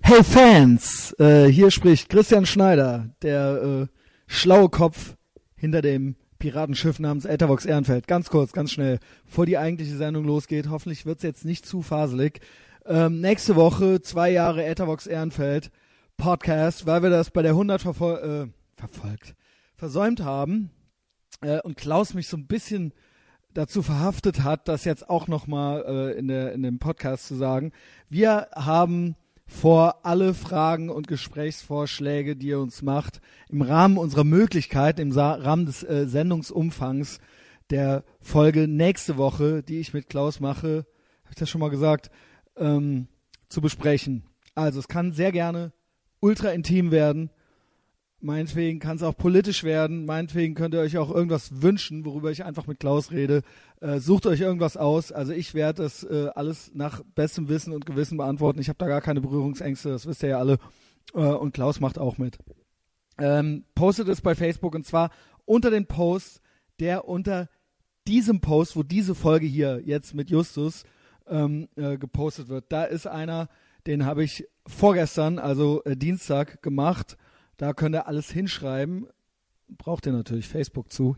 Hey Fans, äh, hier spricht Christian Schneider, der äh, schlaue Kopf hinter dem Piratenschiff namens Ethervox Ehrenfeld. Ganz kurz, ganz schnell, bevor die eigentliche Sendung losgeht. Hoffentlich wird's jetzt nicht zu faselig. Ähm, nächste Woche zwei Jahre Ethervox Ehrenfeld Podcast, weil wir das bei der 100 verfol äh, verfolgt, versäumt haben äh, und Klaus mich so ein bisschen dazu verhaftet hat, das jetzt auch nochmal äh, in, der, in dem Podcast zu sagen. Wir haben vor, alle Fragen und Gesprächsvorschläge, die ihr uns macht, im Rahmen unserer Möglichkeiten, im Sa Rahmen des äh, Sendungsumfangs der Folge nächste Woche, die ich mit Klaus mache, habe ich das schon mal gesagt, ähm, zu besprechen. Also es kann sehr gerne ultra intim werden. Meinetwegen kann es auch politisch werden. Meinetwegen könnt ihr euch auch irgendwas wünschen, worüber ich einfach mit Klaus rede. Äh, sucht euch irgendwas aus. Also ich werde das äh, alles nach bestem Wissen und Gewissen beantworten. Ich habe da gar keine Berührungsängste, das wisst ihr ja alle. Äh, und Klaus macht auch mit. Ähm, postet es bei Facebook und zwar unter den Post, der unter diesem Post, wo diese Folge hier jetzt mit Justus ähm, äh, gepostet wird. Da ist einer, den habe ich vorgestern, also äh, Dienstag, gemacht. Da könnt ihr alles hinschreiben. Braucht ihr natürlich Facebook zu.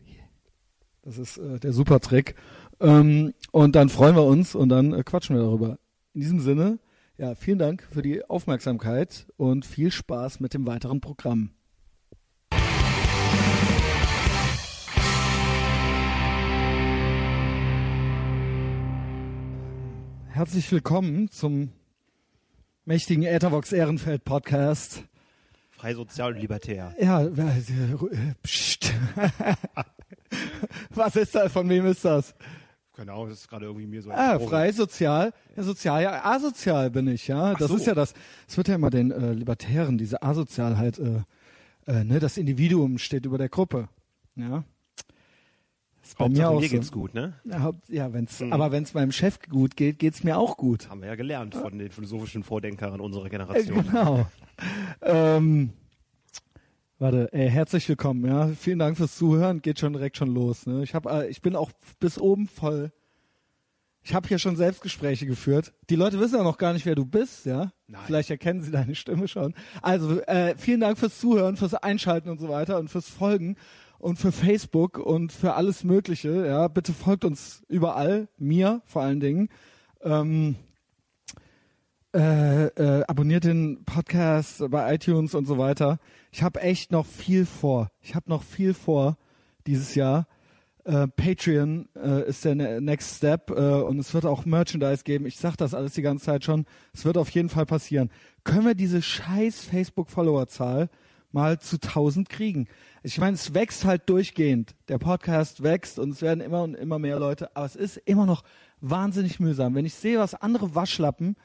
Das ist äh, der super Trick. Ähm, und dann freuen wir uns und dann äh, quatschen wir darüber. In diesem Sinne, ja, vielen Dank für die Aufmerksamkeit und viel Spaß mit dem weiteren Programm. Herzlich willkommen zum mächtigen Äthervox Ehrenfeld Podcast. Frei sozial und libertär. Ja, äh, äh, pst. Was ist das? Von wem ist das? Keine Ahnung, das ist gerade irgendwie mir so. Ah, entflogen. frei, sozial. Ja, sozial, ja, asozial bin ich, ja. Das so. ist ja das. Es wird ja immer den äh, Libertären, diese Asozialheit, äh, äh, ne, das Individuum steht über der Gruppe. Ja. Ist bei mir Hauptsache, auch mir so. geht's gut, Mhm. ne? Ja, Haupt- ja, wenn's, aber wenn es meinem Chef gut geht, geht's mir auch gut. Haben wir ja gelernt von den philosophischen Vordenkern unserer Äh, Generation. Genau. ähm, warte, ey, herzlich willkommen, ja. Vielen Dank fürs Zuhören. Geht schon direkt schon los. Ne? Ich, hab, äh, ich bin auch bis oben voll. Ich habe hier schon Selbstgespräche geführt. Die Leute wissen ja noch gar nicht, wer du bist, ja. Nein. Vielleicht erkennen sie deine Stimme schon. Also äh, vielen Dank fürs Zuhören, fürs Einschalten und so weiter und fürs Folgen und für Facebook und für alles Mögliche. Ja, bitte folgt uns überall, mir vor allen Dingen. Ähm, äh, äh, abonniert den Podcast bei iTunes und so weiter. Ich habe echt noch viel vor. Ich habe noch viel vor dieses Jahr. Äh, Patreon äh, ist der ne- Next Step äh, und es wird auch Merchandise geben. Ich sag das alles die ganze Zeit schon. Es wird auf jeden Fall passieren. Können wir diese scheiß Facebook-Follower-Zahl mal zu 1000 kriegen? Ich meine, es wächst halt durchgehend. Der Podcast wächst und es werden immer und immer mehr Leute. Aber es ist immer noch wahnsinnig mühsam. Wenn ich sehe, was andere Waschlappen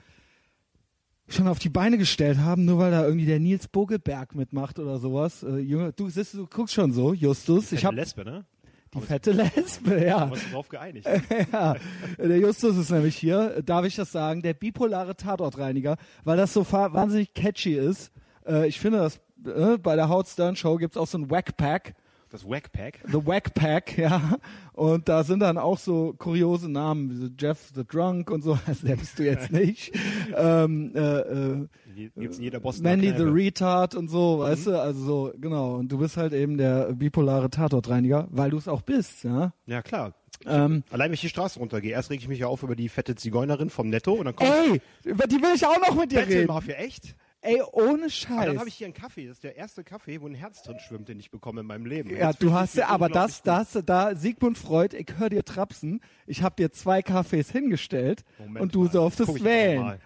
schon auf die Beine gestellt haben, nur weil da irgendwie der Nils Bogelberg mitmacht oder sowas. Äh, Junge, du, siehst, du guckst schon so, Justus. Ich Fette habe Lesbe, ne? die fette Lesbe, Haben ja. wir uns drauf geeinigt. Äh. ja. Der Justus ist nämlich hier, äh, darf ich das sagen, der bipolare Tatortreiniger, weil das so fa- wahnsinnig catchy ist. Äh, ich finde das, äh, bei der Howard Stern Show gibt's auch so ein Whack-Pack, Das Wackpack. The Whack-Pack, ja. Und da sind dann auch so kuriose Namen, wie so Jeff the Drunk und so, also der bist du jetzt nicht. ähm, äh, äh, Die Gibt's in jeder Boston. Mandy the Retard und so, Mhm. weißt du, also so, genau. Und du bist halt eben der bipolare Tatortreiniger, weil du es auch bist, ja. Ja, klar. Ähm, Allein, wenn ich die Straße runtergehe. Erst reg ich mich ja auf über die fette Zigeunerin vom Netto und dann kommt Ey, über die will ich auch noch mit dir Battle reden. Mafia, echt? Ey, ohne Und Scheiß. dann habe ich hier einen Kaffee. Das ist der erste Kaffee, wo ein Herz drin schwimmt, den ich bekomme in meinem Leben. ja, Jetzt du fühle ich hast mich ja, aber das, unglaublich das, da, Sigmund Freud, ich höre dir trapsen. Ich habe dir zwei Kaffees hingestellt Moment und du mal, durftest guck ich wählen. noch mal.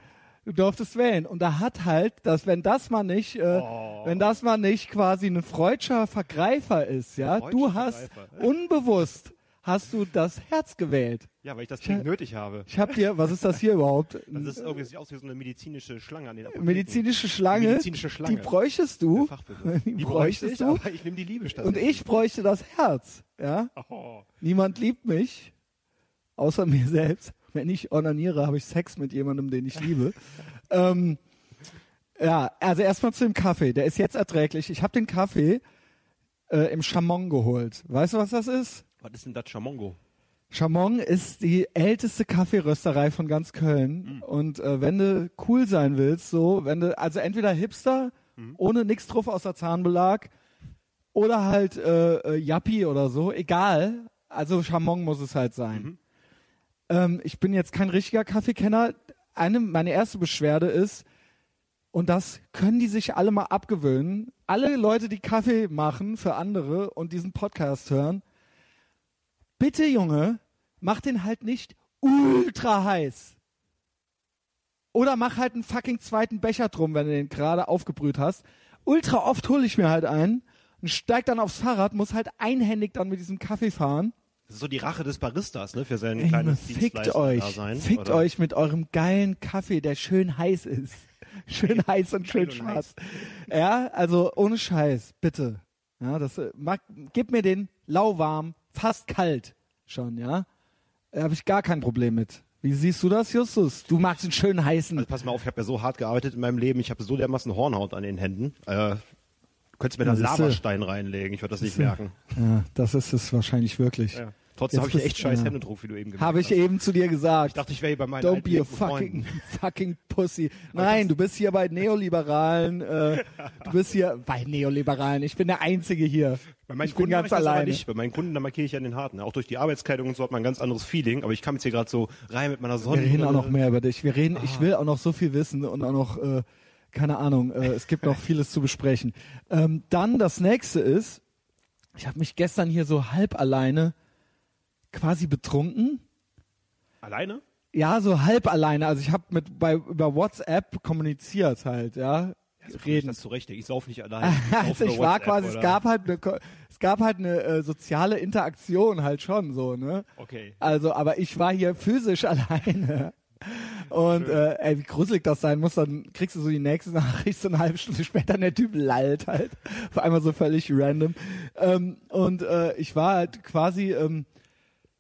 Du durftest wählen. Und da hat halt, dass wenn das mal nicht, äh, Oh. wenn das mal nicht quasi ein freudscher Vergreifer ist, ja, Freudscher du hast Vergreifer. unbewusst hast du das Herz gewählt. gut. Ja, weil ich das dringend nötig habe. Ich habe dir, was ist das hier überhaupt? Das ist irgendwie sieht aus wie so eine medizinische Schlange an den Apotheken. Medizinische Schlange, Medizinische Schlange. die bräuchtest du, Der Fachbegriff. die bräuchte bräuchtest ich, du, aber ich nehme die Liebe statt. Und ich bräuchte das Herz. Ja? Oh. Niemand liebt mich, außer mir selbst. Wenn ich onaniere, habe ich Sex mit jemandem, den ich liebe. ähm, ja, also erstmal zu dem Kaffee. Der ist jetzt erträglich. Ich habe den Kaffee äh, im Chamon geholt. Weißt du, was das ist? Was ist denn das Chamongo? Chamon ist die älteste Kaffeerösterei von ganz Köln. Und äh, wenn du cool sein willst, so, wenn du, also entweder Hipster, ohne nix drauf außer Zahnbelag, oder halt äh, äh, Yappi oder so, egal. Also Chamon muss es halt sein. Ähm, ich bin jetzt kein richtiger Kaffeekenner. Eine, meine erste Beschwerde ist, und das können die sich alle mal abgewöhnen. Alle Leute, die Kaffee machen für andere und diesen Podcast hören, bitte Junge, mach den halt nicht ultra heiß. Oder mach halt einen fucking zweiten Becher drum, wenn du den gerade aufgebrüht hast. Ultra oft hole ich mir halt einen und steig dann aufs Fahrrad, muss halt einhändig dann mit diesem Kaffee fahren. Das ist so die Rache des Baristas, ne? Für sein Ey, Junge, kleines fickt euch, Dienstleister-Dasein, fickt oder? euch mit eurem geilen Kaffee, der schön heiß ist. Schön heiß und schön und schwarz. Ja, also ohne Scheiß, bitte. Ja, das, äh, mag, gib mir den lauwarm, fast kalt schon, ja. Da habe ich gar kein Problem mit. Wie siehst du das, Justus? Du magst den schönen heißen. Also pass mal auf, ich habe ja so hart gearbeitet in meinem Leben, ich habe so dermaßen Hornhaut an den Händen. Äh, könntest Ja, du mir da einen siehste. Lavastein reinlegen, ich würde das nicht merken. Ja, das ist es wahrscheinlich wirklich. Ja. Trotzdem Jetzt habe ich bist- echt scheiß ja. Hände drauf, wie du eben gemerkt Habe ich hast. eben zu dir gesagt. Ich dachte, ich wäre hier bei meinen Don't alten be a guten fucking, Freunden. fucking pussy. Nein, du bist hier bei Neoliberalen. Äh, du bist hier bei Neoliberalen. Ich bin der Einzige hier. Bei meinen ich bin Kunden ganz mache ich das aber alleine. nicht. Bei meinen Kunden, da markiere ich ja den Harten. Auch durch die Arbeitskleidung und so hat man ein ganz anderes Feeling. Aber ich kam jetzt hier gerade so rein mit meiner Wir Sonne. reden auch noch mehr über dich. Wir reden, Ah. ich will auch noch so viel wissen und auch noch, äh, keine Ahnung, äh, es gibt noch vieles zu besprechen. Ähm, dann das nächste ist, ich habe mich gestern hier so halb alleine quasi betrunken. Alleine? Ja, so halb alleine. Also ich habe mit bei über WhatsApp kommuniziert halt, ja. Ich Reden. das zurecht. Ich sauf nicht alleine. Ich sauf Also nur ich war WhatsApp, quasi, oder? es gab halt eine, Ko- es gab halt eine äh, soziale Interaktion halt schon so, ne? Okay. Also, aber ich war hier physisch alleine. Und äh, ey, wie gruselig das sein muss, dann kriegst du so die nächste Nachricht so eine halbe Stunde später und der Typ lallt halt. Auf einmal so völlig random. Ähm, und äh, ich war halt quasi ähm,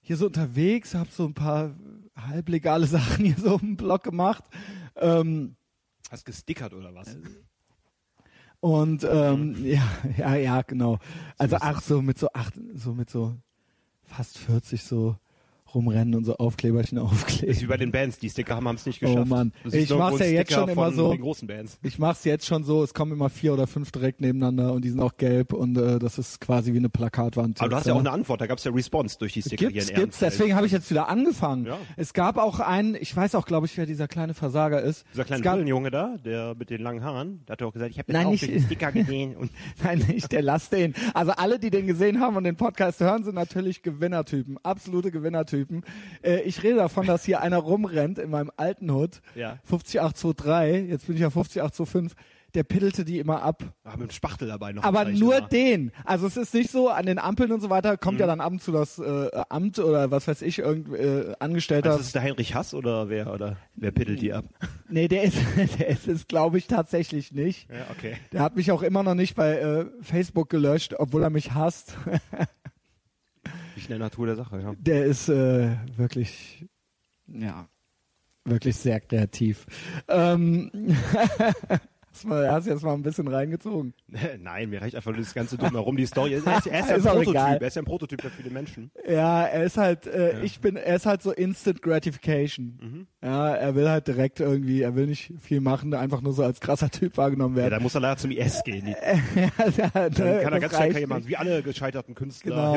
hier so unterwegs, hab so ein paar halblegale Sachen hier so im Blog gemacht. Ähm, Hast gestickert oder Also was? und ähm, ja, ja, ja, genau. Also ach so mit so acht, so mit so fast 40 so rumrennen und so Aufkleberchen Ist wie aufkleben. bei den Bands. Die Sticker haben es nicht geschafft. Oh Mann. Du siehst Ich irgendwo mach's ja einen jetzt Sticker schon immer von so. Den großen Bands. Ich mach's jetzt schon so, es kommen immer vier oder fünf direkt nebeneinander und die sind auch gelb und äh, das ist quasi wie eine Plakatwand. Aber du jetzt, hast ja auch eine Antwort. Da gab es ja Response durch die Sticker Gibt's, hier in gibt's. Ehrenfeld. Deswegen habe ich jetzt wieder angefangen. Ja. Es gab auch einen, ich weiß auch, glaube ich, wer dieser kleine Versager ist. Dieser kleine es gab, Bullenjunge da, der mit den langen Haaren, der hat ja auch gesagt, ich habe Nein, jetzt auch nicht- durch die Sticker gesehen. Und Nein, nicht der Lass den. Also alle, die den gesehen haben und den Podcast hören, sind natürlich Gewinnertypen, absolute Gewinnertypen. Äh, ich rede davon, dass hier einer rumrennt in meinem alten Hut, Ja. 50823, jetzt bin ich ja 50825, der pittelte die immer ab. ah, mit dem Spachtel dabei noch. Aber vielleicht nur immer. Mhm. den. Also es ist nicht so, an den Ampeln und so weiter kommt ja dann ab und zu das äh, Amt oder was weiß ich, irgend äh, Angestellter. Also, ist es der Heinrich Hass oder wer oder wer piddelt die ab? nee, der ist, der ist es, glaube ich, tatsächlich nicht. Ja, okay. Der hat mich auch immer noch nicht bei äh, Facebook gelöscht, obwohl er mich hasst. Ich in der Natur der Sache, ja. Der ist äh, wirklich, ja, wirklich sehr kreativ. Ähm, hast mal- hast jetzt mal ein bisschen reingezogen. Nein, mir reicht einfach nur das ganze drumherum, die Story. Er ist, er ist, er ist ja Ist ein auch Prototyp, egal. er ist ja ein Prototyp für viele Menschen. Ja, er ist halt, äh, ich bin, er ist halt so Instant Gratification. Mhm. Ja, er will halt direkt irgendwie, er will nicht viel machen, einfach nur so als krasser Typ wahrgenommen Ja, werden. da muss er leider zum IS gehen. Die, Ja, da, Äh, dann kann er das ganz schnell reicht Karriere machen, nicht. wie alle gescheiterten Künstler, Genau,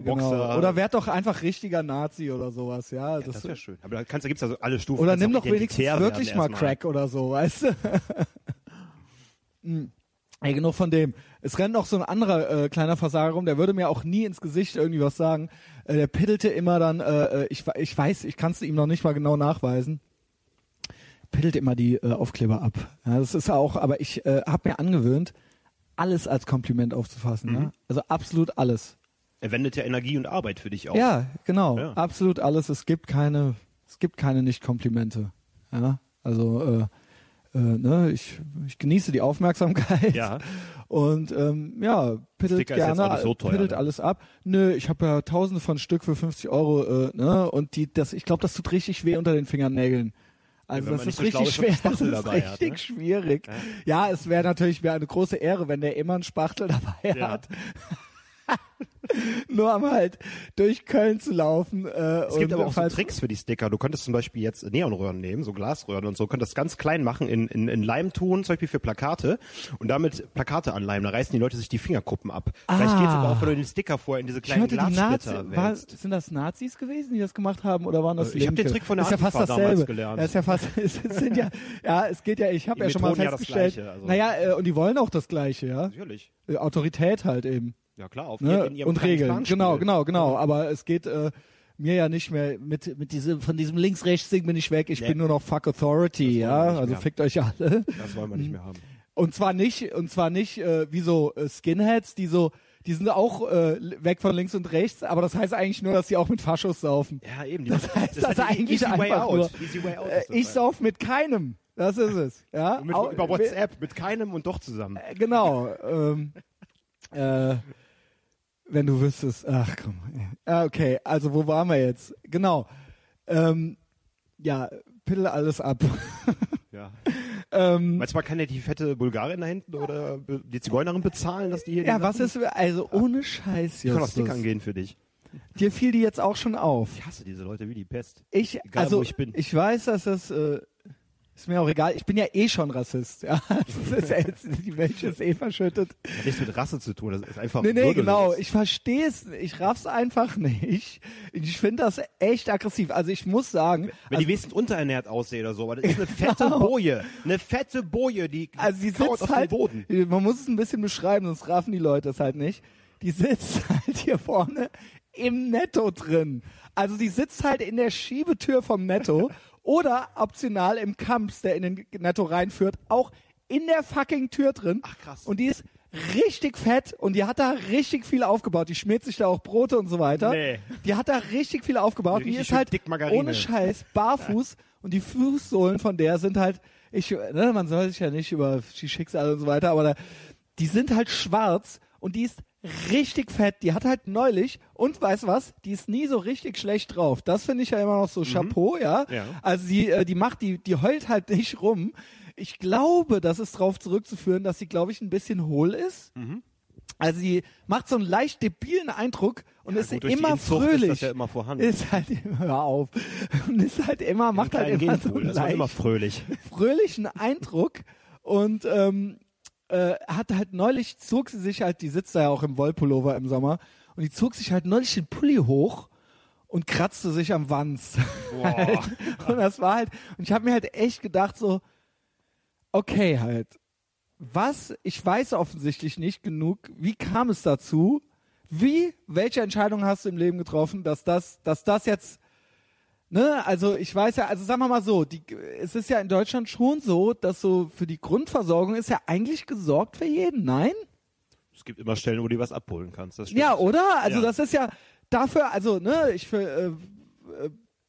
genau. Boxer. Oder werd doch einfach richtiger Nazi oder sowas, ja. das wäre schön. Aber da kannst du, gibt's also alle Stufen. Oder kannst nimm auch doch wenigstens identitär wirklich werden mal erstmal. Crack oder so, weißt du? Hm. Ey, genug von dem. Es rennt noch so ein anderer äh, kleiner Versager rum, der würde mir auch nie ins Gesicht irgendwie was sagen. Äh, der piddelte immer dann, äh, äh, ich, we- ich weiß, ich kann es ihm noch nicht mal genau nachweisen, piddelt immer die äh, Aufkleber ab. Ja, das ist auch, aber ich äh, habe mir angewöhnt, alles als Kompliment aufzufassen. Ne? Also absolut alles. Er wendet ja Energie und Arbeit für dich auf. Ja, genau. Ja. Absolut alles. Es gibt keine, es gibt keine Nicht-Komplimente. Ja, also äh, äh, ne, ich, ich genieße die Aufmerksamkeit. Ja. Und ähm, ja, pittelt Sticker ist jetzt gerne, auch nicht so teuer, pittelt ne? alles ab. Nö, ich habe ja tausende von Stück für 50 Euro. Äh, ne, und die, das, ich glaube, das tut richtig weh unter den Fingernägeln. Also Ja, wenn das man ist, nicht so schlau richtig ist und einen schwer, das Spachtel ist dabei hat, richtig ne? schwierig. Ja, es wäre natürlich wäre eine große Ehre, wenn der immer einen Spachtel dabei Ja. hat. nur am halt durch Köln zu laufen. Äh, Es und gibt aber auch so falls- Tricks für die Sticker. Du könntest zum Beispiel jetzt Neonröhren nehmen, so Glasröhren und so, könntest das ganz klein machen in, in, in Leimton, zum Beispiel für Plakate und damit Plakate anleimen. Da reißen die Leute sich die Fingerkuppen ab. Vielleicht geht's aber auch, wenn du den Sticker vorher in diese Ah. Ich kleinen hörte, die Nazi, Glassplitter war, wälzt. sind das Nazis gewesen, die das gemacht haben, oder waren das Äh, ich hab Linke? den Trick von der ist ja fast Antifa damals dasselbe. gelernt. Ja, ist ja fast, es sind ja, ja, es geht ja, ich habe Die ja schon mal betonen ja das festgestellt. Gleiche, also. Naja, äh, und die wollen auch das Gleiche, ja. Natürlich. Äh, Autorität halt eben. Ja klar, auf ihr- Ne? in ihrem Und kleinen Regeln. Planspiel. Genau, genau, genau. Aber es geht äh, mir ja nicht mehr mit, mit diesem, von diesem Links-Rechts-Ding bin ich weg. Ich Nee. bin nur noch Fuck Authority, Das wollen wir ja. nicht Also mehr. fickt euch alle. Das wollen wir nicht mehr haben. Und zwar nicht, und zwar nicht äh, wie so äh, Skinheads, die so, die sind auch äh, weg von links und rechts, aber das heißt eigentlich nur, dass sie auch mit Faschos saufen. Ja, eben. Die, Das heißt, das, ist e-, ist eigentlich easy einfach way out. nur, Easy way out äh, ist das ich halt. sauf mit keinem. Das ist es. Ja, Und Mit, Au- über WhatsApp, mit keinem und doch zusammen. äh, Genau. Ähm, äh, wenn du wüsstest, ach komm. Ah, Okay, also wo waren wir jetzt? Genau. Ähm, ja, pille alles ab. Ja. ähm, Meinst du, man kann ja die fette Bulgarin da hinten oder be- die Zigeunerin bezahlen, dass die hier... ja, die- was ist, also ohne Scheiß, Ich kann auch Justus. Stickern gehen für dich. Dir fiel die jetzt auch schon auf. Ich hasse diese Leute wie die Pest. Ich, Egal, also, wo ich bin. weiß, dass das, äh, ist mir auch egal. Ich bin ja eh schon Rassist. Ja, das ist ja jetzt, die Welt ist eh verschüttet. Das hat nichts mit Rasse zu tun, das ist einfach Nee, nee, würdelos. genau. Ich verstehe es. Ich raff's einfach nicht. Ich finde das echt aggressiv. Also ich muss sagen, Wenn die wenigstens unterernährt aussehen oder so, aber das ist eine fette also- Genau. Boje. Eine fette Boje, die also sie kauert sitzt auf halt, dem Boden. man muss es ein bisschen beschreiben, sonst raffen die Leute es halt nicht. Die sitzt halt hier vorne im Netto drin. Also die sitzt halt in der Schiebetür vom Netto oder optional im Kamps, der in den Netto reinführt, auch in der fucking Tür drin. Ach, krass. Und die ist richtig fett und die hat da richtig viel aufgebaut. Die schmiert sich da auch Brote und so weiter. Nee. Die hat da richtig viel aufgebaut. Die Die richtig ist schön halt dick Margarine. ohne Scheiß barfuß und die Fußsohlen von der sind halt, ich, ne, man soll sich ja nicht über die Schicksale und so weiter, aber da, die sind halt schwarz und die ist richtig fett. Die hat halt neulich und weiß was, die ist nie so richtig schlecht drauf. Das finde ich ja immer noch so Chapeau, ja. Mhm. Ja. Also sie, äh, die macht, die, die heult halt nicht rum. Ich glaube, das ist drauf zurückzuführen, dass sie, glaube ich, ein bisschen hohl ist. Mhm. Also sie macht so einen leicht debilen Eindruck und Ja, ist gut, durch die immer Inzucht ist das fröhlich. ja immer vorhanden. Ist halt immer, hör auf. Und ist halt immer, macht Einen halt kleinen immer so Genpool, einen das war leicht immer fröhlich. fröhlichen Eindruck und ähm, äh, hat halt neulich, zog sie sich halt, die sitzt da ja auch im Wollpullover im Sommer, und die zog sich halt neulich den Pulli hoch und kratzte sich am Wanz. Halt. Boah. und das war halt, und ich habe mir halt echt gedacht so, okay halt, was, ich weiß offensichtlich nicht genug, wie kam es dazu, wie, welche Entscheidung hast du im Leben getroffen, dass das, dass das jetzt Ne, also ich weiß ja, also sagen wir mal so, die, es ist ja in Deutschland schon so, dass so für die Grundversorgung ist ja eigentlich gesorgt für jeden, nein? Es gibt immer Stellen, wo du was abholen kannst. Das stimmt. Ja, oder? Also Ja. das ist ja dafür, also ne, ich für, äh,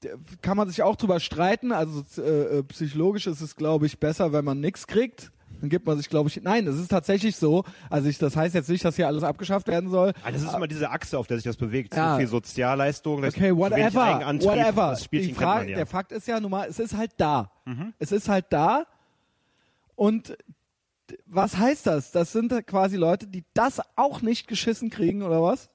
äh, kann man sich auch drüber streiten. Also äh, äh, psychologisch ist es, glaube ich, besser, wenn man nichts kriegt. Dann gibt man sich, glaube ich, nein, es ist tatsächlich so. Also ich, das heißt jetzt nicht, dass hier alles abgeschafft werden soll. Ah, das ist immer diese Achse, auf der sich das bewegt. Ja. Zu viel Sozialleistung, das Okay, zu wenig whatever, Eigenantrieb. whatever. Das Die Spielchen kennt Frage, man ja. Mhm. Der Fakt ist ja nun mal, es ist halt da. Es ist halt da. Und d- was heißt das? Das sind quasi Leute, die das auch nicht geschissen kriegen oder was?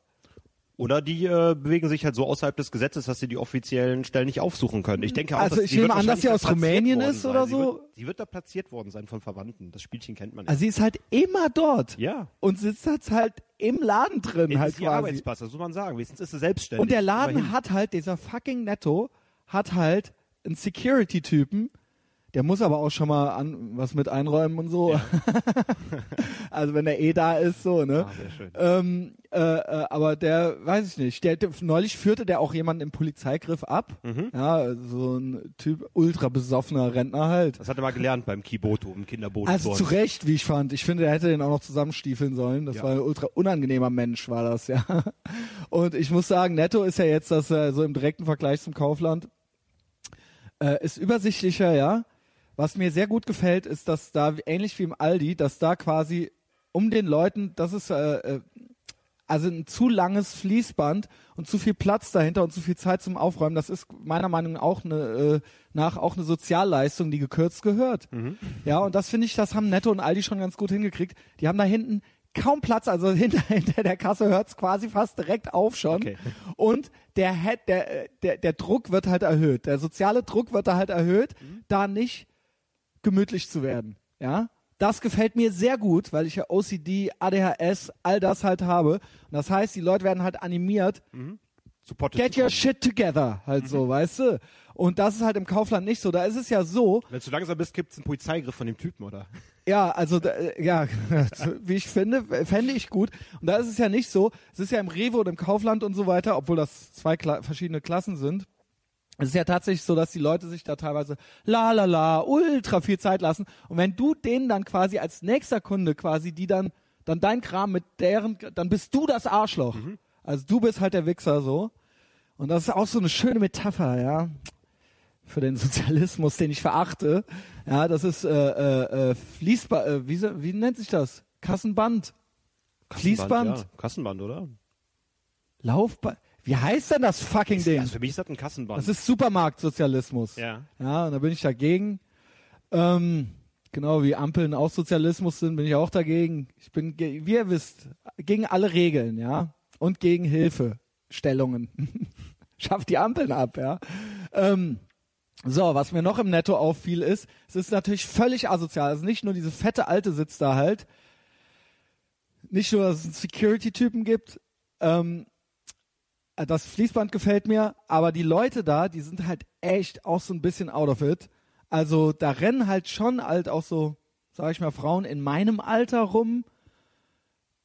Oder die äh, bewegen sich halt so außerhalb des Gesetzes, dass sie die offiziellen Stellen nicht aufsuchen können. Ich denke auch, Also dass ich die wird nehme an, dass sie wahrscheinlich aus da platziert Rumänien worden ist sein. oder sie so. Wird, sie wird da platziert worden sein von Verwandten. Das Spielchen kennt man ja. Also sie ist halt immer dort. Ja. Und sitzt jetzt halt im Laden drin Das halt ist ihr quasi. Arbeitsplatz, das muss man sagen. Wenigstens ist sie selbstständig. Und der Laden Immerhin. hat halt, dieser fucking Netto hat halt einen Security-Typen, der muss aber auch schon mal an, was mit einräumen und so. also wenn er eh da ist, so, ne? Ah, sehr schön. Ähm, äh, äh, aber der, weiß ich nicht, der, der neulich führte der auch jemanden im Polizeigriff ab. Ja, so ein Typ, ultra besoffener Rentner halt. Das hat er mal gelernt beim Kiboto, im Kinderboden. Also zu Recht, wie ich fand. Ich finde, er hätte den auch noch zusammenstiefeln sollen. Das Ja. war ein ultra unangenehmer Mensch, war das, ja. Und ich muss sagen, Netto ist ja jetzt das äh, so im direkten Vergleich zum Kaufland. Äh, ist übersichtlicher, ja. Was mir sehr gut gefällt, ist, dass da, ähnlich wie im Aldi, dass da quasi um den Leuten, das ist äh, äh, also ein zu langes Fließband und zu viel Platz dahinter und zu viel Zeit zum Aufräumen, das ist meiner Meinung auch eine, äh, nach auch eine Sozialleistung, die gekürzt gehört. Ja, und das finde ich, das haben Netto und Aldi schon ganz gut hingekriegt. Die haben da hinten kaum Platz, also hinter, hinter der Kasse hört's quasi fast direkt auf schon. Okay. Und der, Head, der, äh, der, der Druck wird halt erhöht. Der soziale Druck wird da halt erhöht, da nicht gemütlich zu werden. Ja, das gefällt mir sehr gut, weil ich ja OCD, ADHS, all das halt habe. Und das heißt, die Leute werden halt animiert, Supportet get zu your kommen. shit together, halt so, weißt du? Und das ist halt im Kaufland nicht so. Da ist es ja so, Wenn du zu langsam bist, gibt's einen Polizeigriff von dem Typen, oder? ja, also da, äh, ja, wie ich finde, fände ich gut. Und da ist es ja nicht so. Es ist ja im Rewe und im Kaufland und so weiter, obwohl das zwei Kla verschiedene Klassen sind. Es ist ja tatsächlich so, dass die Leute sich da teilweise la la la ultra viel Zeit lassen. Und wenn du denen dann quasi als nächster Kunde quasi die dann dann dein Kram mit deren, dann bist du das Arschloch. Mhm. Also du bist halt der Wichser so. Und das ist auch so eine schöne Metapher, ja für den Sozialismus, den ich verachte. Ja, das ist äh, äh, äh, Fließband, äh, wie, se- wie nennt sich das? Kassenband, Fließband, Ja. Kassenband, oder? Laufband. Wie heißt denn das fucking Ding? Also für mich ist das ein Kassenband. Das ist Supermarktsozialismus. Ja. Ja, und da bin ich dagegen. Ähm, genau wie Ampeln auch Sozialismus sind, bin ich auch dagegen. Ich bin, ge- wie ihr wisst, gegen alle Regeln, ja. Und gegen Hilfestellungen. Schafft die Ampeln ab, ja. Ähm, so, was mir noch im Netto auffiel ist, es ist natürlich völlig asozial. Also nicht nur diese fette Alte sitzt da halt. Nicht nur, dass es einen Security-Typen gibt. Ähm, Äh, das Fließband gefällt mir, aber die Leute da, die sind halt echt auch so ein bisschen out of it. Also da rennen halt schon halt auch so, sag ich mal, Frauen in meinem Alter rum,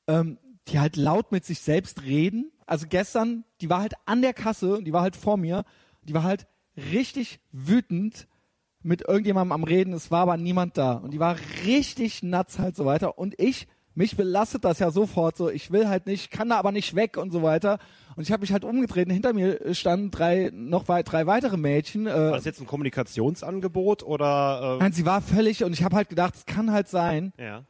ähm, die halt laut mit sich selbst reden. Also gestern, die war halt an der Kasse und die war halt vor mir, die war halt richtig wütend mit irgendjemandem am Reden, es war aber niemand da und die war richtig nuts halt so weiter und ich mich belastet das ja sofort so, ich will halt nicht, kann da aber nicht weg und so weiter und ich habe mich halt umgedreht, und hinter mir standen drei noch wei drei weitere Mädchen äh, War das jetzt ein Kommunikationsangebot oder? Nein, sie war völlig und ich habe halt gedacht, es kann halt sein. Äh, ja.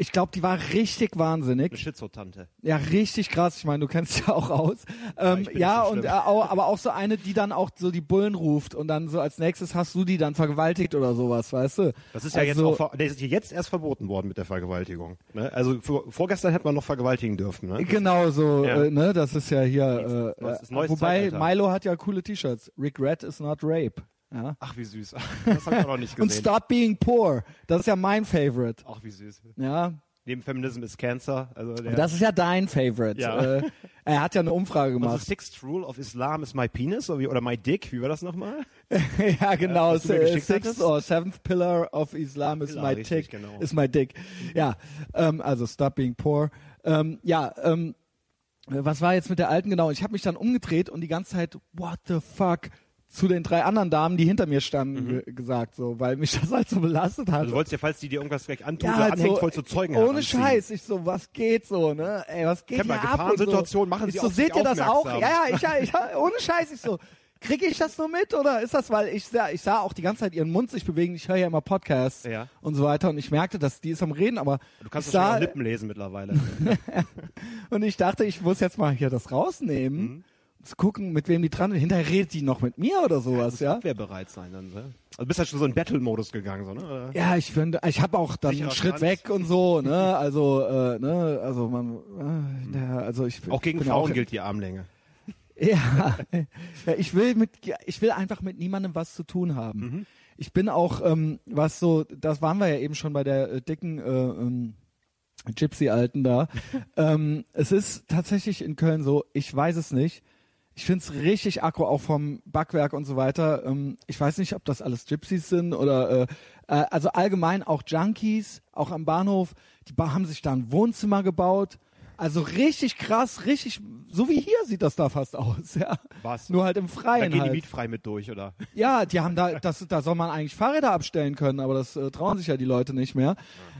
Ich glaube, die war richtig Eine wahnsinnig. Schizo-Tante. Ja, richtig krass. Ich meine, du kennst ja auch aus. ich Ähm, bin nicht ja, so und schlimm. äh, au- aber auch so eine, die dann auch so die Bullen ruft und dann so als nächstes hast du die dann vergewaltigt oder sowas, weißt du? Das ist ja Also, jetzt auch, ver- das ist ja jetzt erst verboten worden mit der Vergewaltigung. Ne? Also vor, vorgestern hätte man noch vergewaltigen dürfen. Ne? Genau so, Ja. äh, ne? Das ist ja hier. Äh, Neues- äh, neues wobei Zeitalter. Milo hat ja coole T-Shirts. Regret is not rape. Ja. Ach wie süß. Das habe ich auch noch nicht Und gesehen. stop being poor. Das ist ja mein Favorite. Ach wie süß. Ja, Neben Feminism ist Cancer. Also der, Das ist ja dein Favorite. Ja. Äh, er hat ja eine Umfrage unsere gemacht. Sixth Rule of Islam is my penis oder, wie, oder my dick. Wie war das nochmal? Also ja, genau. was du mir Äh, geschickt Sixth hattest? or seventh pillar of Islam is Pillar, my dick. richtig, genau. Is my dick. Ja, ähm, also stop being poor. Ähm, ja, ähm, was war jetzt mit der alten genau? Ich habe mich dann umgedreht und die ganze Zeit What the fuck zu den drei anderen Damen, die hinter mir standen, ge- gesagt, so, weil mich das halt so belastet hat. Mhm. Also wolltest du ja, falls die dir irgendwas gleich antun, ja, oder halt anhängt, so, voll zu Zeugen Ohne heranziehen. Scheiß, ich so, was geht so, ne? Ey, was geht Kennt hier man, ab? und so. Gefahrensituation, machen Sie ich so, auf sich seht ihr das auch? Ja, aufmerksam. ja, ich, ja, ich, ja, ohne Scheiß, ich so, kriege ich das nur mit oder ist das, weil ich sah, ich sah auch die ganze Zeit ihren Mund sich bewegen, ich höre ja immer Podcasts Ja. und so weiter und ich merkte, dass die ist am Reden, aber Du kannst ich das schon sah, auf Lippen lesen mittlerweile. und ich dachte, ich muss jetzt mal hier das rausnehmen. Mhm. und Zu gucken, mit wem die dran sind. Hinterher redet die noch mit mir oder sowas, ja? Wer bereit sein dann, ne? Also bist halt schon so in Battle-Modus gegangen, so, ne? Oder? Ja, ich finde, ich habe auch dann Sicherer einen Schritt Stand. weg und so, ne? Also, äh, ne, also man, äh, der, also ich Auch gegen bin ja Frauen gilt die Armlänge. Ja, ja ich will mit, ich will einfach mit niemandem was zu tun haben. Mhm. Ich bin auch, ähm, was so, das waren wir ja eben schon bei der äh, dicken äh, ähm, Gypsy-Alten da. ähm, es ist tatsächlich in Köln so, ich weiß es nicht. Ich find's richtig akku, auch vom Backwerk und so weiter. Ähm, ich weiß nicht, ob das alles Gypsies sind oder äh, äh, also allgemein auch Junkies, auch am Bahnhof. Die ba haben sich da ein Wohnzimmer gebaut. Also richtig krass, richtig, so wie hier sieht das da fast aus, ja. Was? Nur halt im Da Freien gehen die halt. mietfrei mit durch, oder? Ja, die haben da, das, da soll man eigentlich Fahrräder abstellen können, aber das äh, trauen sich ja die Leute nicht mehr.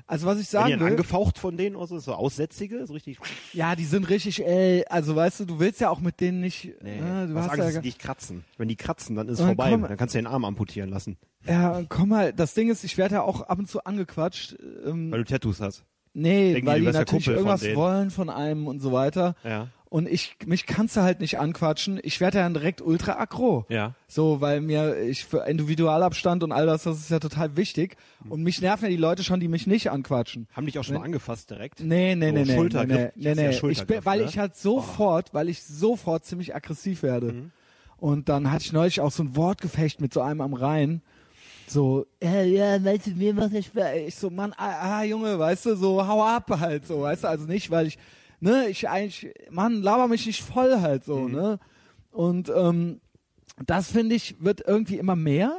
Also was ich Werden sagen die dann will, angefaucht von denen, oder so, so Aussätzige, so richtig. ja, die sind richtig, ey, also weißt du, du willst ja auch mit denen nicht, ne, du du hast hast Angst, ja, dass die dich kratzen. Wenn die kratzen, dann ist es Dann vorbei. komm- Dann kannst du den Arm amputieren lassen, ja, komm mal, das Ding ist, ich werde ja auch ab und zu angequatscht, ähm, weil du Tattoos hast. nee, denken die, weil du die wärst der natürlich Kumpel von irgendwas denen. wollen von einem und so weiter. Ja. Und ich, mich kannst du halt nicht anquatschen. Ich werde ja dann direkt ultra aggro. Ja. So, weil mir, ich, für Individualabstand und all das, das ist ja total wichtig. Mhm. Und mich nerven ja die Leute schon, die mich nicht anquatschen. Haben dich auch schon mal angefasst direkt? Nee, nee, So nee, nee. Schultergriff. nee, Ich nee, hab's nee. ja Ich bin, Schultergriff, weil ne? Oh. ich halt sofort, weil ich sofort ziemlich aggressiv werde. Mhm. Und dann hatte ich neulich auch so ein Wortgefecht mit so einem am Rhein. So, äh, ja, weißt du, mir macht das Spaß. Ich so, Mann, ah, ah, Junge, weißt du, so, hau ab halt, so, weißt du, also nicht, weil ich, ne, ich eigentlich, Mann, laber mich nicht voll halt so, Mhm. ne. Und, ähm, das finde ich, wird irgendwie immer mehr.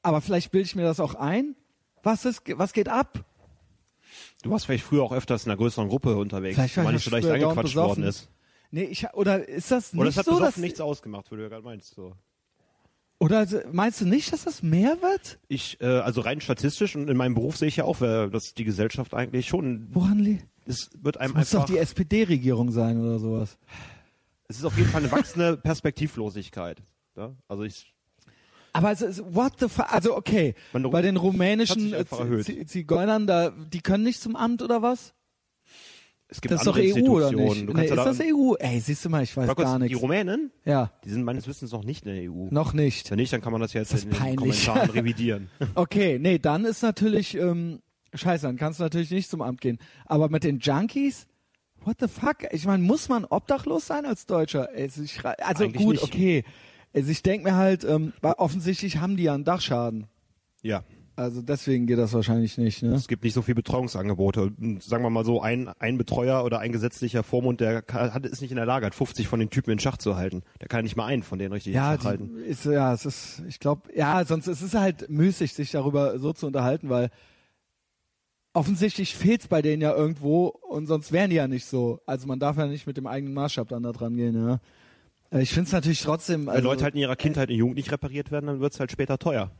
Aber vielleicht bilde ich mir das auch ein. Was ist, was geht ab? Du warst vielleicht früher auch öfters in einer größeren Gruppe unterwegs, Vielleicht war weil ich nicht so leicht früher down angequatscht besoffen. worden ist. Nee, ich, oder ist das Oder nicht es hat so, dass, besoffen nichts ausgemacht, würde du ja gerade meinst. So. oder meinst du nicht, dass das mehr wird? Ich, äh, also rein statistisch und in meinem Beruf sehe ich ja auch, äh, dass die Gesellschaft eigentlich schon, Woran liegt? es wird einem Muss doch einfach, die SPD-Regierung sein oder sowas. es ist auf jeden Fall eine wachsende Perspektivlosigkeit. Ja? Also ich, Aber es ist, what the fuck, also okay, Man- bei den hat rumänischen sich einfach äh, erhöht. Z- Zigeunern, da, die können nicht zum Amt oder was? es gibt Das ist doch andere EU oder Institutionen. nicht? Nee, Du kannst ist ja da, das EU? Ey, siehst du mal, ich weiß Mal kurz, gar die nichts. Rumänen, Ja, die sind meines Wissens noch nicht in der EU. noch nicht. Wenn nicht, dann kann man das jetzt Das ist in den peinlich. Kommentaren revidieren. Okay, nee, dann ist natürlich, ähm, scheiße, dann kannst du natürlich nicht zum Amt gehen. Aber mit den Junkies, what the fuck? Ich meine, muss man obdachlos sein als Deutscher? Also, ich, schrei- also Eigentlich gut, nicht. okay. Also ich denke mir halt, ähm, weil offensichtlich haben die ja einen Dachschaden. ja. Also deswegen geht das wahrscheinlich nicht, ne? Es gibt nicht so viele Betreuungsangebote. Sagen wir mal so, ein, ein Betreuer oder ein gesetzlicher Vormund, der kann, hat, ist nicht in der Lage, hat 50 von den Typen in Schach zu halten. Der kann nicht mal einen von denen richtig Ja, in Schach halten. die, ist, ja, es ist, ich glaube, ja, sonst es ist halt müßig, sich darüber so zu unterhalten, weil offensichtlich fehlt's bei denen ja irgendwo und sonst wären die ja nicht so. Also man darf ja nicht mit dem eigenen Maßstab dann da dran gehen, ja. Äh, Ich finde es natürlich trotzdem, Wenn also, Leute halt in ihrer Kindheit und Jugend nicht repariert werden, dann wird es halt später teuer.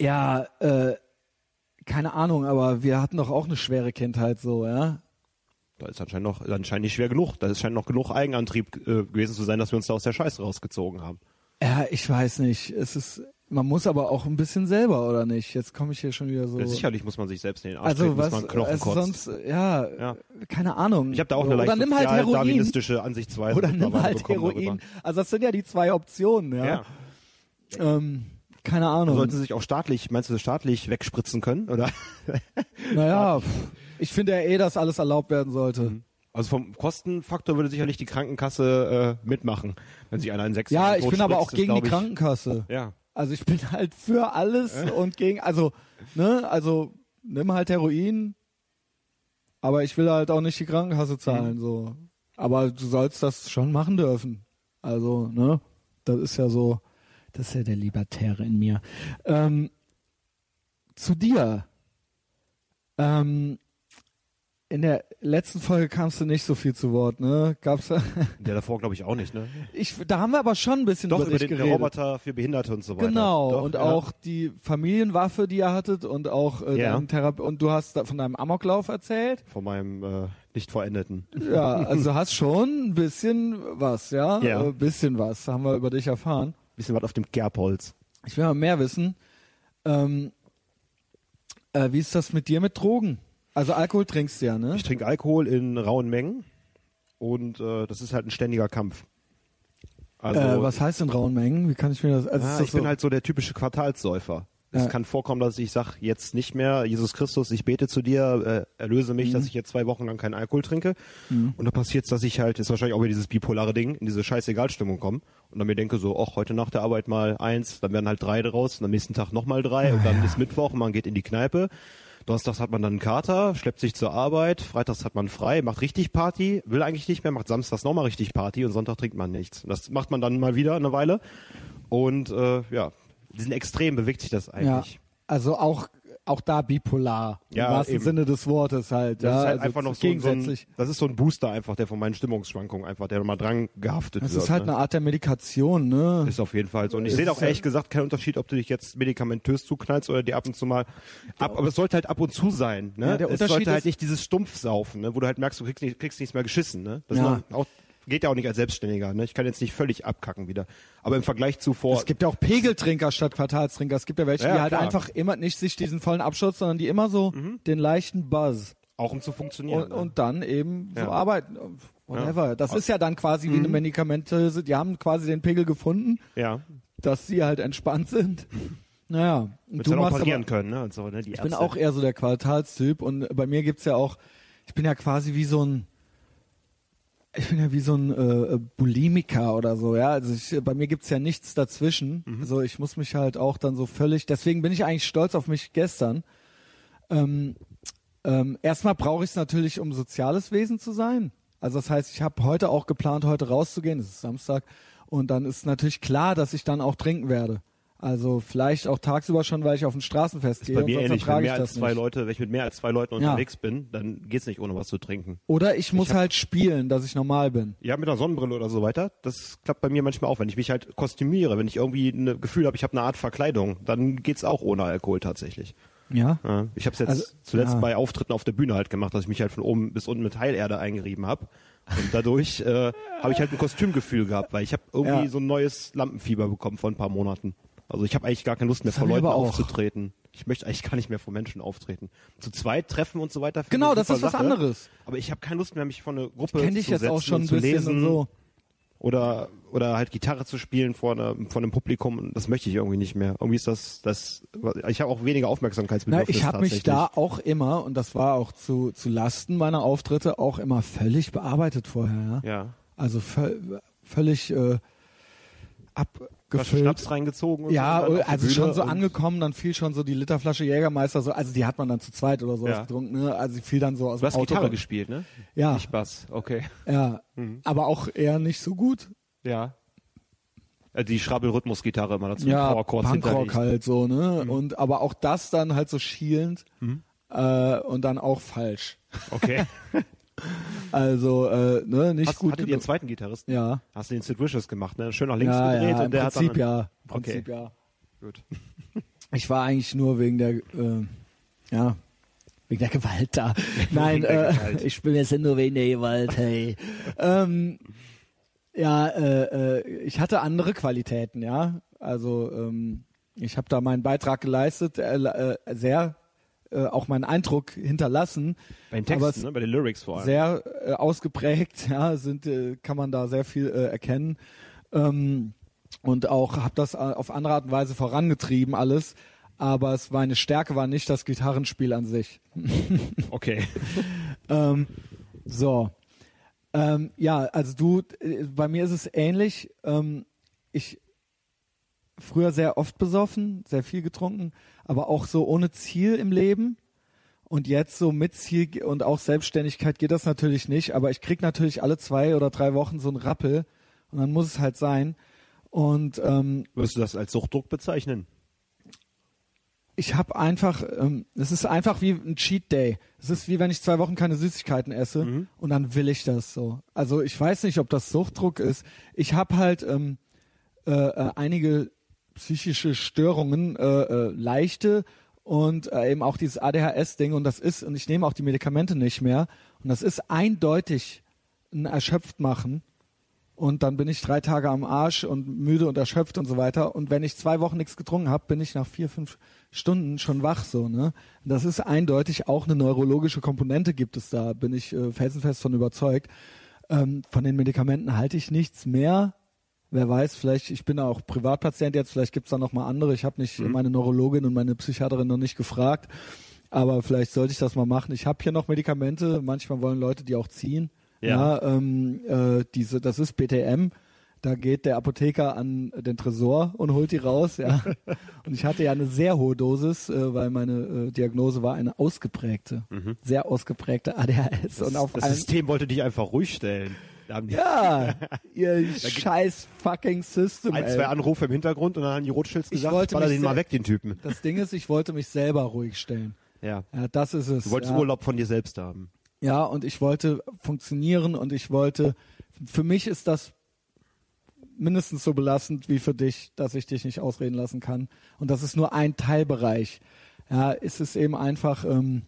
ja, äh, keine Ahnung, aber wir hatten doch auch eine schwere Kindheit so, ja. Da ist anscheinend noch anscheinend nicht schwer genug. Da ist scheint noch genug Eigenantrieb äh, gewesen zu sein, dass wir uns da aus der Scheiße rausgezogen haben. Ja, ich weiß nicht. Es ist, man muss aber auch ein bisschen selber, oder nicht? Jetzt komme ich hier schon wieder so. Ja, sicherlich muss man sich selbst in den Arsch also treten, was, bis man Knochen also kotzt. sonst, ja, Ja. keine Ahnung. ich habe da auch So, eine leicht Oder nimm halt Heroin. sozial-darwinistische Ansichtsweise. Oder nimm mittlerweile halt bekommen Heroin. Also das sind ja die zwei Optionen, ja. Darüber. Ja. Ähm, keine Ahnung. Sollten sie sich auch staatlich, meinst du, staatlich wegspritzen können? Oder? naja, pff, ich finde ja eh, dass alles erlaubt werden sollte. Also vom Kostenfaktor würde sicherlich die Krankenkasse äh, mitmachen, wenn sich einer in sechs Ja, Jahren ich tot bin aber spritzt, auch ist, gegen die glaub ich- Krankenkasse. Ja. Also ich bin halt für alles und gegen, also, ne, also nimm halt Heroin, aber ich will halt auch nicht die Krankenkasse zahlen, Mhm. so. Aber du sollst das schon machen dürfen. Also, ne, das ist ja so, das ist ja der Libertäre in mir. Ähm, zu dir. Ähm, in der letzten Folge kamst du nicht so viel zu Wort, ne? Gab's da? Der davor glaube ich auch nicht, ne? Ich, da haben wir aber schon ein bisschen Doch, über über dich den geredet. Roboter für Behinderte und so weiter. Genau, Doch, und ja. auch die Familienwaffe, die ihr hattet und auch äh, Ja. deinen Therape und du hast da von deinem Amoklauf erzählt. Von meinem äh, nicht vollendeten. Ja, also hast schon ein bisschen was, ja? Ja. Äh, bisschen was, haben wir über dich erfahren. Bisschen was auf dem Gerbholz. Ich will mal mehr wissen. Ähm, äh, wie ist das mit dir mit Drogen? Also Alkohol trinkst du ja, ne? Ich trinke Alkohol in rauen Mengen und äh, das ist halt ein ständiger Kampf. Also äh, was heißt in rauen Mengen? Wie kann ich mir das... Also ist ah, das ich bin halt so der typische Quartalssäufer. Es Ja. kann vorkommen, dass ich sage, jetzt nicht mehr, Jesus Christus, ich bete zu dir, äh, erlöse mich, Mhm. dass ich jetzt zwei Wochen lang keinen Alkohol trinke. Und da passiert es, dass ich halt, ist wahrscheinlich auch wieder dieses bipolare Ding, in diese scheißegal-Stimmung komme. Und dann mir denke so, ach, heute nach der Arbeit mal eins, dann werden halt drei draus, und am nächsten Tag nochmal drei, Ah, und dann ist Mittwoch, und man geht in die Kneipe. Donnerstags hat man dann einen Kater, schleppt sich zur Arbeit, freitags hat man frei, macht richtig Party, will eigentlich nicht mehr, macht samstags nochmal richtig Party und Sonntag trinkt man nichts. Und das macht man dann mal wieder eine Weile. Und äh, ja, diesen Extrem bewegt sich das ja, eigentlich. also auch, auch da bipolar, Ja, im wahrsten eben. Sinne des Wortes halt. Das ja, ist halt also einfach noch so, ein- so ein, gegensätzlich. das ist so ein Booster einfach, der von meinen Stimmungsschwankungen einfach, der mal dran gehaftet Das wird. ist halt ne? eine Art der Medikation, ne? ist auf jeden Fall so. Und ich Es sehe ist auch halt- ehrlich gesagt keinen Unterschied, ob du dich jetzt medikamentös zuknallst oder dir ab und zu mal ab, aber es sollte halt ab und zu sein. Ne? Ja, der es Unterschied sollte ist- halt nicht dieses Stumpfsaufen, ne? wo du halt merkst, du kriegst, nicht, kriegst nichts mehr geschissen. Ne? Das Ja. ist noch- auch, geht ja auch nicht als Selbstständiger. Ne? Ich kann jetzt nicht völlig abkacken wieder. Aber im Vergleich zu vor... Es gibt ja auch Pegeltrinker statt Quartalstrinker. Es gibt ja welche, Ja, die halt klar. Mhm. einfach immer nicht sich diesen vollen Abschutz, sondern die immer so den leichten Buzz. Auch um zu funktionieren. Und, ne? und dann eben Ja. Mhm. so arbeiten. Whatever. Das ist ja dann quasi wie eine Medikamente. Die haben quasi den Pegel gefunden, ja. dass sie halt entspannt sind. Naja. Und Willst du dann auch machst aber- parieren können, ne? Und so, ne? Die Ich bin auch eher so der Quartalstyp und bei mir gibt's ja auch, ich bin ja quasi wie so ein, ich bin ja wie so ein äh, Bulimiker oder so, ja. Also ich, bei mir gibt's ja nichts dazwischen. Mhm. Also ich muss mich halt auch dann so völlig, deswegen bin ich eigentlich stolz auf mich gestern. Ähm, ähm, erstmal brauche ich es natürlich, um soziales Wesen zu sein. Also das heißt, ich habe heute auch geplant, heute rauszugehen. Es ist Samstag. Und dann ist natürlich klar, dass ich dann auch trinken werde. Also vielleicht auch tagsüber schon, weil ich auf ein Straßenfest gehe. bei mir und sonst ähnlich. ertrage Wenn, mehr ich das als zwei nicht. Leute, wenn ich mit mehr als zwei Leuten Ja. unterwegs bin, dann geht's nicht ohne was zu trinken. Oder ich muss halt spielen, dass ich normal bin. Ja, mit einer Sonnenbrille oder so weiter. Das klappt bei mir manchmal auch, wenn ich mich halt kostümiere, wenn ich irgendwie ein Gefühl habe, ich habe eine Art Verkleidung, dann geht's auch ohne Alkohol tatsächlich. Ja. Ja, ich habe es jetzt Also, zuletzt ja. bei Auftritten auf der Bühne halt gemacht, dass ich mich halt von oben bis unten mit Heilerde eingerieben habe. Und dadurch äh, habe ich halt ein Kostümgefühl gehabt, weil ich habe irgendwie Ja. so ein neues Lampenfieber bekommen vor ein paar Monaten. Also ich habe eigentlich gar keine Lust mehr Das vor haben wir Leuten aber auch. aufzutreten. Ich möchte eigentlich gar nicht mehr vor Menschen auftreten. Zu zweit treffen und so weiter. finde Genau, ich eine das super ist was Sache. anderes. Aber ich habe keine Lust mehr, mich vor eine Gruppe Kenne ich zu jetzt setzen auch schon und ein zu bisschen lesen und so. oder oder halt Gitarre zu spielen vor, einer, vor einem Publikum. Das möchte ich irgendwie nicht mehr. Irgendwie ist das das. Ich habe auch weniger Na, Aufmerksamkeitsbedürfnis ich habe mich tatsächlich. da auch immer, und das war auch zu, zu Lasten meiner Auftritte, auch immer völlig bearbeitet vorher. Ja? ja. Also völ- völlig äh, Flasche abgefüllt. Schnaps reingezogen. Und Ja, so, und dann auf die also Bühne schon so und- angekommen, dann fiel schon so die Literflasche Jägermeister, so, also die hat man dann zu zweit oder so Ja. getrunken, ne? Also sie fiel dann so aus Du hast dem Auto. Gitarre gespielt, Mhm. ne? Ja. Nicht Bass, okay. Ja, aber auch eher nicht so gut. Ja. Äh, Die Schrabbelrhythmusgitarre immer dazu. ja, Powerchords Punkrock hinterlegt. Mhm. halt so, ne? Und aber auch das dann halt so schielend äh, und dann auch falsch. Okay. Also, äh, ne, nicht Hast, gut. hattet ihr einen genug. zweiten Gitarristen? ja. Hast du den Sid Vicious gemacht, ne? Schön nach links ja, gedreht ja, und im der Prinzip hat dann... ja. Im Okay. Prinzip ja. Gut. Ich war eigentlich nur wegen der, äh, ja, wegen der Gewalt da. Nein, der äh, Gewalt. ich bin jetzt nur wegen der Gewalt, hey. ähm, ja, äh, äh, ich hatte andere Qualitäten, ja. Also ähm, ich habe da meinen Beitrag geleistet, äh, äh, sehr, äh, auch meinen Eindruck hinterlassen. Bei den Aber es- Texten, ne? Bei den Lyrics vor allem. sehr äh, ausgeprägt, ja, sind, äh, kann man da sehr viel äh, erkennen. Ähm, und auch habe das äh, auf andere Art und Weise vorangetrieben alles. Aber es meine Stärke war nicht das Gitarrenspiel an sich. Okay. Ähm, so. Ähm, ja, also du, äh, bei mir ist es ähnlich. Ähm, ich früher sehr oft besoffen, sehr viel getrunken, aber auch so ohne Ziel im Leben. Und jetzt so mit Ziel ge- und auch Selbstständigkeit geht das natürlich nicht, aber ich krieg natürlich alle zwei oder drei Wochen so einen Rappel und dann muss es halt sein. Und ähm, Würdest du das als Suchtdruck bezeichnen? ich habe einfach, ähm, es ist einfach wie ein Cheat Day. Es ist wie wenn ich zwei Wochen keine Süßigkeiten esse und dann will ich das so. Also ich weiß nicht, ob das Suchtdruck ist. Ich habe halt ähm, äh, äh, einige psychische Störungen, äh, äh, leichte und äh, eben auch dieses ADHS-Ding und das ist, und ich nehme auch die Medikamente nicht mehr und das ist eindeutig ein erschöpft machen und dann bin ich drei Tage am Arsch und müde und erschöpft und so weiter. Und wenn ich zwei Wochen nichts getrunken habe, bin ich nach vier, fünf Stunden schon wach so. Ne? Das ist eindeutig auch eine neurologische Komponente gibt es da, bin ich äh, felsenfest von überzeugt. Ähm, von den Medikamenten halte ich nichts mehr. Wer weiß, vielleicht, ich bin auch Privatpatient jetzt, vielleicht gibt's da noch mal andere. Ich habe nicht Mhm. meine Neurologin und meine Psychiaterin noch nicht gefragt, aber vielleicht sollte ich das mal machen. Ich habe hier noch Medikamente, manchmal wollen Leute die auch ziehen. Ja. ähm, äh, diese, das ist BTM. Da geht der Apotheker an den Tresor und holt die raus, ja. Und ich hatte ja eine sehr hohe Dosis, äh, weil meine äh, Diagnose war eine ausgeprägte, sehr ausgeprägte ADHS. und auf Mhm. das allen- System wollte dich einfach ruhig stellen. Da haben die ja, ihr scheiß fucking System. ein, ey. zwei Anrufe im Hintergrund und dann haben die Rothschilds Ich gesagt, wollte baller mich den mal sehr- weg, den Typen. Das Ding ist, ich wollte mich selber ruhig stellen. Ja. Ja, das ist es. Du wolltest ja. Urlaub von dir selbst haben. Ja, und ich wollte funktionieren und ich wollte, für mich ist das mindestens so belastend wie für dich, dass ich dich nicht ausreden lassen kann. Und das ist nur ein Teilbereich. Ja, es ist eben einfach ähm,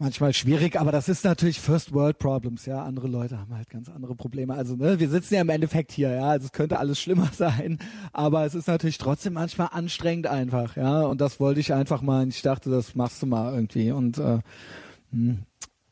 manchmal schwierig, aber das ist natürlich First World Problems. Ja, andere Leute haben halt ganz andere Probleme. Also ne, wir sitzen ja im Endeffekt hier. Ja, also es könnte alles schlimmer sein, aber es ist natürlich trotzdem manchmal anstrengend einfach. Ja, und das wollte ich einfach mal. Ich dachte, das machst du mal irgendwie und äh, hm,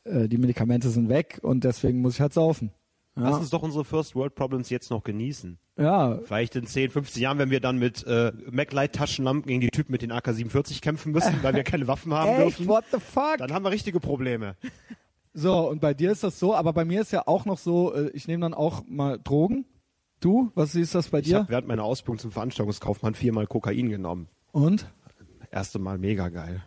äh, die Medikamente sind weg und deswegen muss ich halt saufen. Lass Ja, uns doch unsere First World Problems jetzt noch genießen. ja Vielleicht in 10, 15 Jahren, wenn wir dann mit äh, MacLight-Taschenlampen gegen die Typen mit den AK-47 kämpfen müssen, weil wir keine Waffen haben echt, dürfen, what the fuck? dann haben wir richtige Probleme. So, und bei dir ist das so, aber bei mir ist ja auch noch so, äh, ich nehme dann auch mal Drogen. Du, was ist das bei Ich dir? habe während meiner Ausbildung zum Veranstaltungskaufmann viermal Kokain genommen. Und? Erste Mal mega geil.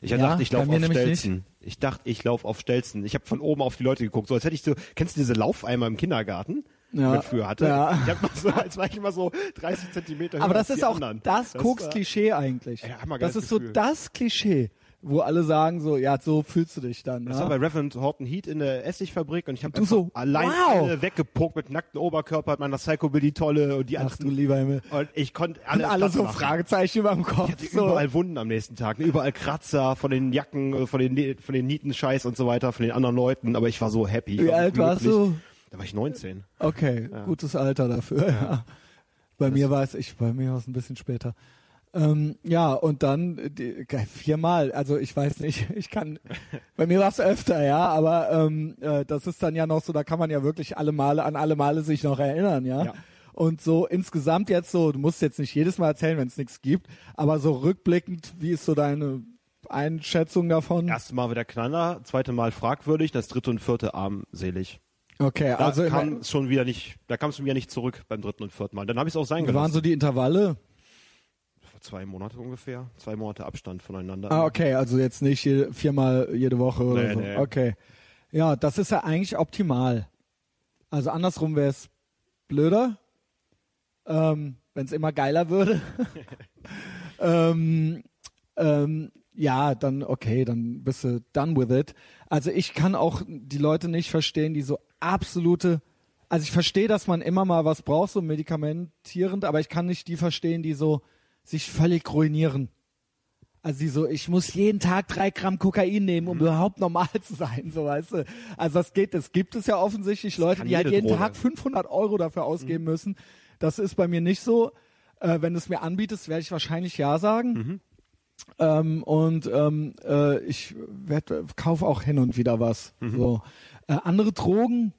Ich Ja, dachte, ich bei laufe mir auf nämlich Stelzen. Ich dachte, ich laufe auf Stelzen. Ich habe von oben auf die Leute geguckt, so als hätte ich so, kennst du diese Laufeimer im Kindergarten, Ja. die man früher hatte? Ja. Ich hab mal so, als war ich immer so 30 Zentimeter Aber höher das als ist die auch anderen. das, war- Koks-Klischee eigentlich. Ja, hammergeiles das ist so Gefühl. das Klischee, wo alle sagen so, ja, so fühlst du dich dann. ne? Das war Ja? bei Reverend Horton Heat in der Essigfabrik und ich habe Du so, allein wow. alle weggepuckt mit nacktem Oberkörper, hat meiner Psychobilly-Tolle und die Ach du anderen. lieber Himmel. Und ich konnte Und alle, alle platt so machen. Fragezeichen über dem Kopf. Ich hatte So. überall Wunden am nächsten Tag, ne? überall Kratzer von den Jacken, äh, von den, von den Nietenscheiß und so weiter, von den anderen Leuten, aber ich war so happy. Ich Wie war so alt warst glücklich. du? Da war ich 19. Okay, gutes Alter dafür. Ja. Bei mir war es, ich, bei mir war es ein bisschen später. Ähm, ja, und dann äh, die, geil, viermal, also ich weiß nicht, ich kann, bei mir war es öfter, ja, aber ähm, äh, das ist dann ja noch so, da kann man ja wirklich alle Male, an alle Male sich noch erinnern, ja. Ja. Und so insgesamt jetzt so, du musst jetzt nicht jedes Mal erzählen, wenn es nichts gibt, aber so rückblickend, wie ist so deine Einschätzung davon? Erste Mal wieder Knaller, zweite Mal fragwürdig, das dritte und vierte armselig. Okay, Da also immer- kam es schon wieder nicht, da kam es schon wieder nicht zurück beim dritten und vierten Mal. Dann habe ich es auch sein waren gelassen. so die Intervalle? Vor zwei Monate ungefähr, zwei Monate Abstand voneinander. Ah, okay, also jetzt nicht je, viermal jede Woche oder Nee, so. nee. Okay. Ja, das ist ja eigentlich optimal. Also andersrum wäre es blöder, ähm, wenn es immer geiler würde. ähm, ähm, ja, dann okay, dann bist du done with it. Also ich kann auch die Leute nicht verstehen, die so absolute, also ich verstehe, dass man immer mal was braucht, so medikamentierend, aber ich kann nicht die verstehen, die so sich völlig ruinieren. Also die so, ich muss jeden Tag drei Gramm Kokain nehmen, Mhm. um überhaupt normal zu sein, so weißt du. Also das geht, es gibt es ja offensichtlich Leute, kann die halt jede jeden Droge. Mhm. Tag 500 Euro dafür ausgeben müssen. Das ist bei mir nicht so. Äh, wenn du es mir anbietest, werde ich wahrscheinlich ja sagen. Mhm. Ähm, und ähm, äh, ich werd, kauf auch hin und wieder was. Mhm. So. Äh, andere Drogen,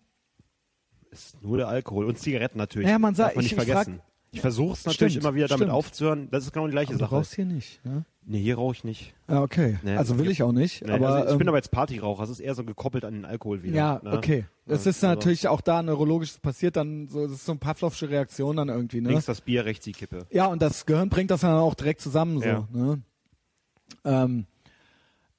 Ist nur der Alkohol und Zigaretten natürlich. Naja, man sagt- Darf man nicht ich- ich vergessen. ich versuche es natürlich Stimmt, immer wieder damit stimmt. aufzuhören. Das ist genau die gleiche du Sache. rauchst hier nicht. Ne? Nee, hier rauche ich nicht. Ah, okay. Nee, also es will gibt- ich auch nicht. Nee, aber, also ich ähm, bin aber jetzt Partyraucher, das ist eher so gekoppelt an den Alkohol wieder. Ja, ne? okay. Das Ja, ist also natürlich auch da neurologisch passiert dann so, das ist so eine Pavlovsche Reaktion dann irgendwie, ne? also Links das Bier, rechts die Kippe. Ja, und das Gehirn bringt das dann auch direkt zusammen so. Ja. Ne? Ähm,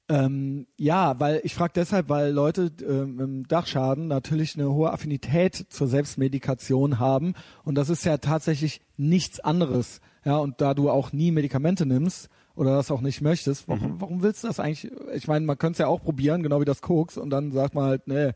ähm, ja, weil ich frage deshalb, weil Leute ähm, im Dachschaden natürlich eine hohe Affinität zur Selbstmedikation haben und das ist ja tatsächlich nichts anderes. Ja, und da du auch nie Medikamente nimmst oder das auch nicht möchtest, warum, Mhm. warum willst du das eigentlich? Ich meine, man könnte es ja auch probieren, genau wie das Koks, und dann sagt man halt, nee.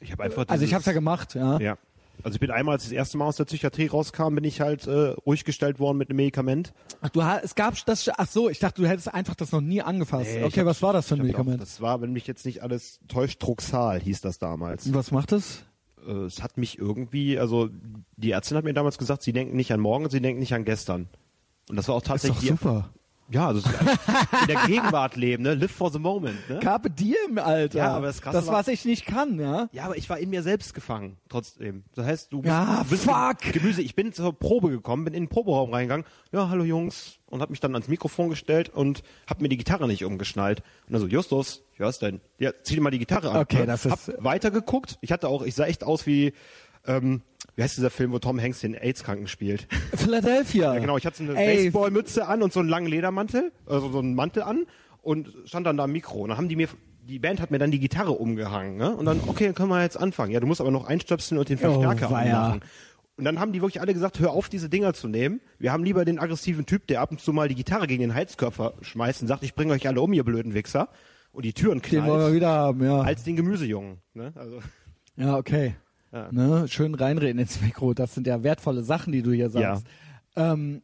Ich habe einfach Also ich dieses- habe es ja gemacht, ja. Ja. Also ich bin einmal, als ich das erste Mal aus der Psychiatrie rauskam, bin ich halt äh, ruhig gestellt worden mit einem Medikament. Ach, du, ha- es gab das, ach so, ich dachte, du hättest einfach das noch nie angefasst. Nee, ich okay, hab- was war das für ein ich hab auch- Medikament? Das war, wenn mich jetzt nicht alles täuscht, Truxal hieß das damals. Was macht es? Äh, es hat mich irgendwie, also die Ärztin hat mir damals gesagt, sie denken nicht an morgen, sie denken nicht an gestern. Und das war auch Ist doch tatsächlich super. ja, also es ist einfach in der Gegenwart leben, ne? Live for the moment, ne? Carpe diem, Alter. Ja, aber das Krasse das war- was ich nicht kann, ja. Ja, aber ich war in mir selbst gefangen, trotzdem. Das heißt, du bist, Ja, du bist fuck! Gemüse. Ich bin zur Probe gekommen, bin in den Proberaum reingegangen. Ja, hallo Jungs. Und hab mich dann ans Mikrofon gestellt und hab mir die Gitarre nicht umgeschnallt. Und dann so, Justus, ja, was denn? Ja, zieh dir mal die Gitarre an. Ne? Okay, das ist- Hab weitergeguckt. Ich hatte auch, ich sah echt aus wie, ähm, wie heißt dieser Film, wo Tom Hanks den AIDS-Kranken spielt? Philadelphia. Ja, genau, ich hatte so eine Ey, Baseballmütze an und so einen langen Ledermantel, also so einen Mantel an und stand dann da am Mikro. Und dann haben die mir, die Band hat mir dann die Gitarre umgehangen, ne? Und dann, okay, dann können wir jetzt anfangen. Ja, du musst aber noch einstöpseln und den Verstärker Oh, weia. anmachen. Und dann haben die wirklich alle gesagt, hör auf, diese Dinger zu nehmen. Wir haben lieber den aggressiven Typ, der ab und zu mal die Gitarre gegen den Heizkörper schmeißt und sagt, ich bringe euch alle um, ihr blöden Wichser. Und die Türen den wollen wir knallt, wieder haben, ja. als den Gemüsejungen. Ne? Also, ja, okay. Ja. Ne? Schön reinreden ins Mikro. Das sind ja wertvolle Sachen, die du hier sagst. Ja, ähm,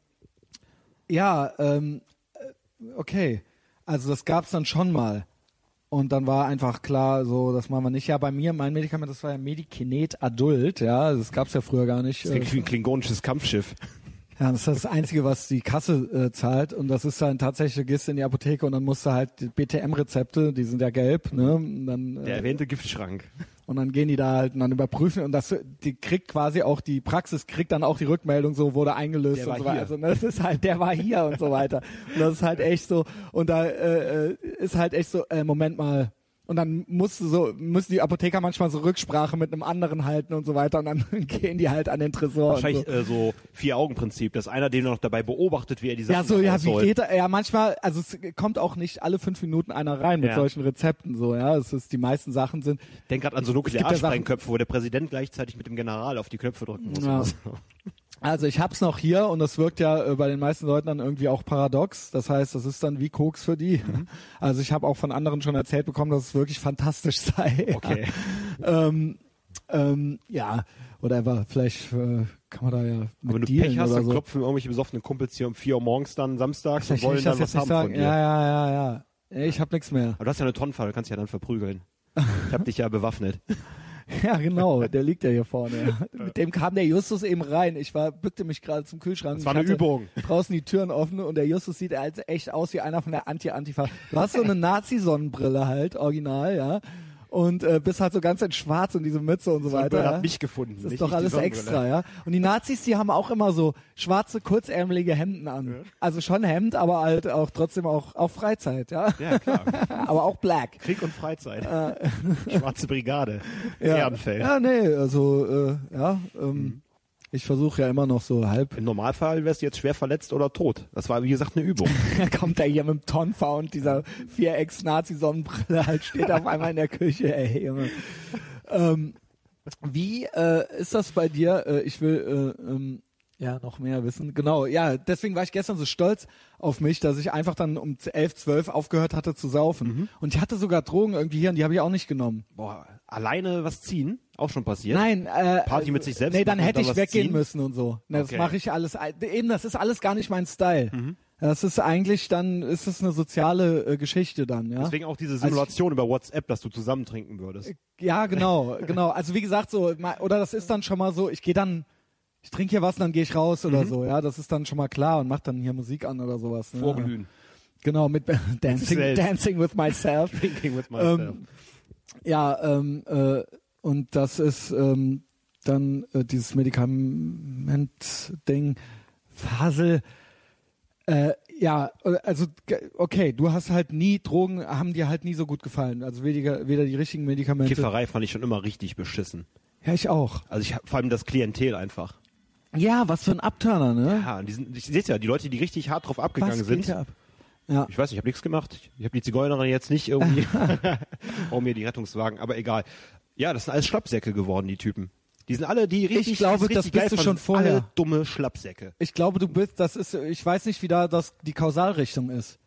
ja ähm, äh, okay. Also das gab's dann schon mal. Und dann war einfach klar, so, das machen wir nicht. Ja, bei mir, mein Medikament, das war ja Medikinet Adult, ja. Das gab's ja früher gar nicht. äh, das klingt wie ein klingonisches Kampfschiff. Ja, das ist das Einzige, was die Kasse äh, zahlt. Und das ist dann tatsächlich, du gehst in die Apotheke und dann musst du halt die BTM-Rezepte, die sind ja gelb, ne? Und dann, Der äh, erwähnte Giftschrank. und dann gehen die da halt und dann überprüfen und das die kriegt quasi auch die Praxis, kriegt dann auch die Rückmeldung, so wurde eingelöst Der und war so weiter. hier. Also das ist halt, der war hier und so weiter. Und das ist halt echt so, und da äh, äh, ist halt echt so, äh, Moment mal. Und dann musst du so, müssen die Apotheker manchmal so Rücksprache mit einem anderen halten und so weiter und dann gehen die halt an den Tresor. und so. Wahrscheinlich äh, so Vier-Augen-Prinzip, dass einer den noch dabei beobachtet, wie er die Sachen Ja, so, ja, wie rausholt. geht er? Ja, manchmal, also es kommt auch nicht alle fünf Minuten einer rein mit Ja. solchen Rezepten, so, ja. Es ist, die meisten Sachen sind, Denk gerade an so gibt ja Nuklearsprengköpfe, wo der Präsident gleichzeitig mit dem General auf die Knöpfe drücken muss. Ja. oder so. also ich hab's noch hier und das wirkt ja äh, bei den meisten Leuten dann irgendwie auch paradox. Das heißt, das ist dann wie Koks für die. Mhm. Also ich habe auch von anderen schon erzählt bekommen, dass es wirklich fantastisch sei. Okay. Ja. Ähm, ähm, ja, whatever. Vielleicht äh, kann man da ja mit Aber wenn du dealen Pech hast, oder dann so. klopfen irgendwelche besoffenen Kumpels hier um 4 Uhr morgens dann samstags und Vielleicht will wollen ich dann das was jetzt haben nicht von sagen. dir. Ja, ja, ja, ja. Ich hab nichts mehr. Aber du hast ja eine Tonfalle, kannst dich ja dann verprügeln. Ich hab dich ja bewaffnet. Ja, genau, der liegt ja hier vorne. Mit dem kam der Justus eben rein. Ich war, bückte mich gerade zum Kühlschrank. Das war Ich eine hatte Übung. Draußen die Türen offen und der Justus sieht halt echt aus wie einer von der Anti-Antifa. Du hast so eine Nazi-Sonnenbrille halt, original, ja. Und äh, bist halt so ganz in schwarz und diese Mütze und so Sonnenbrille weiter. ja. hat mich gefunden, Das ist nicht doch ich die alles Sonnenbrille. extra, ja. Und die Nazis, die haben auch immer so schwarze, kurzärmelige Hemden an. Also schon Hemd, aber halt auch trotzdem auch, auch Freizeit, ja. Ja, klar. aber auch black. Krieg und Freizeit. Schwarze Brigade. Ehrenfeld. Ah. Ja, nee, also äh, ja, ähm, ich versuche ja immer noch so halb. Im Normalfall wärst du jetzt schwer verletzt oder tot. Das war, wie gesagt, eine Übung. Da kommt er hier mit dem Tonfa und dieser Vier-Ex-Nazi-Sonnenbrille halt steht auf einmal in der Küche, ey, Junge. Ähm, wie äh, ist das bei dir? Äh, ich will äh, ähm, ja noch mehr wissen. Genau, ja, deswegen war ich gestern so stolz auf mich, dass ich einfach dann um 11, 12 aufgehört hatte zu saufen. Mhm. Und ich hatte sogar Drogen irgendwie hier und die habe ich auch nicht genommen. Boah, alleine was ziehen? Auch schon passiert? Nein, äh, Party mit sich selbst Nee, dann machen und hätte dann ich was weggehen ziehen? müssen ne? und so. Na, Das Okay. Mhm. mache ich alles. Eben, das ist alles gar nicht mein Style. Das ist eigentlich dann, ist es eine soziale äh, Geschichte dann, ja. Deswegen auch diese Simulation über WhatsApp, dass du zusammen trinken würdest. Ja, genau, genau. Also wie gesagt, so ma- oder das ist dann schon mal so. Ich gehe dann, ich trinke hier was und dann gehe ich raus Mhm. oder so. Ja, das ist dann schon mal klar und mach dann hier Musik an oder sowas. Ne? Vorglühen. Genau mit Dancing, Selbst. Dancing with myself. Thinking with myself. Ähm, ja, ähm, äh, und das ist ähm, dann äh, dieses Medikament-Ding, Fasel. Äh, ja, äh, also ge- okay, du hast halt nie Drogen, haben dir halt nie so gut gefallen. Also weniger, weder die richtigen Medikamente. Kifferei fand ich schon immer richtig beschissen. Ja, ich auch. Also ich hab- vor allem das Klientel einfach. Ja, was für ein Abturner, ne? Ja, und die sind, ich sehe ja, die Leute, die richtig hart drauf abgegangen was sind. geht hier ab? Ja. Ich weiß nicht, ich habe nichts gemacht. Ich habe die Zigeunerin jetzt nicht irgendwie. Warum mir die Rettungswagen, aber egal. Ja, das sind alles Schlappsäcke geworden, die Typen. Die sind alle, die richtig. glaube, die es das richtig bist geil du fanden, schon sind vorher. Alle dumme Schlappsäcke. Ich glaube, du bist, das ist, ich weiß nicht, wie da das, die Kausalrichtung ist.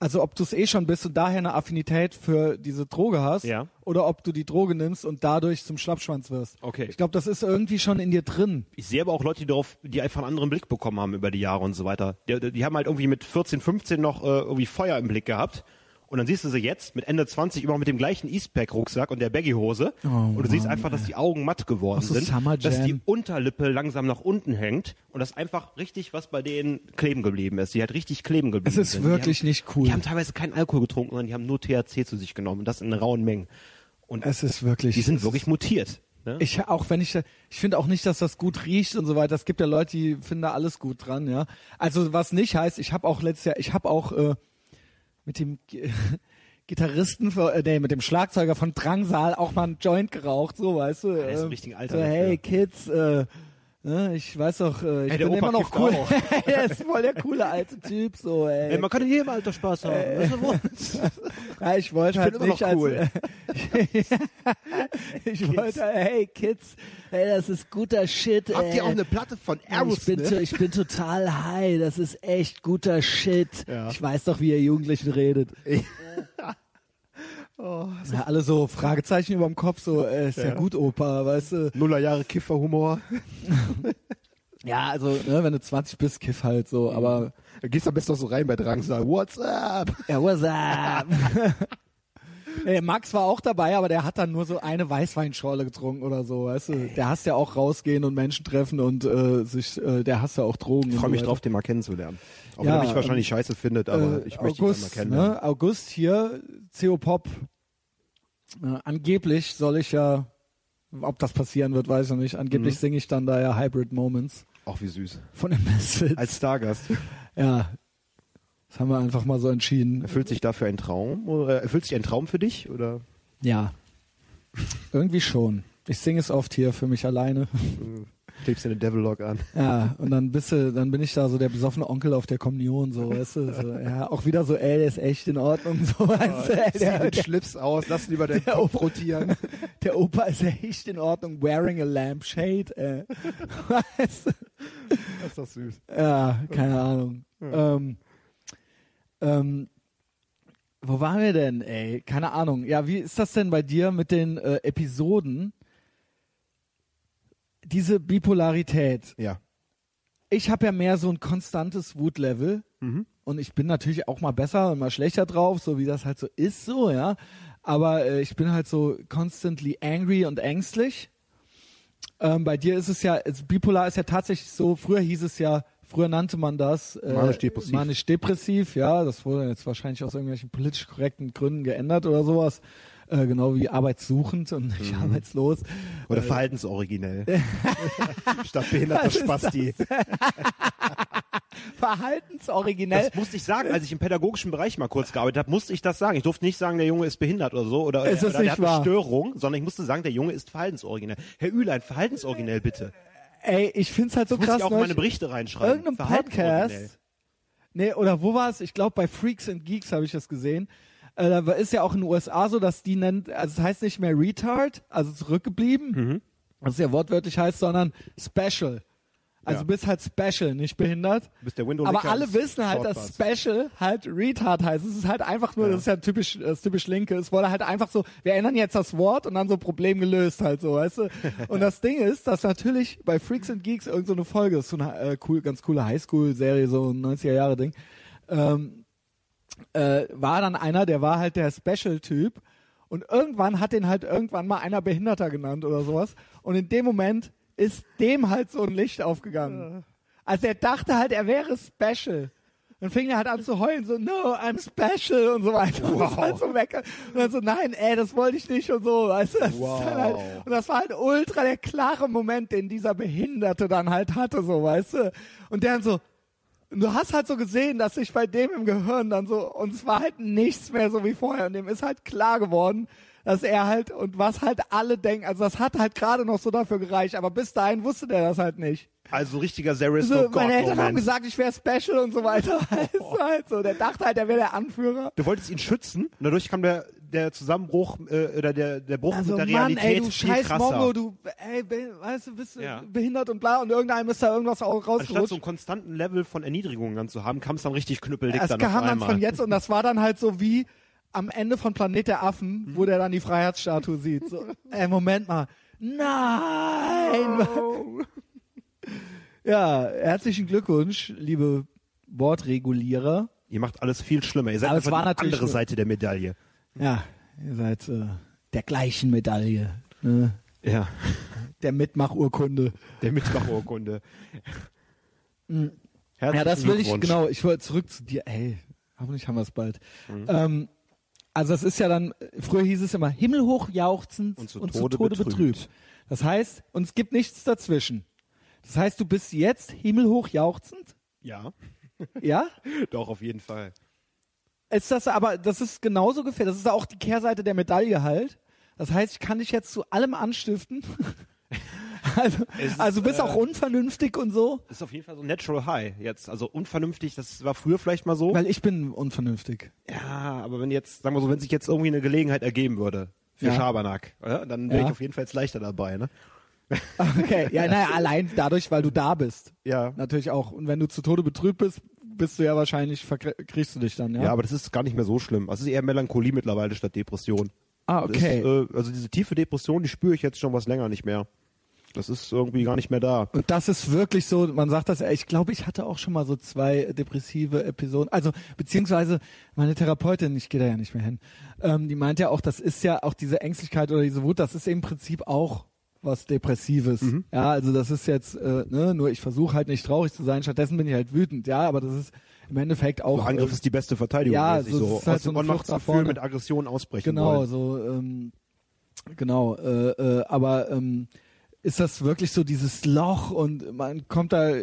Also ob du es eh schon bist und daher eine Affinität für diese Droge hast Ja. oder ob du die Droge nimmst und dadurch zum Schlappschwanz wirst. Okay. Ich glaube, das ist irgendwie schon in dir drin. Ich sehe aber auch Leute, die, darauf, die einfach einen anderen Blick bekommen haben über die Jahre und so weiter. Die, die haben halt irgendwie mit 14, 15 noch äh, irgendwie Feuer im Blick gehabt. Und dann siehst du sie jetzt mit Ende 20 immer noch mit dem gleichen Eastpack-Rucksack und der Baggy-Hose. Oh, und du siehst einfach, dass die Augen matt geworden Ach so, sind, Summer dass Jam. die Unterlippe langsam nach unten hängt und dass einfach richtig was bei denen kleben geblieben ist. Die halt richtig kleben Es geblieben ist sind. wirklich die haben, nicht cool. Die haben teilweise keinen Alkohol getrunken, sondern die haben nur THC zu sich genommen und das in rauen Mengen. Und Es ist wirklich. die sind es- wirklich mutiert. Ne? Ich auch wenn ich ich finde auch nicht, dass das gut riecht und so weiter. Es gibt ja Leute, die finden da alles gut dran, ja. Also was nicht heißt, ich habe auch letztes Jahr, ich habe auch äh, mit dem G- Gitarristen, von, äh, nee, mit dem Schlagzeuger von Drangsal auch mal einen Joint geraucht, so weißt du. Ah, ist im ähm, richtigen Alter So, dafür. hey Kids, äh, ne, ich weiß doch, äh, ich Ey, der bin Opa immer noch kifft cool. auch. er ist voll der coole alte Typ, so ey. Ey, man kann in jedem Alter Spaß haben. Äh. Weißt du, wo- Ja, ich wollte Ich halt bin immer nicht noch cool. als, ich wollte, hey Kids, hey, das ist guter Shit. Habt ey. Also ihr auch eine Platte von ich bin, to- Aerosmith? ich bin total high, das ist echt guter Shit. Ich weiß doch, wie ihr Jugendlichen redet. Oh, Ja, alle so Fragezeichen über dem Kopf, so, äh, ist ja. gut, Opa, weißt du. Nuller Jahre Kifferhumor. Ja, also, ne, wenn du 20 bist, kiff halt Mhm. so, aber Da gehst du am besten noch so rein bei Drangsal. What's up? Ja, what's up? Der Max war auch dabei, aber der hat dann nur so eine Weißweinschorle getrunken oder so, weißt du. Der hasst ja auch rausgehen und Menschen treffen und äh, sich, äh, der hasst ja auch Drogen. Ich freue mich und so weiter. drauf, den mal kennenzulernen. Auch Ja, wenn er mich wahrscheinlich scheiße findet, aber Äh, ich möchte ihn August, gerne mal kennenlernen. Ne? August hier, CO Pop. Äh, angeblich soll ich ja, ob das passieren wird, weiß ich noch nicht. Mhm. Angeblich singe ich dann da ja Hybrid Moments Auch wie süß. von den Misfits. Als Stargast. ja. Das haben wir einfach mal so entschieden. Erfüllt sich dafür ein Traum? Oder erfüllt sich ein Traum für dich? Oder? Ja. Irgendwie schon. Ich singe es oft hier für mich alleine. Klebst dir eine Devil Log an. Ja, und dann bist du, dann bin ich da so der besoffene Onkel auf der Kommunion, so, weißt du, so, ja, auch wieder so, ey, der ist echt in Ordnung, so, weißt du, ey, Zieh der, den Schlips aus, lass lieber deinen Der Kopf rotieren. Der Opa ist echt in Ordnung, wearing a lampshade. Äh. Weißt du? Ist das süß. ja, keine Ahnung. Ähm, ähm, wo waren wir denn, ey? Keine Ahnung. Ja, wie ist das denn bei dir mit den äh, Episoden? Diese Bipolarität. Ja. Ich habe ja mehr so ein konstantes Wutlevel. Mhm. Und ich bin natürlich auch mal besser und mal schlechter drauf, so wie das halt so ist, so, ja. Aber äh, ich bin halt so constantly angry und ängstlich. Ähm, bei dir ist es ja, es, bipolar ist ja tatsächlich so, früher hieß es ja, früher nannte man das äh, Manisch-depressiv. manisch-depressiv, ja, das wurde jetzt wahrscheinlich aus irgendwelchen politisch korrekten Gründen geändert oder sowas. Äh, genau wie arbeitssuchend und nicht Mhm. arbeitslos. Oder verhaltensoriginell. Statt behinderter Äh. Was ist Spasti. Verhaltensoriginell. Das musste ich sagen, als ich im pädagogischen Bereich mal kurz gearbeitet habe, musste ich das sagen. Ich durfte nicht sagen, der Junge ist behindert oder so oder, Ist das oder der nicht hat wahr? eine Störung, sondern ich musste sagen, der Junge ist verhaltensoriginell. Herr Ülein, verhaltensoriginell bitte. Ey, ich find's halt so Muss krass. ich auch in meine neulich- Berichte reinschreiben. irgendeinem Verhaltensoriginell. Podcast. Nee, oder wo war's? Ich glaube bei Freaks and Geeks habe ich das gesehen. Äh, da war- ist ja auch in den USA so, dass die nennt, also es heißt nicht mehr retard, also zurückgeblieben, was es ja wortwörtlich heißt, sondern special. Also Ja. du bist halt special, nicht behindert. Du bist der Window Aber Licker alle des wissen halt, dass Shortbus. Special halt Retard heißt. Es ist halt einfach nur, das ist ja typisch, das ist typisch Linke. Es wurde halt einfach so, wir ändern jetzt das Wort und dann so Problem gelöst halt so, weißt du? Und das Ding ist, dass natürlich bei Freaks and Geeks irgend so eine Folge, das ist so eine äh, cool, ganz coole Highschool-Serie, so ein 90er-Jahre-Ding, ähm, äh, war dann einer, der war halt der Special-Typ und irgendwann hat den halt irgendwann mal einer Behinderter genannt oder sowas. Und in dem Moment ist dem halt so ein Licht Äh. aufgegangen. Also er dachte halt, er wäre special. Dann fing er halt an zu heulen, so, no, I'm special und so weiter. Und das Wow. war halt so weg. Und dann so, nein, ey, das wollte ich nicht und so, weißt du. Das ist Wow. dann halt, und das war halt ultra der klare Moment, den dieser Behinderte dann halt hatte, so, weißt du. Und der dann so, und du hast halt so gesehen, dass sich bei dem im Gehirn dann so, und es war halt nichts mehr so wie vorher. Und dem ist halt klar geworden, dass er halt, und was halt alle denken, also das hat halt gerade noch so dafür gereicht, aber bis dahin wusste der das halt nicht. Also ein richtiger There is So, no God meine Eltern haben Moment. gesagt, ich wäre special und so weiter. Weißt du, halt so. Der dachte halt, er wäre der Anführer. Du wolltest ihn schützen und dadurch kam der, der Zusammenbruch äh, oder der, der Bruch Also mit der Mann, Realität ey, du viel scheiß krasser. Mongo, du, ey, be- weißt du, bist Ja. behindert und bla, und irgendeinem ist da irgendwas auch Anstatt so rausgerutscht. einen konstanten Level von Erniedrigungen dann zu haben, kam es dann richtig knüppeldick Es dann auf kam dann einmal. von jetzt und das war dann halt so wie am Ende von Planet der Affen, Mhm. wo der dann die Freiheitsstatue sieht. So, ey, Moment mal. Nein! ja, herzlichen Glückwunsch, liebe Bordregulierer. Ihr macht alles viel schlimmer. Ihr seid Aber es einfach war die natürlich andere so. Seite der Medaille. Ja, ihr seid äh, der gleichen Medaille, ne? Ja, der Mitmachurkunde. der Mitmachurkunde. Ja, Herzlichen Hm. das will ich, Glückwunsch. genau, ich wollte zurück zu dir, ey, hoffentlich haben wir es bald. Mhm. Ähm, also es ist ja dann, früher hieß es immer, himmelhoch jauchzend und zu, Tode, betrübt. Das heißt, und es gibt nichts dazwischen. Das heißt, du bist jetzt himmelhoch jauchzend, Ja, ja? doch, auf jeden Fall. Ist das aber, das ist genauso gefährlich, das ist auch die Kehrseite der Medaille halt. Das heißt, ich kann dich jetzt zu allem anstiften. also, Es ist, also du bist auch äh, unvernünftig und so, Ist auf jeden Fall so ein Natural High jetzt. Also unvernünftig, das war früher vielleicht mal so. weil ich bin unvernünftig. Ja, aber wenn jetzt, sagen wir so, wenn sich jetzt irgendwie eine Gelegenheit ergeben würde für Ja. Schabernack, oder? dann wäre Ja. ich auf jeden Fall jetzt leichter dabei, ne? Okay, ja, naja, allein dadurch, weil du da bist. Ja. Natürlich auch. Und wenn du zu Tode betrübt bist, bist du ja wahrscheinlich, verkr- kriegst du dich dann, ja? Ja, aber das ist gar nicht mehr so schlimm. Das ist eher Melancholie mittlerweile statt Depression. ah, Das okay. äh, Ist, äh, also diese tiefe Depression, die spüre ich jetzt schon was länger nicht mehr. Das ist irgendwie gar nicht mehr da. Und das ist wirklich so, man sagt das, ich glaube, ich hatte auch schon mal so zwei depressive Episoden. Also, beziehungsweise meine Therapeutin, ich gehe da ja nicht mehr hin, ähm, die meint ja auch, das ist ja auch diese Ängstlichkeit oder diese Wut, das ist im Prinzip auch was Depressives. Mhm. Ja, also das ist jetzt, äh, ne, nur ich versuche halt nicht traurig zu sein, stattdessen bin ich halt wütend, ja, aber das ist im Endeffekt auch. So Angriff äh, ist die beste Verteidigung. Ja, mäßig, so es ist halt aus dem so eine Flucht nach Ohnmachtsgefühl vorne. mit Aggression ausbrechen Genau, wollen. so, ähm, genau, äh, äh, aber ähm, ist das wirklich so dieses Loch und man kommt da, äh,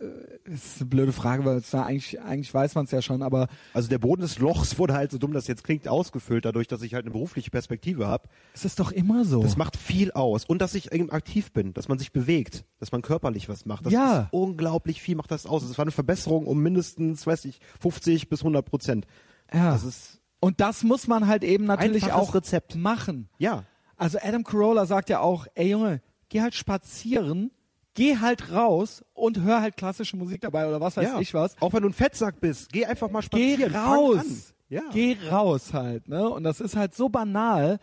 äh, ist eine blöde Frage, weil es da eigentlich, eigentlich weiß man es ja schon, aber Also der Boden des Lochs wurde halt, so dumm das jetzt klingt, ausgefüllt dadurch, dass ich halt eine berufliche Perspektive habe. es ist doch immer so. Das macht viel aus. Und dass ich eben aktiv bin, dass man sich bewegt, dass man körperlich was macht. Das Ja. ist unglaublich viel macht das aus. Es war eine Verbesserung um mindestens, weiß ich, 50 bis 100 Prozent. ja. Das ist, und das muss man halt eben natürlich Einfaches auch Rezept. machen. ja. Also Adam Carolla sagt ja auch, ey Junge, geh halt spazieren, geh halt raus und hör halt klassische Musik dabei oder was weiß ja. ich was. Auch wenn du ein Fettsack bist, geh einfach mal spazieren. geh fang an. raus. Ja. Geh raus halt, ne? Und das ist halt so banal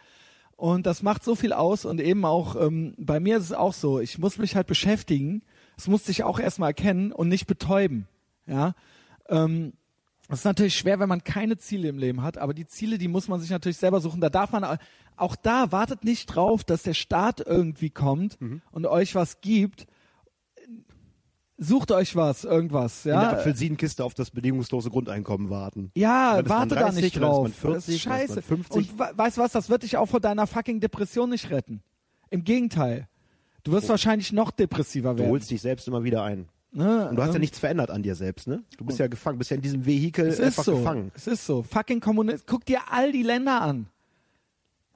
und das macht so viel aus und eben auch ähm, bei mir ist es auch so, ich muss mich halt beschäftigen. Das musste ich auch erstmal erkennen und nicht betäuben. Ja? Ähm, das ist natürlich schwer, wenn man keine Ziele im Leben hat, aber die Ziele, die muss man sich natürlich selber suchen. Da darf man au- auch da wartet nicht drauf, dass der Staat irgendwie kommt Mhm. und euch was gibt. Sucht euch was, irgendwas, In der ja. Apfelsinenkiste auf das bedingungslose Grundeinkommen warten. Ja, Dann ist man warte da 30, nicht dann ist drauf. man 40, das ist dann ist scheiße. man 50. Und we- weißt du was, das wird dich auch vor deiner fucking Depression nicht retten. Im Gegenteil. Du wirst wahrscheinlich noch depressiver Du werden. holst dich selbst immer wieder ein. ne? Und du hast ja Ähm, nichts verändert an dir selbst, ne? Du bist ja gefangen, bist ja in diesem Vehikel es ist einfach so. gefangen. Es ist so. Fucking Kommunist. Guck dir all die Länder an.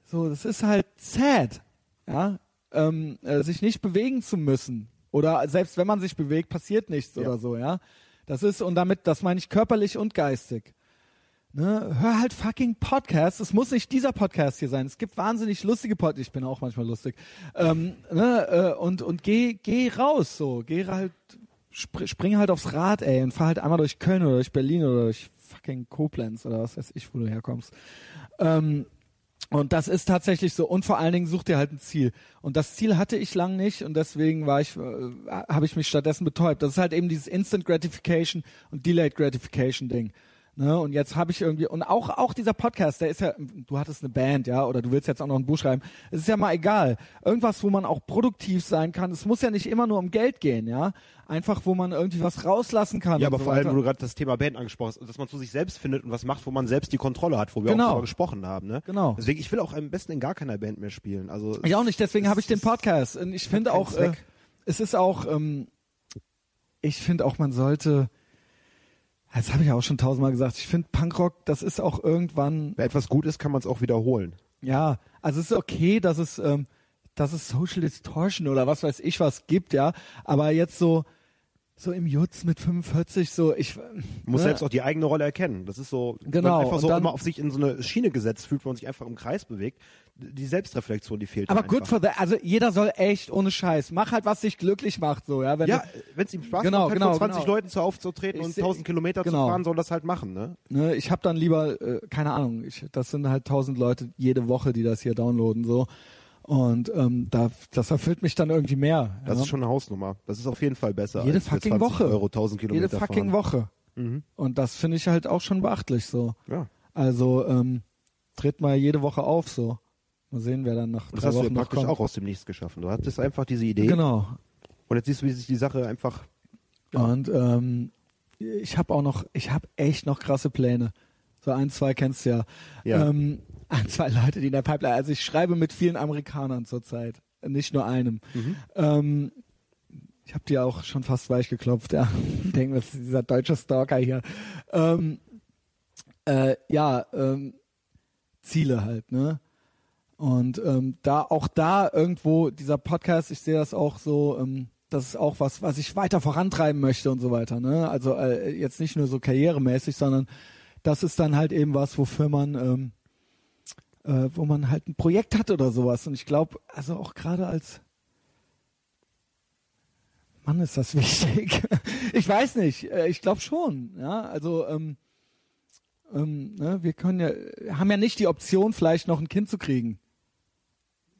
So, das ist halt sad. Ja? Ähm, äh, sich nicht bewegen zu müssen. Oder selbst wenn man sich bewegt, passiert nichts Ja. oder so, ja. Das ist, und damit, das meine ich körperlich und geistig. Ne? Hör halt fucking Podcasts. Es muss nicht dieser Podcast hier sein. Es gibt wahnsinnig lustige Podcasts. Ich bin auch manchmal lustig. Ähm, ne? äh, Und, und geh, geh raus so. Geh halt, spr spring halt aufs Rad, ey. Und fahr halt einmal durch Köln oder durch Berlin oder durch fucking Koblenz oder was weiß ich, wo du herkommst. Ähm, und das ist tatsächlich so. Und vor allen Dingen such dir halt ein Ziel. Und das Ziel hatte ich lang nicht und deswegen war ich, äh, habe ich mich stattdessen betäubt. Das ist halt eben dieses Instant Gratification und Delayed Gratification Ding. Ne? Und jetzt habe ich irgendwie und auch auch dieser Podcast, der ist ja, du hattest eine Band, ja, oder du willst jetzt auch noch ein Buch schreiben. Es ist ja mal egal. Irgendwas, wo man auch produktiv sein kann. Es muss ja nicht immer nur um Geld gehen, ja. Einfach, wo man irgendwie was rauslassen kann. Ja, und aber so vor allem, weiter. wo du gerade das Thema Band angesprochen hast, dass man zu sich selbst findet und was macht, wo man selbst die Kontrolle hat, wo wir Genau. auch drüber gesprochen haben. Ne? Genau. Deswegen, ich will auch am besten in gar keiner Band mehr spielen. Also Ich auch nicht, deswegen es- habe ich den es- Podcast. Und ich finde keinen auch, äh, Zweck. es ist auch, ähm, ich finde auch, man sollte, das habe ich auch schon tausendmal gesagt, ich finde Punkrock, das ist auch irgendwann, Wenn etwas gut ist, kann man es auch wiederholen. ja, also es ist okay, dass es, ähm, dass es Social Distortion oder was weiß ich was gibt, ja, aber jetzt so, so im Jutz mit 45, so, ich, Man muss ne? selbst auch die eigene Rolle erkennen. Das ist so, wenn Genau, man einfach und so dann- immer auf sich in so eine Schiene gesetzt fühlt, wo man sich einfach im Kreis bewegt. Die Selbstreflexion, die fehlt. aber dann good einfach. for the, also jeder soll echt ohne Scheiß, mach halt, was dich glücklich macht, so, ja, wenn Ja, du, wenn es ihm Spaß Genau, macht, halt genau, vor 20 genau. Leuten zu aufzutreten Ich und seh- 1000 Kilometer genau. zu fahren, soll das halt machen. Ne? Ne, ich habe dann lieber, äh, keine Ahnung, ich, das sind halt tausend Leute jede Woche, die das hier downloaden so. Und ähm, da, das erfüllt mich dann irgendwie mehr. Das ja. ist schon eine Hausnummer. Das ist auf jeden Fall besser. jede als für fucking 20 Woche. Euro 1000 Kilometer jede fucking fahren. Woche. Und das finde ich halt auch schon beachtlich so. Ja. Also ähm, tritt mal jede Woche auf so. Mal sehen, wer dann nach Und das drei hast du ja Wochen noch praktisch kommt. auch aus dem Nichts geschaffen. Du hattest einfach diese Idee Genau. und jetzt siehst du, wie sich die Sache einfach. Und ähm, ich habe auch noch, ich habe echt noch krasse Pläne. So ein, zwei kennst du ja. Ja. Ähm, ein, zwei Leute, die in der Pipeline. Also ich schreibe mit vielen Amerikanern zurzeit, nicht nur einem. Ähm, ich habe die auch schon fast weich geklopft, ja. Denken, was ist dieser deutsche Stalker hier? Ähm, äh, ja, ähm, Ziele halt, ne? Und ähm, da auch da irgendwo dieser Podcast, ich sehe das auch so, ähm, das ist auch was, was ich weiter vorantreiben möchte und so weiter. Ne? Also äh, jetzt nicht nur so karrieremäßig, sondern das ist dann halt eben was, wofür man, ähm, äh, wo man halt ein Projekt hat oder sowas. Und ich glaube, also auch gerade als Mann ist das wichtig. ich weiß nicht, äh, ich glaube schon. Ja, also ähm, ähm, ne, wir können ja, haben ja nicht die Option, vielleicht noch ein Kind zu kriegen.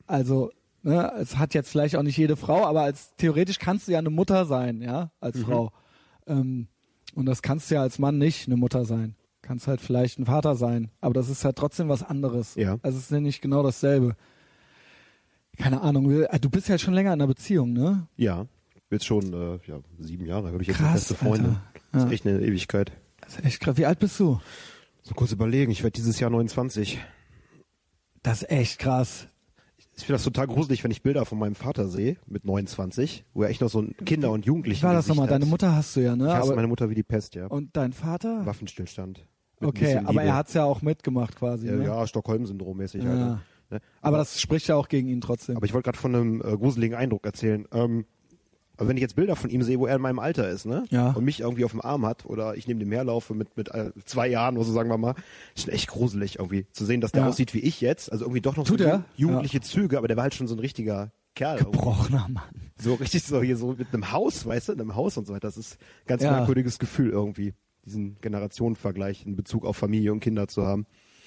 Also, ne, es hat jetzt vielleicht auch nicht jede Frau, aber als theoretisch kannst du ja eine Mutter sein, ja, als Frau. Ähm, und das kannst du ja als Mann nicht eine Mutter sein. Kannst halt vielleicht ein Vater sein, aber das ist halt trotzdem was anderes. Ja. Also es ist ja nicht genau dasselbe. Keine Ahnung, wir- ah, du bist ja schon länger in einer Beziehung, ne? Ja, jetzt schon äh, ja, sieben Jahre habe ich jetzt Krass, beste Freunde. Alter. Das ist Ja. echt eine Ewigkeit. Das ist echt krass. Wie alt bist du? So kurz überlegen, ich werde dieses Jahr 29. Das ist echt krass. Ich finde das total gruselig, wenn ich Bilder von meinem Vater sehe mit 29, wo er echt noch so ein Kinder- und Jugendlichen Wie war das nochmal? Gesicht Deine hat. Mutter hast du ja, ne? Ich hasse Aber- meine Mutter wie die Pest, ja. und dein Vater? Waffenstillstand. Mit ein Okay, bisschen aber Liebe. er hat's ja auch mitgemacht quasi. Ja, ne? ja Stockholm-Syndrom mäßig. Ja. Alter. Ne? Aber das spricht ja auch gegen ihn trotzdem. Aber ich wollte gerade von einem äh, gruseligen Eindruck erzählen. Ähm, aber wenn ich jetzt Bilder von ihm sehe, wo er in meinem Alter ist, ne? Ja. Und mich irgendwie auf dem Arm hat oder ich neben dem herlaufe mit, mit äh, zwei Jahren oder so, sagen wir mal, ist schon echt gruselig irgendwie zu sehen, dass der Ja. aussieht wie ich jetzt. Also irgendwie doch noch Tut so er? jugendliche Züge, aber der war halt schon so ein richtiger Kerl. irgendwie. Gebrochener Mann. So richtig so hier so mit einem Haus, weißt du, in einem Haus und so weiter. Das ist ein ganz Ja. merkwürdiges Gefühl irgendwie, diesen Generationenvergleich in Bezug auf Familie und Kinder zu haben.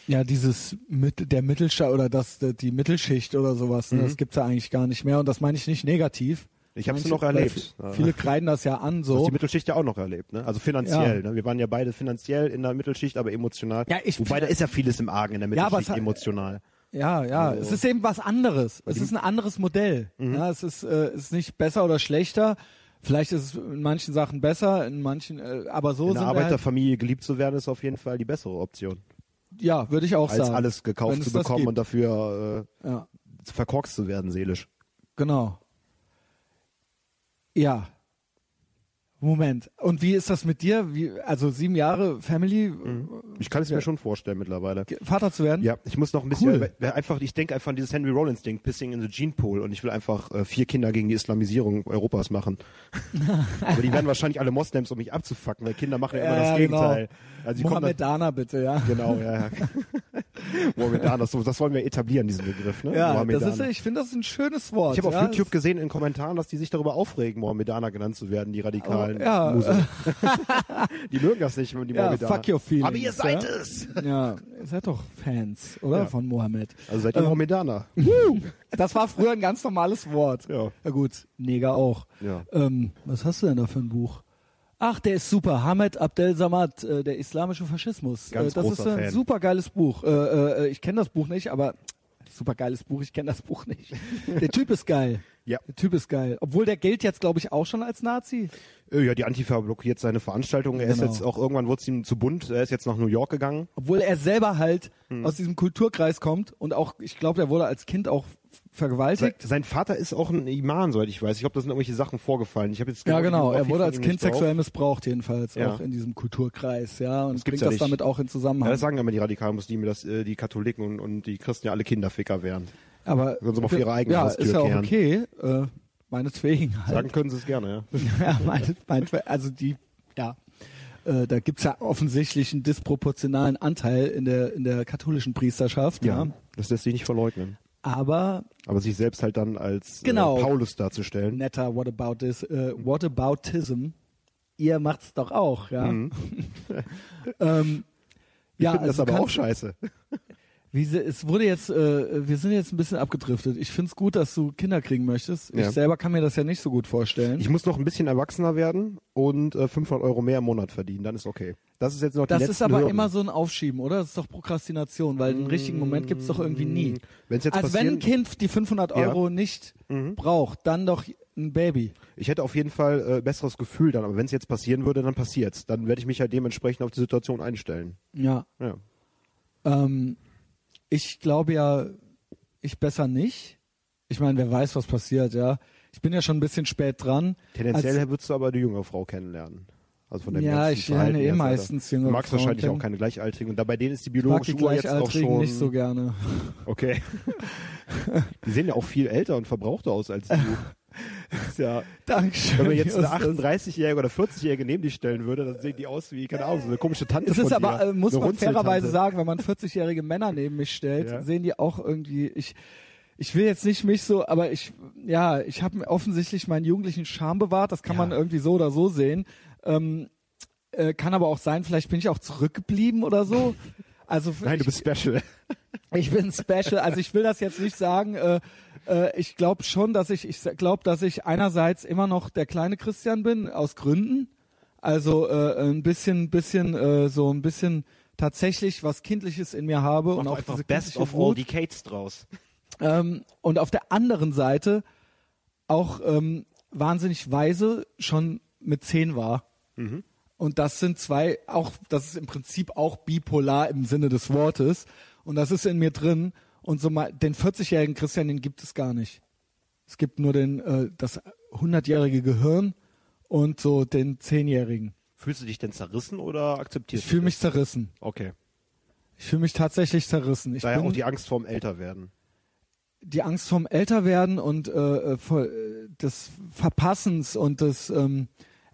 Ja, dieses mit, der Mittelstand oder das die Mittelschicht oder sowas, ne, das gibt's ja eigentlich gar nicht mehr und das meine ich nicht negativ. Mhm. Ich hab's Manche- noch weil erlebt. vi- Viele kreiden das ja an Hast so. die Mittelschicht ja auch noch erlebt, ne? Also finanziell, Ja. ne? Wir waren ja beide finanziell in der Mittelschicht, aber emotional. Ja, ich- Wobei da ist ja vieles im Argen in der Ja, aber Mittelschicht es hat- emotional. Ja, ja, So. es ist eben was anderes. Es ist ein anderes Modell. Mhm. Ja, es ist äh, es ist nicht besser oder schlechter. Vielleicht ist es in manchen Sachen besser, in manchen äh, aber so In sind wir einer halt, Arbeiterfamilie geliebt zu werden, ist auf jeden Fall die bessere Option. ja, würde ich auch Als sagen. alles wenn gekauft es zu das bekommen und gibt. dafür ja. äh, verkorkst zu werden, seelisch. Genau. Ja. Moment. Und wie ist das mit dir? Wie, also sieben Jahre Family, Ich kann es mir schon vorstellen mittlerweile. äh, Vater zu werden? Mhm. Ja, ich muss noch ein bisschen, Cool. weil einfach, ich denke einfach an dieses Henry Rollins Ding, Pissing in the Gene Pool und ich will einfach äh, vier Kinder gegen die Islamisierung Europas machen. Aber die werden wahrscheinlich alle Moslems, um mich abzufacken, weil Kinder machen ja immer Ja, das ja, genau. Gegenteil. Also die kommen dann- Mohammedana bitte, ja. Genau, ja. ja. Mohammedaner, so, das wollen wir etablieren, diesen Begriff, ne? Ja, das Mohammedaner. ist, ich finde das ist ein schönes Wort. ich habe auf ja. YouTube gesehen in Kommentaren, dass die sich darüber aufregen, Mohammedaner genannt zu werden, die radikalen Oh, ja. Museln. die mögen das nicht, wenn die Ja, Mohammedaner. fuck your feelings, Aber ihr seid ja. es! Ja, ihr seid doch Fans, oder? Ja. Von Mohammed. Also seid ihr Mohammedaner. Das war früher ein ganz normales Wort. Ja. Na gut, Neger auch. Ja. Ähm, was hast du denn da für ein Buch? Ach, der ist super. Hamed Abdel Samad, äh, der islamische Faschismus. Ganz äh, das großer ist ein Fan. super geiles Buch. Äh, äh, äh, ich kenne das Buch nicht, aber super geiles Buch. Ich kenne das Buch nicht. Der Typ ist geil. Ja. Der Typ ist geil. Obwohl der gilt jetzt, glaube ich, auch schon als Nazi. Äh, Ja, die Antifa blockiert seine Veranstaltungen. Er ist Genau. jetzt auch irgendwann wurde es ihm zu bunt. Er ist jetzt nach New York gegangen. Obwohl er selber halt Hm. aus diesem Kulturkreis kommt und auch, ich glaube, der wurde als Kind auch Se- vergewaltigt. Sein Vater ist auch ein Iman, soweit ich weiß. Ich glaube, da sind irgendwelche Sachen vorgefallen. Ich habe jetzt Ja, genau. die Er Biografie wurde von als ihm Kind nicht drauf. sexuell missbraucht, jedenfalls, Ja. auch in diesem Kulturkreis, ja. Und gibt's bringt ja das nicht. damit auch in Ja, Zusammenhang. das sagen immer die radikalen Muslime, dass äh, die Katholiken und, und die Christen ja alle Kinderficker wären. Aber Sollen sie mal für ihre eigene ja, Haustür ist ja auch kehren. okay. Äh, meinetwegen halt. Sagen können sie es gerne, ja. ja, meine, meinetwegen, also die, ja. Äh, da gibt's ja offensichtlich einen disproportionalen Anteil in der, in der katholischen Priesterschaft. Ja. Das lässt sich nicht verleugnen. Aber Aber sich selbst halt dann als Genau. äh, Paulus darzustellen. netter What about this? Äh, what aboutism? Ihr macht's doch auch, ja. ähm, Ich ja, also finde Mhm. das aber kannst- auch scheiße. Wie se- es wurde jetzt, äh, wir sind jetzt ein bisschen abgedriftet. Ich find's gut, dass du Kinder kriegen möchtest. Ich Ja. selber kann mir das ja nicht so gut vorstellen. Ich muss noch ein bisschen erwachsener werden und äh, 500 Euro mehr im Monat verdienen, dann ist okay. Das ist jetzt noch die das letzten ist aber Hürden. immer so ein Aufschieben, oder? Das ist doch Prokrastination, weil den richtigen Moment gibt's doch irgendwie nie. Hm, Wenn's Mm. jetzt also wenn ein passieren- Kind die 500 Ja. Mhm. Euro nicht braucht, dann doch ein Baby. Ich hätte auf jeden Fall äh, besseres Gefühl dann, aber wenn es jetzt passieren würde, dann passiert's. Dann werde ich mich halt dementsprechend auf die Situation einstellen. Ja. Ja. Ähm, ich glaube ja, ich besser nicht. Ich meine, wer weiß, was passiert, ja. Ich bin ja schon ein bisschen spät dran. Tendenziell Als- würdest du aber die jüngere Frau kennenlernen. Also von dem Ja, ganzen ich lerne Verhalten eh her, Alter. meistens jüngere Du magst Frauen wahrscheinlich kennen. auch keine Gleichaltrigen. Und da bei denen ist die ich mag die biologische Uhr jetzt auch Gleichaltrigen schon... nicht so gerne. Okay. die sehen ja auch viel älter und verbrauchter aus als du. Das ist ja, Dankeschön. wenn man jetzt eine Justus. 38-Jährige oder 40-Jährige neben dich stellen würde, dann sehen die aus wie, keine Ahnung, so eine komische Tante Es ist von aber, dir. äh, muss Eine man Runzeltante. fairerweise sagen, wenn man 40-jährige Männer neben mich stellt, Ja. sehen die auch irgendwie, ich, ich will jetzt nicht mich so, aber ich, ja, ich habe offensichtlich meinen jugendlichen Charme bewahrt, das kann Ja. man irgendwie so oder so sehen. Ähm, äh, kann aber auch sein, vielleicht bin ich auch zurückgeblieben oder so. Also Nein, du ich, bist special. ich bin special, also ich will das jetzt nicht sagen, äh, äh, ich glaube schon, dass ich, ich glaube, dass ich einerseits immer noch der kleine Christian bin, aus Gründen. Also äh, ein bisschen, bisschen, äh, so ein bisschen tatsächlich was Kindliches in mir habe Mach und doch auch Genau, diese einfach Best kindliche of all Wut. Decades draus. Ähm, und auf der anderen Seite auch ähm, wahnsinnig weise schon mit zehn war. Und das sind zwei, auch, das ist im Prinzip auch bipolar im Sinne des Wortes. Und das ist in mir drin. Und so mal, den 40-jährigen Christian, den gibt es gar nicht. Es gibt nur den, äh, das 100-jährige Gehirn und so den 10-jährigen. Fühlst du dich denn zerrissen oder akzeptierst Ich du fühle das? mich zerrissen. Okay. Ich fühle mich tatsächlich zerrissen. Ich Daher bin, auch die Angst vorm Älterwerden. die Angst vom Älterwerden und äh, äh, vor- äh, des Verpassens und des ähm,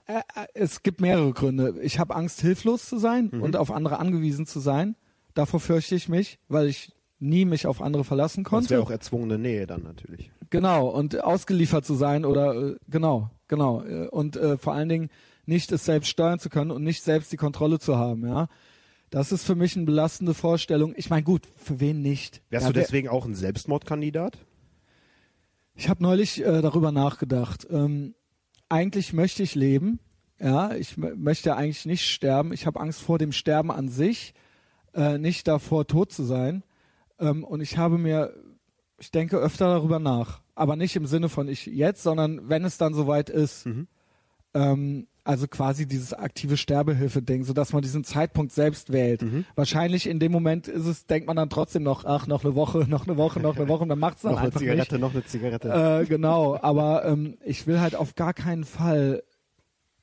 äh, äh, es gibt mehrere Gründe. Ich habe Angst, hilflos zu sein Mhm. und auf andere angewiesen zu sein. Davor fürchte ich mich, weil ich nie mich auf andere verlassen Das wäre konnte. auch erzwungene Nähe dann natürlich. Genau, und ausgeliefert zu sein oder äh, genau, genau. äh, Und äh, vor allen Dingen nicht es selbst steuern zu können und nicht selbst die Kontrolle zu haben, ja. Das ist für mich eine belastende Vorstellung. Ich meine, gut, für wen nicht? Wärst ja, du wer- deswegen auch ein Selbstmordkandidat? Ich habe neulich äh, darüber nachgedacht. Ähm, eigentlich möchte ich leben. Ja, ich m- möchte eigentlich nicht sterben. Ich habe Angst vor dem Sterben an sich, äh, nicht davor tot zu sein. Ähm, und ich habe mir, ich denke öfter darüber nach. Aber nicht im Sinne von ich jetzt, sondern wenn es dann soweit ist. Mhm. Ähm, also quasi dieses aktive Sterbehilfe-Ding, sodass man diesen Zeitpunkt selbst wählt. Mhm. Wahrscheinlich in dem Moment ist es, denkt man dann trotzdem noch, ach, noch eine Woche, noch eine Woche, noch eine Woche, und dann macht's dann Noch eine einfach nicht. Zigarette, noch eine Zigarette. Äh, genau, aber ähm, ich will halt auf gar keinen Fall,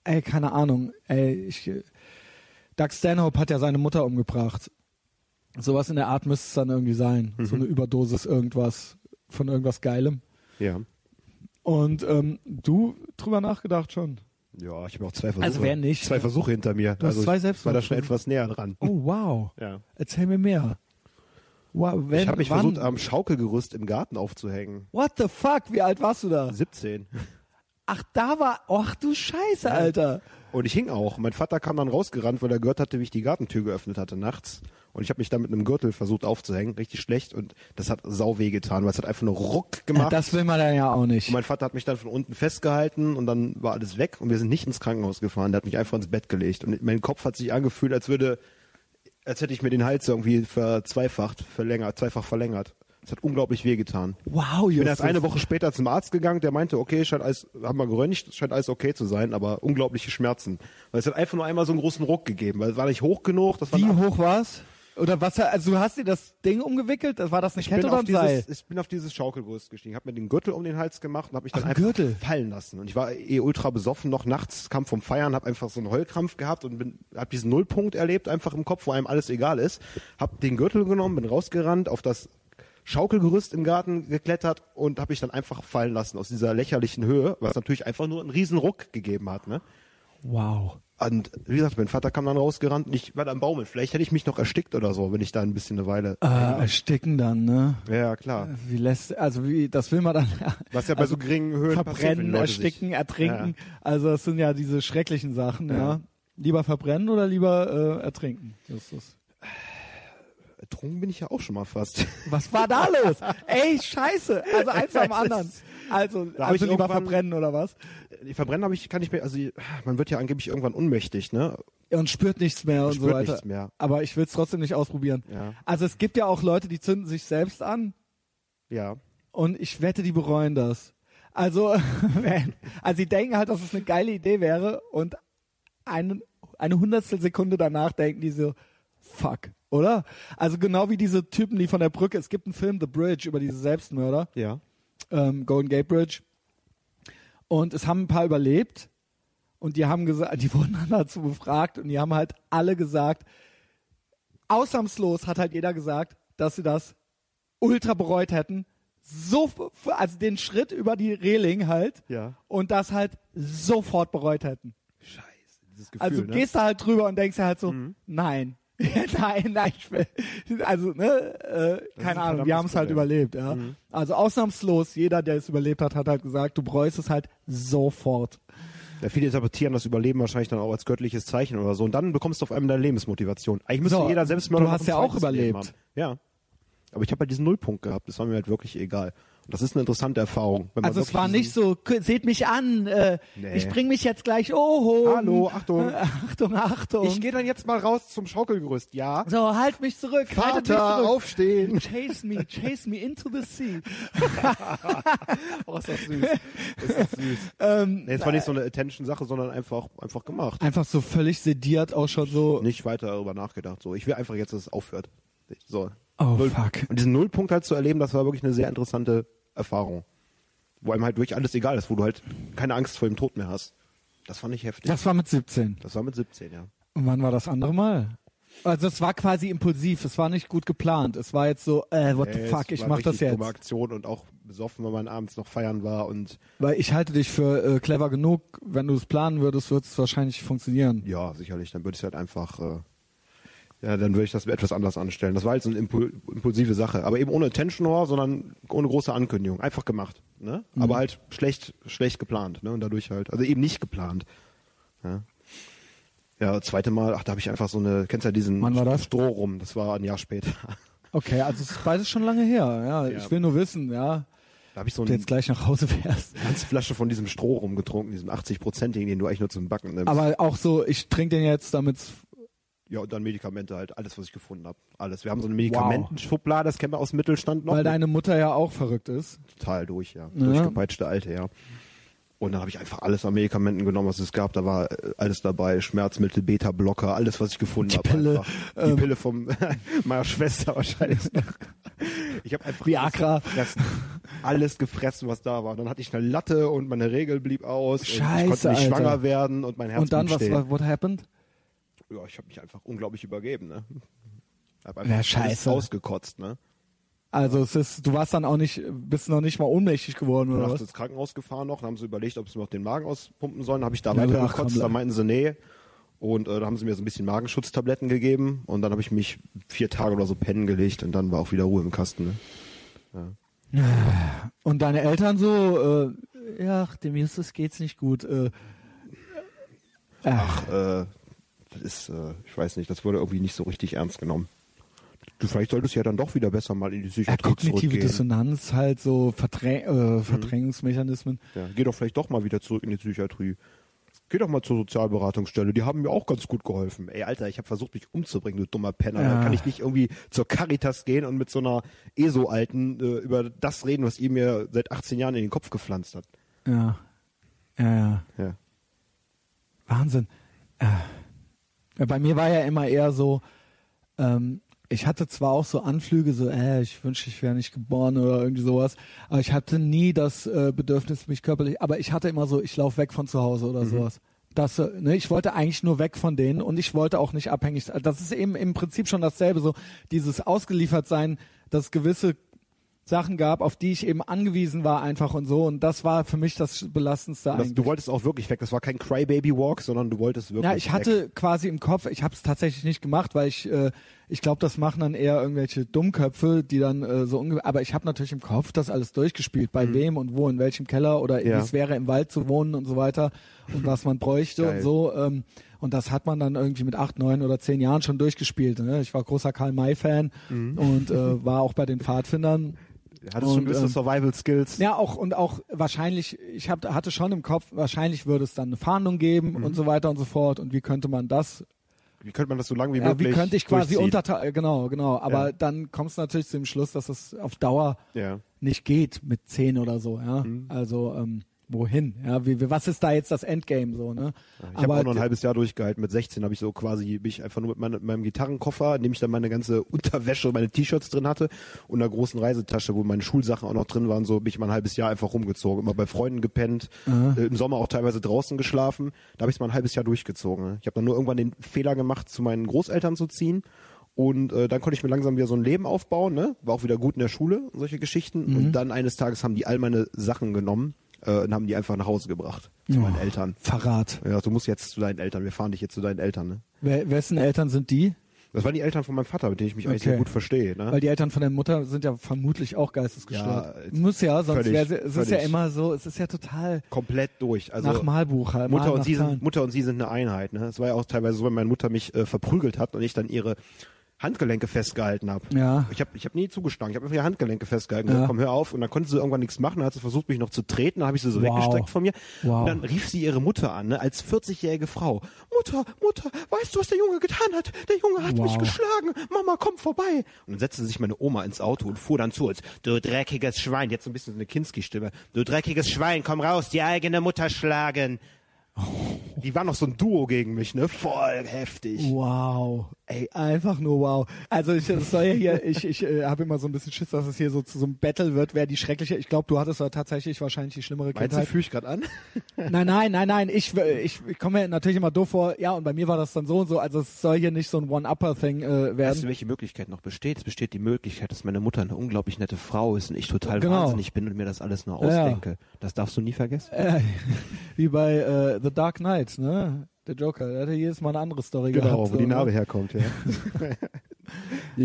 ey, keine Ahnung, ey, ich, Doug Stanhope hat ja seine Mutter umgebracht. Sowas in der Art müsste es dann irgendwie sein. So eine Überdosis irgendwas, von irgendwas Geilem. ja. Und ähm, du drüber nachgedacht schon? Ja, ich habe auch zwei Versuche. Also wer nicht? Zwei Versuche hinter mir. hast also zwei ich war da schon Selbstmordversuche. etwas näher dran. Oh, wow. Ja. Erzähl mir mehr. Wow, wenn, ich habe mich wann? versucht, am Schaukelgerüst im Garten aufzuhängen. What the fuck, wie alt warst du da? 17. Ach, da war, ach du Scheiße, Alter. Und ich hing auch. Mein Vater kam dann rausgerannt, weil er gehört hatte, wie ich die Gartentür geöffnet hatte nachts. Und ich habe mich dann mit einem Gürtel versucht aufzuhängen, richtig schlecht. Und das hat sau weh getan, weil es hat einfach nur Ruck gemacht. Äh, Das will man dann ja auch nicht. und mein Vater hat mich dann von unten festgehalten und dann war alles weg und wir sind nicht ins Krankenhaus gefahren. Der hat mich einfach ins Bett gelegt und mein Kopf hat sich angefühlt, als würde, als hätte ich mir den Hals irgendwie verzweifacht, verlängert, zweifach verlängert. Es hat unglaublich weh getan. Wow, Ich bin erst Justus. eine Woche später zum Arzt gegangen, der meinte, okay, scheint alles, haben wir geröntgt, scheint alles okay zu sein, aber unglaubliche Schmerzen. Weil es hat einfach nur einmal so einen großen Ruck gegeben, weil es war nicht hoch genug, das war Wie ein- hoch war's? Oder was? Also du hast dir das Ding umgewickelt? Das war das eine ich Kette bin, oder auf ein Seil? dieses, ich bin auf dieses Schaukelgerüst gestiegen, habe mir den Gürtel um den Hals gemacht und habe mich dann Ach, einfach Gürtel. fallen lassen. Und ich war eh ultra besoffen noch nachts, kam vom Feiern, habe einfach so einen Heulkrampf gehabt und bin, habe diesen Nullpunkt erlebt, einfach im Kopf, wo einem alles egal ist. Habe den Gürtel genommen, bin rausgerannt, auf das Schaukelgerüst im Garten geklettert und habe mich dann einfach fallen lassen aus dieser lächerlichen Höhe, was natürlich einfach nur einen riesen Ruck gegeben hat. Ne? Wow. Und wie gesagt, mein Vater kam dann rausgerannt und ich war dann baumeln. Vielleicht hätte ich mich noch erstickt oder so, wenn ich da ein bisschen eine Weile... Äh, ersticken dann, ne? Ja, klar. Wie lässt, also wie, das will man dann. Was ja bei so geringen Höhen passiert, wenn Also verbrennen, Leute sich- ersticken, ertrinken. Ja. Also das sind ja diese schrecklichen Sachen, ja. Ja. Lieber verbrennen oder lieber äh, ertrinken, Justus? Ertrunken bin ich ja auch schon mal fast. Was war da los? Ey, scheiße. Also eins am anderen. Also, hab also ich lieber irgendwann- verbrennen oder was? Die Verbrennen habe ich, kann ich mir, also man wird ja angeblich irgendwann unmächtig, ne? und spürt nichts mehr und spürt so weiter. nichts mehr. Aber ich will es trotzdem nicht ausprobieren. Ja. Also es gibt ja auch Leute, die zünden sich selbst an Ja. und ich wette, die bereuen das. Also, man, also sie denken halt, dass es eine geile Idee wäre und eine, eine hundertstel Sekunde danach denken die so, fuck, oder? Also genau wie diese Typen, die von der Brücke, es gibt einen Film, The Bridge, über diese Selbstmörder Ja. ähm, Golden Gate Bridge. Und es haben ein paar überlebt und die haben gesagt, die wurden dann dazu befragt und die haben halt alle gesagt, ausnahmslos hat halt jeder gesagt, dass sie das ultra bereut hätten. So, f- also den Schritt über die Reling halt Ja. und das halt sofort bereut hätten. Scheiße, dieses Gefühl, Also ne? Mhm. gehst du halt drüber und denkst dir halt so, nein. nein, nein, ich will, also ne, äh, ein keine Ahnung, wir haben es verdammtes halt Problem. Mhm. überlebt, ja. Also ausnahmslos, jeder, der es überlebt hat, hat halt gesagt, du bräust es halt sofort. Ja, viele interpretieren das Überleben wahrscheinlich dann auch als göttliches Zeichen oder so. Und dann bekommst du auf einmal deine Lebensmotivation. Eigentlich müsste So, jeder Selbstmörder du noch hast ein ja auch zweites Leben überlebt. haben. Ja. Aber ich habe halt diesen Nullpunkt gehabt. Das war mir halt wirklich egal. Und das ist eine interessante Erfahrung. wenn man Also es wirklich war diesen- nicht so, "K- seht mich an, äh, Nee. ich bring mich jetzt gleich, oh, Hallo, Achtung. Achtung, Achtung. Ich gehe dann jetzt mal raus zum Schaukelgerüst. Ja. so, halt mich zurück, haltet mich Vater, zurück. aufstehen. Chase me, chase me into the sea. Oh, ist das süß. Ist das süß. Ähm, Nee, es war nicht so eine Attention-Sache, sondern einfach, einfach gemacht. einfach so völlig sediert auch schon so. Nicht weiter darüber nachgedacht. So, ich will einfach jetzt, dass es aufhört. So. Oh fuck. Und diesen Nullpunkt halt zu erleben, das war wirklich eine sehr interessante Erfahrung. Wo einem halt wirklich alles egal ist, wo du halt keine Angst vor dem Tod mehr hast. Das fand ich heftig. Das war mit 17. Das war mit 17, ja. Und wann war das andere Mal? Also es war quasi impulsiv, es war nicht gut geplant. Es war jetzt so, äh, what the Ey, fuck, es ich war mach das richtig jetzt. Dumme Aktion und auch besoffen, wenn man abends noch feiern war und Weil ich halte dich für äh, clever genug. Wenn du es planen würdest, würde es wahrscheinlich funktionieren. ja, sicherlich, dann würde ich es halt einfach, äh, ja, dann würde ich das etwas anders anstellen. Das war halt so eine impul impulsive Sache, aber eben ohne Attention Whore, sondern ohne große Ankündigung, einfach gemacht, ne? Mhm. Aber halt schlecht, schlecht geplant, ne? Und dadurch halt, also eben nicht geplant. Ja, ja zweite Mal, ach, da habe ich einfach so eine, kennst ja diesen Wann war das? Stroh rum, das war ein Jahr später. Okay, also es ist beides schon lange her. Ja, Ja. ich will nur wissen, ja, Da habe ich so ob du eine jetzt gleich nach Hause fährst. ganze Flasche von diesem Stroh rumgetrunken, diesem 80-prozentigen, den du eigentlich nur zum Backen nimmst. Aber auch so, ich trinke den jetzt, damit Ja, und dann Medikamente halt, alles, was ich gefunden habe. Alles. Wir haben so eine Medikamentenschublade, das kennen wir aus dem Mittelstand noch. weil deine Mutter ja auch verrückt ist. total durch, ja. Durchgepeitschte Alte, ja. Und dann habe ich einfach alles an Medikamenten genommen, was es gab. Da war äh, alles dabei, Schmerzmittel, Beta-Blocker, alles, was ich gefunden habe. Pille, einfach. Die ähm, Pille von meiner Schwester wahrscheinlich. noch. ich habe einfach Viagra. alles gefressen. Alles gefressen, was da war. Und dann hatte ich eine Latte und meine Regel blieb aus. und Scheiße, ich konnte nicht Alter. schwanger werden und mein Herz Und dann, blieb was, stehen. wa- what happened? Ja, ich habe mich einfach unglaublich übergeben, ne? Hab Ja, alles scheiße. ausgekotzt, ne? Also es ist, du warst dann auch nicht, bist noch nicht mal ohnmächtig geworden oder Danach was? ins Krankenhaus gefahren noch, dann haben sie überlegt, ob sie mir noch den Magen auspumpen sollen. Habe ich da Ja, weiter ach, komm, gekotzt, bleib. dann meinten sie, nee. Und äh, da haben sie mir so ein bisschen Magenschutztabletten gegeben und dann habe ich mich vier Tage oder so pennen gelegt und dann war auch wieder Ruhe im Kasten. Ne? Und deine Eltern so, äh, ja, ach, dem Justus geht's nicht gut. Äh, ach, Äh, das ist, äh, ich weiß nicht, das wurde irgendwie nicht so richtig ernst genommen. Du, vielleicht solltest du ja dann doch wieder besser mal in die ja, Psychiatrie kognitive zurückgehen. ne? Dissonanz halt so Verdräng äh, Verdrängungsmechanismen. Ja, geh doch vielleicht doch mal wieder zurück in die Psychiatrie. Geh doch mal zur Sozialberatungsstelle, die haben mir auch ganz gut geholfen. Ey, Alter, ich habe versucht, mich umzubringen, du dummer Penner. Ja. Dann kann ich nicht irgendwie zur Caritas gehen und mit so einer ESO-Alten äh, über das reden, was ihr mir seit 18 Jahren in den Kopf gepflanzt hat. Ja. Ja, ja. Ja. Wahnsinn. Äh, bei mir war ja immer eher so, ähm, ich hatte zwar auch so Anflüge, so, äh, ich wünschte, ich wäre nicht geboren oder irgendwie sowas, aber ich hatte nie das äh, Bedürfnis, mich körperlich, aber ich hatte immer so, ich laufe weg von zu Hause oder sowas. Das, äh, ne, ich wollte eigentlich nur weg von denen und ich wollte auch nicht abhängig sein. Das ist eben im Prinzip schon dasselbe, so dieses Ausgeliefertsein, das gewisse Sachen gab, auf die ich eben angewiesen war einfach und so und das war für mich das Belastendste Das, eigentlich. du wolltest auch wirklich weg. Das war kein Crybaby-Walk, sondern du wolltest wirklich Ja, ich weg. hatte quasi im Kopf, ich habe es tatsächlich nicht gemacht, weil ich, äh, ich glaube, das machen dann eher irgendwelche Dummköpfe, die dann äh, so unge Aber ich habe natürlich im Kopf das alles durchgespielt, bei wem und wo, in welchem Keller oder Mhm. Ja. wie es wäre, im Wald zu wohnen und so weiter und was man bräuchte Geil. und so. Ähm, und das hat man dann irgendwie mit acht, neun oder zehn Jahren schon durchgespielt. Ne? Ich war großer Karl-May-Fan Mhm. und äh, war auch bei den Pfadfindern. Hattest schon Und, gewisse ähm, Survival-Skills. Ja, auch und auch wahrscheinlich, ich hab, hatte schon im Kopf, wahrscheinlich würde es dann eine Fahndung geben Mhm. und so weiter und so fort. Und wie könnte man das Wie könnte man das so lange wie ja, möglich wie könnte ich quasi durchziehen? unterteilen? Genau, genau. Aber Ja. dann kommst du natürlich zu dem Schluss, dass das auf Dauer Ja. Mhm. nicht geht mit 10 oder so. Ja? Also ähm, wohin? Ja, wie, wie, was ist da jetzt das Endgame so? Ne? Ich habe auch noch ein halbes Jahr durchgehalten. Mit 16 habe ich so quasi mich einfach nur mit meinem- meinem Gitarrenkoffer, in dem ich dann meine ganze Unterwäsche und meine T-Shirts drin hatte und einer großen Reisetasche, wo meine Schulsachen auch noch drin waren, so bin ich mal ein halbes Jahr einfach rumgezogen. Immer bei Freunden gepennt, äh, im Sommer auch teilweise draußen geschlafen. Da habe ich es mal ein halbes Jahr durchgezogen. Ne? Ich habe dann nur irgendwann den Fehler gemacht, zu meinen Großeltern zu ziehen. Und äh, dann konnte ich mir langsam wieder so ein Leben aufbauen, ne? War auch wieder gut in der Schule und solche Geschichten. Und dann eines Tages haben die all meine Sachen genommen äh, und haben die einfach nach Hause gebracht zu meinen Eltern. Verrat. Ja, du musst jetzt zu deinen Eltern. Wir fahren dich jetzt zu deinen Eltern. Ne? Wer, wessen Eltern sind die? Das waren die Eltern von meinem Vater, mit denen ich mich eigentlich Okay. sehr gut verstehe. Ne? Weil die Eltern von der Mutter sind ja vermutlich auch geistesgestört. Ja, jetzt- Muss ja, sonst völlig, wäre sie, es ist ja völlig. immer so, es ist ja total Komplett durch. Also nach Malbuch. Halt, Mutter mal und nach sie Zahlen. sind Mutter und sie sind eine Einheit. Ne? Es war ja auch teilweise so, wenn meine Mutter mich äh, verprügelt hat und ich dann ihre Handgelenke festgehalten habe. Ja. Ich habe ich hab nie zugeschlagen. Ich habe einfach die Handgelenke festgehalten. Ja. Gesagt, komm, hör auf. Und dann konnte sie irgendwann nichts machen. Dann hat sie versucht, mich noch zu treten. Dann habe ich sie so Wow. weggestreckt von mir. Wow. Und dann rief sie ihre Mutter an, ne, als 40-jährige Frau. Mutter, Mutter, weißt du, was der Junge getan hat? Der Junge hat Wow. mich geschlagen. Mama, komm vorbei. Und dann setzte sich meine Oma ins Auto und fuhr dann zu uns. Du dreckiges Schwein. Jetzt so ein bisschen so eine Kinski-Stimme. Du dreckiges Schwein, komm raus, die eigene Mutter schlagen. Die waren noch so ein Duo gegen mich, ne? Voll heftig. Oh, Wow, ey, einfach nur wow. Also ich das soll ja hier, ich, ich äh, habe immer so ein bisschen Schiss, dass es hier so zu so einem Battle wird, wer die schreckliche. Ich glaube, du hattest da tatsächlich wahrscheinlich die schlimmere Meinst du, Kindheit. fühle ich gerade an? Nein, nein, nein, nein. Ich, äh, ich, ich komme mir natürlich immer doof vor. Ja, und bei mir war das dann so und so. Also es soll hier nicht so ein One-Upper-Thing äh, Weißt du, werden. welche Möglichkeit noch besteht? Es besteht die Möglichkeit, dass meine Mutter eine unglaublich nette Frau ist und ich total Genau. wahnsinnig bin und mir das alles nur Ja. ausdenke. Das darfst du nie vergessen. Äh, wie bei äh, The Dark Knight, ne? Der Joker, der hatte jedes Mal eine andere Story Genau, gehabt. so, ne? herkommt, ja. die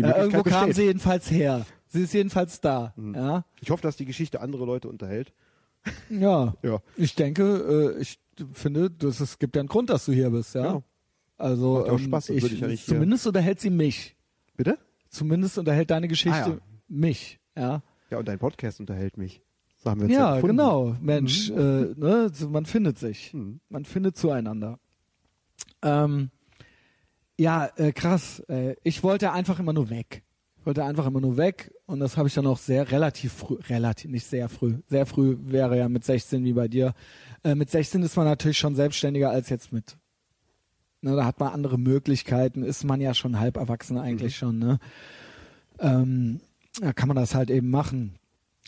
Äh, irgendwo kam sie Möglichkeit besteht. Mhm. jedenfalls her. Sie ist jedenfalls da. Ja, Ich hoffe, dass die Geschichte andere Leute unterhält. ja. Ja. Ich denke, äh, ich finde, das, es gibt ja einen Grund, dass du hier bist, ja. Genau. Also Macht ja auch ähm, Spaß, sonst ich, würde ich ja nicht hier- zumindest unterhält sie mich. Bitte? Zumindest unterhält deine Geschichte Ah, ja. mich, ja. Ja, und dein Podcast unterhält mich. So haben wir uns ja, Ja, gefunden. genau, Mhm. Mensch, äh, ne, so, man findet sich, man findet zueinander. Ähm, ja, äh, krass. Äh, ich wollte einfach immer nur weg. Ich wollte einfach immer nur weg und das habe ich dann auch sehr relativ früh, relativ nicht sehr früh, sehr früh wäre ja mit 16 wie bei dir. Äh, mit 16 ist man natürlich schon selbstständiger als jetzt mit Ne, da hat man andere Möglichkeiten, ist man ja schon halb erwachsen Mhm. eigentlich schon, ne? Ähm, da kann man das halt eben machen.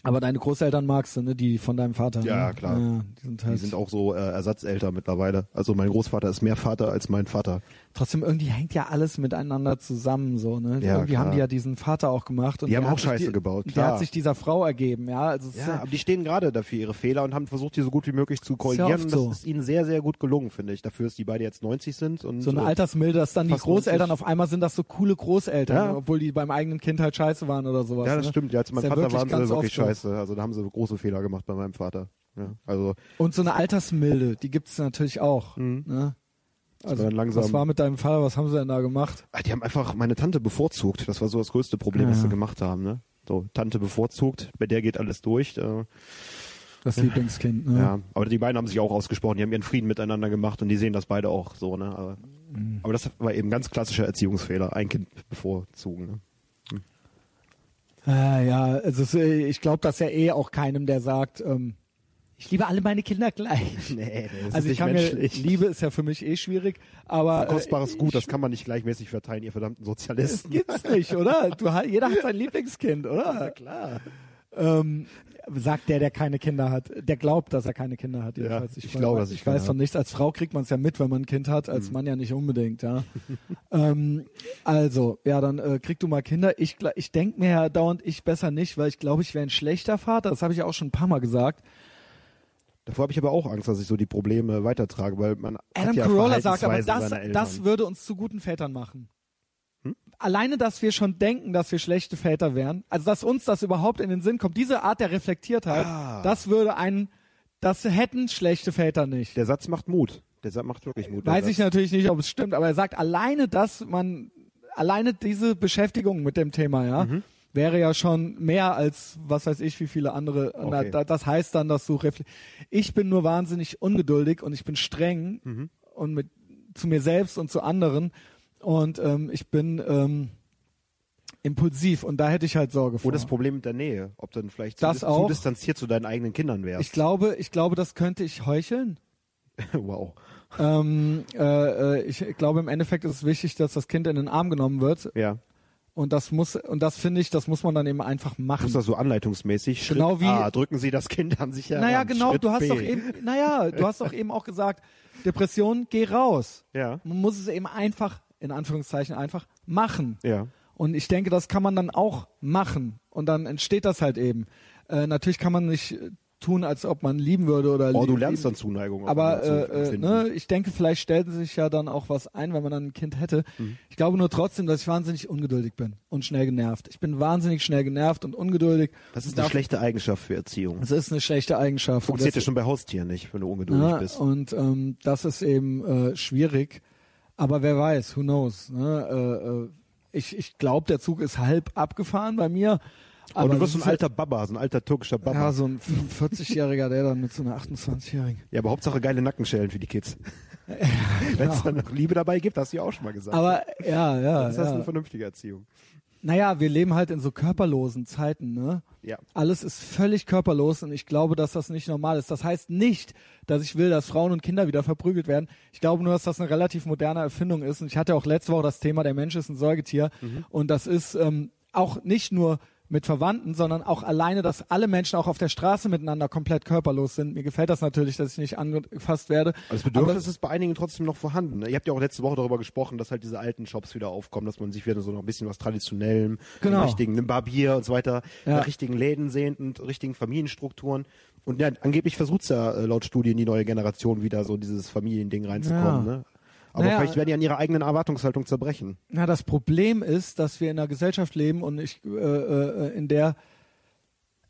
Aber deine Großeltern magst du, ne? Die von deinem Vater. Ja, ne? klar. Ja, die sind halt Die sind auch so äh, Ersatzeltern mittlerweile. Also mein Großvater ist mehr Vater als mein Vater. trotzdem irgendwie hängt ja alles miteinander zusammen so, ne? Ja, irgendwie klar. haben die ja diesen Vater auch gemacht und Die haben der auch hat sich Scheiße die, gebaut, Der klar. hat sich dieser Frau ergeben, ja. Also es ist Ja, aber die stehen gerade dafür ihre Fehler und haben versucht, die so gut wie möglich zu korrigieren. oft und das so. ist ihnen sehr, sehr gut gelungen, finde ich. Dafür, dass die beide jetzt 90 sind und so eine äh, Altersmilde, dass dann die fast Großeltern 90. auf einmal sind das so coole Großeltern, Ja. ne? obwohl die beim eigenen Kind halt scheiße waren oder sowas. Ja, das ne? stimmt. Ja, als Ist mein ja Vater waren sie ganz wirklich oft so. scheiße. Also da haben sie große Fehler gemacht bei meinem Vater. Ja, also Und so eine Altersmilde, die gibt's natürlich auch. Ne? Also, Mhm. war dann langsam- was war mit deinem Vater? Was haben sie denn da gemacht? ah, die haben einfach meine Tante bevorzugt. Das war so das größte Problem, was Ja. sie gemacht haben. Ne? So Tante bevorzugt, bei der geht alles durch. Äh, Das Lieblingskind. Ne? ja, aber die beiden haben sich auch ausgesprochen. Die haben ihren Frieden miteinander gemacht und die sehen das beide auch so. Ne? Aber, Mhm. aber das war eben ganz klassischer Erziehungsfehler. Ein Kind bevorzugen. Ne? Äh, ja, also es, äh, ich glaube, das ist ja eh auch keinem, der sagt, ähm, ich liebe alle meine Kinder gleich. Nee, das ist also ich nicht kann mir, menschlich. Liebe ist ja für mich eh schwierig, aber Ein kostbares äh, Gut, das kann man nicht gleichmäßig verteilen, ihr verdammten das Sozialisten. gibt's nicht, oder? Du, ha- jeder hat sein Lieblingskind, oder? klar. Ähm, sagt der, der keine Kinder hat. Der glaubt, dass er keine Kinder hat. jedenfalls. ich glaube, dass ich ich keine weiß von habe. Mhm. nichts. Als Frau kriegt man es ja mit, wenn man ein Kind hat. Als Mann ja nicht unbedingt. Ja. ähm, also, ja, dann äh, krieg du mal Kinder. Ich, gla- ich denke mir ja dauernd, ich besser nicht, weil ich glaube, ich wäre ein schlechter Vater. Das habe ich ja auch schon ein paar Mal gesagt. Davor habe ich aber auch Angst, dass ich so die Probleme weitertrage, weil man Adam hat ja Carolla sagt aber, das, Verhaltensweisen seiner das Eltern. Hm? würde uns zu guten Vätern machen. Alleine, dass wir schon denken, dass wir schlechte Väter wären, also dass uns das überhaupt in den Sinn kommt, diese Art der Reflektiertheit, Ah. das würde einen, das hätten schlechte Väter nicht. Der Satz macht Mut. Der Satz macht wirklich Mut. Weiß der ich Satz. natürlich nicht, ob es stimmt, aber er sagt, alleine, dass man, alleine diese Beschäftigung mit dem Thema, ja, Mhm. wäre ja schon mehr als, was weiß ich, wie viele andere. Na, Okay. da, das heißt dann, dass du refle- Ich bin nur wahnsinnig ungeduldig und ich bin streng Mhm. und mit zu mir selbst und zu anderen und ähm, ich bin ähm, impulsiv und da hätte ich halt Sorge vor. Oder Oh, das Problem mit der Nähe, ob dann vielleicht Das zu, auch. zu distanziert zu deinen eigenen Kindern ich wärst. glaube, ich glaube, das könnte ich heucheln. wow. Ähm, äh, äh, ich glaube, im Endeffekt ist es wichtig, dass das Kind in den Arm genommen wird Ja. Und das muss, und das finde ich, das muss man dann eben einfach Du machen. bist das so anleitungsmäßig. Schritt Genau wie- A, drücken Sie das Kind an sich heran. Naja, genau, Schritt du hast B. doch eben, naja, du hast doch eben auch gesagt, Depression, geh raus. Ja. Man muss es eben einfach, in Anführungszeichen, einfach machen. Ja. Und ich denke, das kann man dann auch machen. Und dann entsteht das halt eben. Äh, natürlich kann man nicht äh, tun, als ob man lieben würde oder Oh, du lieb- lernst dann Zuneigung. auch Aber zu äh, äh, empfinden. ne, ich denke, vielleicht stellt sich ja dann auch was ein, wenn man dann ein Kind hätte. Mhm. Ich glaube nur trotzdem, dass ich wahnsinnig ungeduldig bin und schnell genervt. Ich bin wahnsinnig schnell genervt und ungeduldig. Das ist Und eine darf- schlechte Eigenschaft für Erziehung. Das ist eine schlechte Eigenschaft. Und Funktioniert ja das- schon bei Haustieren nicht, wenn du ungeduldig ja, bist. Und ähm, das ist eben äh, schwierig. Aber wer weiß, who knows. Ne? Äh, äh, Ich, ich glaube, der Zug ist halb abgefahren bei mir. Aber Aber du wirst so das ein ist alter Baba, so ein alter türkischer halt- Ja, Baba. so ein 45-Jähriger, der dann mit so einer 28-Jährigen. Ja, aber Hauptsache geile Nackenschellen für die Kids. Wenn es dann noch Liebe dabei gibt, hast du ja auch schon mal gesagt. Genau. Aber ja, ja. das ist ja. eine vernünftige Erziehung. Naja, wir leben halt in so körperlosen Zeiten, ne? Ja. Alles ist völlig körperlos und ich glaube, dass das nicht normal ist. Das heißt nicht, dass ich will, dass Frauen und Kinder wieder verprügelt werden. Ich glaube nur, dass das eine relativ moderne Erfindung ist. Und ich hatte auch letzte Woche das Thema, der Mensch ist ein Säugetier. Mhm. Und das ist ähm, auch nicht nur mit Verwandten, sondern auch alleine, dass alle Menschen auch auf der Straße miteinander komplett körperlos sind. Mir gefällt das natürlich, dass ich nicht angefasst werde. Aber das Bedürfnis ist bei einigen trotzdem noch vorhanden. ne? Ihr habt ja auch letzte Woche darüber gesprochen, dass halt diese alten Shops wieder aufkommen, dass man sich wieder so noch ein bisschen was Traditionellem, Genau. einem richtigen einem Barbier und so weiter, Ja. nach richtigen Läden sehnt und richtigen Familienstrukturen. Und ja, angeblich versucht's ja äh, laut Studien die neue Generation wieder so dieses Familiending reinzukommen. Ja. Ne? Aber Naja. vielleicht werden die an ihrer eigenen Erwartungshaltung zerbrechen. Na, das Problem ist, dass wir in einer Gesellschaft leben und ich, äh, äh, in der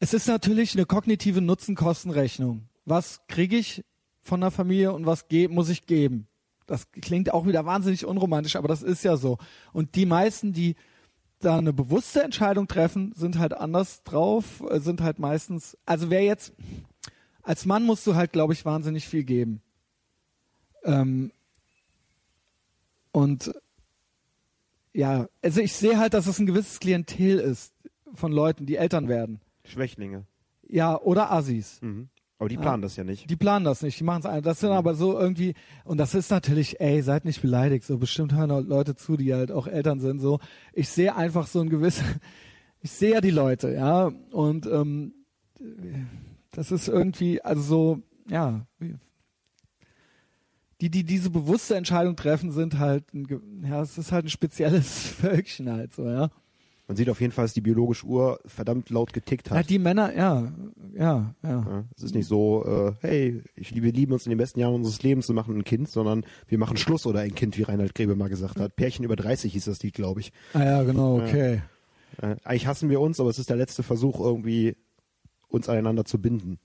es ist natürlich eine kognitive Nutzen-Kosten-Rechnung. Was kriege ich von der Familie und was ge muss ich geben? Das klingt auch wieder wahnsinnig unromantisch, aber das ist ja so. Und die meisten, die da eine bewusste Entscheidung treffen, sind halt anders drauf, äh, sind halt meistens, also wer jetzt, als Mann musst du halt, glaube ich, wahnsinnig viel geben. Ähm, und ja, also ich sehe halt, dass es ein gewisses Klientel ist von Leuten, die Eltern werden. Schwächlinge. Ja, oder Assis. Mhm. Aber die planen das ja nicht. Die planen das nicht, die machen es Das sind aber so irgendwie, und das ist natürlich, ey, seid nicht beleidigt, so bestimmt hören auch Leute zu, die halt auch Eltern sind, so. Ich sehe einfach so ein gewisses, ich sehe ja die Leute, ja, und ähm, das ist irgendwie, also so, ja, die, die diese bewusste Entscheidung treffen, sind halt, ein, ge- ja, es ist halt ein spezielles Völkchen halt so, ja. Man sieht auf jeden Fall, dass die biologische Uhr verdammt laut getickt Ja, hat. die Männer, ja, ja, ja. Ja, es ist nicht so, äh, hey, ich, wir lieben uns in den besten Jahren unseres Lebens und machen ein Kind, sondern wir machen Schluss oder ein Kind, wie Reinhard Grebe mal gesagt hat. Pärchen über 30 hieß das Lied, glaube ich. Ah ja, genau, okay. Äh, eigentlich hassen wir uns, aber es ist der letzte Versuch, irgendwie uns aneinander zu binden.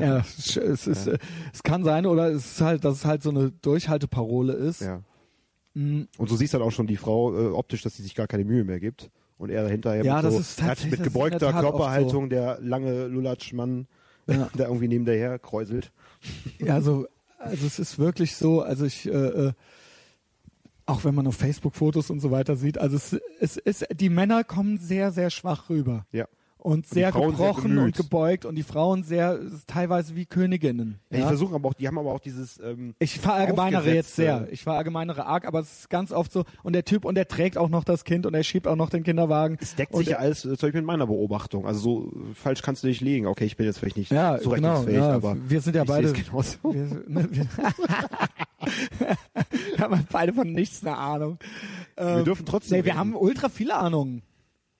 Ja, es es ist, äh, es kann sein, oder es ist halt, dass es halt so eine Durchhalteparole ist. Mhm. Ja. Und so siehst du dann auch schon die Frau äh, optisch, dass sie sich gar keine Mühe mehr gibt. Und er hinterher Ja, mit, das so, ist er hat tatsächlich- mit das ist in der gebeugter Tat oft Körperhaltung, der lange Lulatschmann, Ja. der irgendwie neben der her kräuselt. Ja, also, also es ist wirklich so, also ich, äh, äh, auch wenn man auf Facebook Fotos und so weiter sieht, also es, es ist, die Männer kommen sehr, sehr schwach rüber. Ja. Und die sehr Frauen sehr gebrochen und bemüht. gebeugt und die Frauen sehr, teilweise wie Königinnen. ja. Die versuchen aber auch, die haben aber auch dieses, ähm, Ich verallgemeinere jetzt Aufgesetzte. sehr. Ich verallgemeinere arg, aber es ist ganz oft so. Und der Typ, und der trägt auch noch das Kind und er schiebt auch noch den Kinderwagen. Es deckt und sich ja er- alles, äh, zum Beispiel mit meiner Beobachtung. Also so äh, falsch kannst du nicht liegen. Okay, ich bin jetzt vielleicht nicht Ja, so genau, rechnungsfähig, ja, aber wir sind ja ich beide- seh's genau genauso. Wir, ne, wir, wir haben halt beide von nichts eine Ahnung. Ähm, wir dürfen trotzdem. Nee, wir reden. haben ultra viele Ahnungen.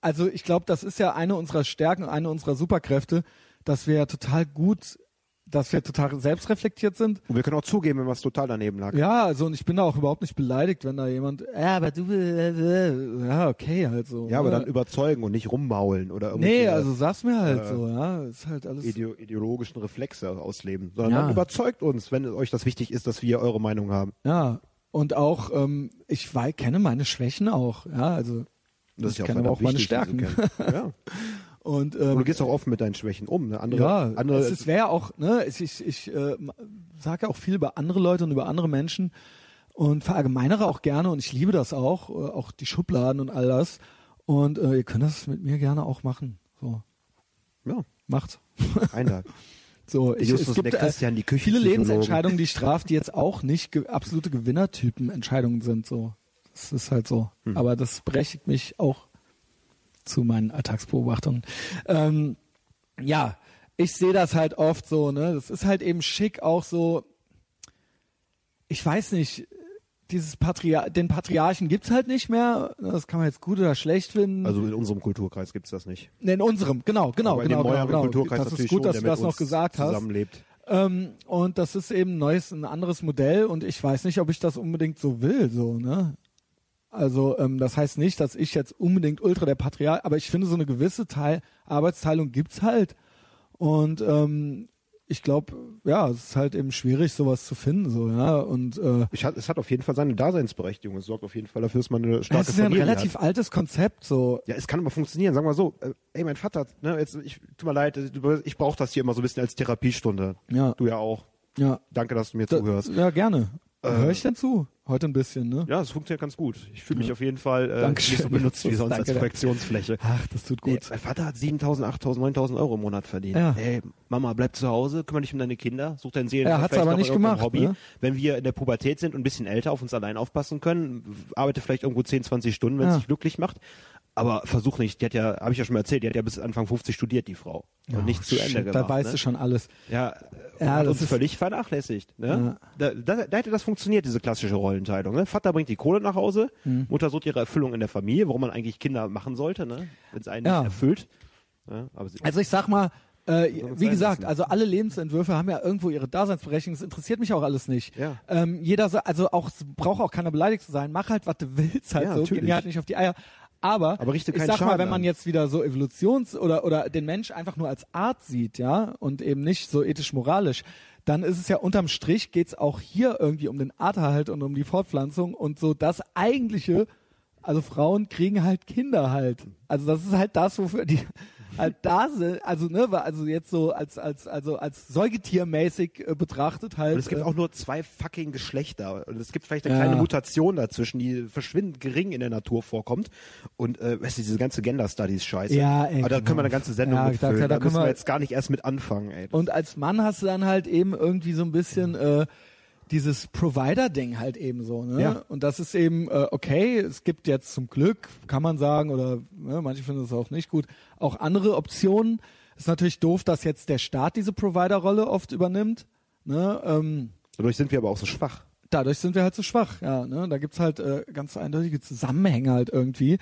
Also ich glaube, das ist ja eine unserer Stärken, eine unserer Superkräfte, dass wir total gut, dass wir total selbstreflektiert sind und wir können auch zugeben, wenn was total daneben lag. Ja, also und ich bin da auch überhaupt nicht beleidigt, wenn da jemand, ja, aber du, äh, äh, ja, okay, halt so. Ja, aber ne? dann überzeugen und nicht rummaulen oder irgendwelche Nee, also sag's mir halt äh, so, ja, ist halt alles. ideo ideologischen Reflexe ausleben, sondern Ja. dann überzeugt uns, wenn euch das wichtig ist, dass wir eure Meinung haben. Ja, und auch ähm, ich wei- kenne meine Schwächen auch, ja, also Und Das ist ich ja kenne aber auch verdammt meine wichtig, die Stärken. zu kennen. ja. Und Und du ähm, gehst auch offen mit deinen Schwächen um. Ne? Andere, ja, andere es ist- wäre ja auch, ne, es- ich, ich äh, sage ja auch viel über andere Leute und über andere Menschen und verallgemeinere auch gerne und ich liebe das auch, äh, auch die Schubladen und all das. Und äh, ihr könnt das mit mir gerne auch machen. So, ja, macht's. einer. So, Der ich, Justus es gibt der Christian, die Küche viele Psychologen. Lebensentscheidungen, die ich traf, die jetzt auch nicht ge absolute Gewinnertypen-Entscheidungen sind. So, das ist halt so. Hm. Aber das berechtigt mich auch zu meinen Alltagsbeobachtungen. Ähm, ja, ich sehe das halt oft so. Ne, das ist halt eben schick auch so. Ich weiß nicht. Dieses Patriar den Patriarchen gibt's halt nicht mehr. Das kann man jetzt gut oder schlecht finden. Also in unserem Kulturkreis gibt's das nicht. Nee, in unserem, genau, genau, aber in genau, dem genau, neueren genau. Kulturkreis Das ist natürlich gut, schon, dass der du mit das noch uns gesagt hast. zusammenlebt. Ähm, und das ist eben ein neues, ein anderes Modell und ich weiß nicht, ob ich das unbedingt so will, so, ne? Also, ähm, das heißt nicht, dass ich jetzt unbedingt ultra der Patriarch, aber ich finde, so eine gewisse Teil, Arbeitsteilung gibt's halt. Und ähm, ich glaube, ja, es ist halt eben schwierig, sowas zu finden, so, ja. Und äh, Ich hat, es hat auf jeden Fall seine Daseinsberechtigung. Es sorgt auf jeden Fall dafür, dass man eine starke das ist ja ein Familie relativ hat. altes Konzept, so. Ja, es kann aber funktionieren. Sagen wir mal so, äh, ey, mein Vater, ne, jetzt, ich, tut mir leid, äh, ich brauche das hier immer so ein bisschen als Therapiestunde. Ja. Du ja auch. Ja. Danke, dass du mir Da, zuhörst. Äh. ja, gerne. Hör ich denn zu? Heute ein bisschen, ne? Ja, es funktioniert ganz gut. Ich fühle mich auf jeden Fall äh, Dankeschön. nicht so benutzt wie sonst Danke, als danke. Projektionsfläche. Ach, das tut Nee, gut. mein Vater hat 7.000, 8.000, 9.000 Euro im Monat verdient. Ja. Ey, Mama, bleib zu Hause, kümmere dich um deine Kinder, such deinen Seelen. Er hat's vielleicht aber noch nicht irgendein gemacht, Hobby. ne? Wenn wir in der Pubertät sind und ein bisschen älter auf uns allein aufpassen können, arbeite vielleicht irgendwo 10, 20 Stunden, wenn es Ja. dich glücklich macht. Aber versuch nicht, die hat ja, habe ich ja schon mal erzählt, die hat ja bis Anfang 50 studiert, die Frau. Und nichts zu Ende Oh, Shit, gemacht. Da weißt ne? du schon alles. Ja, Ja, ja hat das uns ist- völlig vernachlässigt. Ne? Da, da, da hätte das funktioniert, diese klassische Rollenteilung. Ne? Vater bringt die Kohle nach Hause, Mhm. Mutter sucht ihre Erfüllung in der Familie, warum man eigentlich Kinder machen sollte, ne? wenn es einen Ja. nicht erfüllt. Ne? Aber sie, Also ich sag mal, äh, man wie sein gesagt, lassen. also alle Lebensentwürfe haben ja irgendwo ihre Daseinsberechtigung. Das interessiert mich auch alles nicht. Ja. Ähm, jeder, so, also auch es braucht auch keiner beleidigt zu sein. Mach halt, was du willst, halt Ja, so. Geh natürlich. mir halt nicht auf die Eier. Aber, Aber richte ich keinen sag mal, Schaden wenn man an. jetzt wieder so Evolutions- oder oder den Mensch einfach nur als Art sieht, ja, und eben nicht so ethisch-moralisch, dann ist es ja unterm Strich geht's auch hier irgendwie um den Arterhalt und um die Fortpflanzung und so das eigentliche. Also Frauen kriegen halt Kinder halt. Also das ist halt das, wofür die halt da sind. Also ne, weil- also jetzt so als als also als Säugetiermäßig äh, betrachtet halt. und es gibt äh, auch nur zwei fucking Geschlechter. Und es gibt vielleicht eine Ja. kleine Mutation dazwischen, die verschwindend gering in der Natur vorkommt. Und äh, weißt du, diese ganze Gender-Studies-Scheiße. Ja, ey, Aber da können genau. wir eine ganze Sendung Ja, mit da- füllen. da- Da, da können müssen wir wir- jetzt gar nicht erst mit anfangen. Ey. Und als Mann hast du dann halt eben irgendwie so ein bisschen äh, dieses Provider-Ding halt eben so. Ne? Ja. Und das ist eben, äh, okay, es gibt jetzt zum Glück, kann man sagen, oder ne, manche finden es auch nicht gut, auch andere Optionen. Ist natürlich doof, dass jetzt der Staat diese Provider-Rolle oft übernimmt. Ne? Ähm, Dadurch sind wir aber auch so schwach. dadurch sind wir halt so schwach. Ja, ne? Da gibt's halt äh, ganz eindeutige Zusammenhänge halt irgendwie.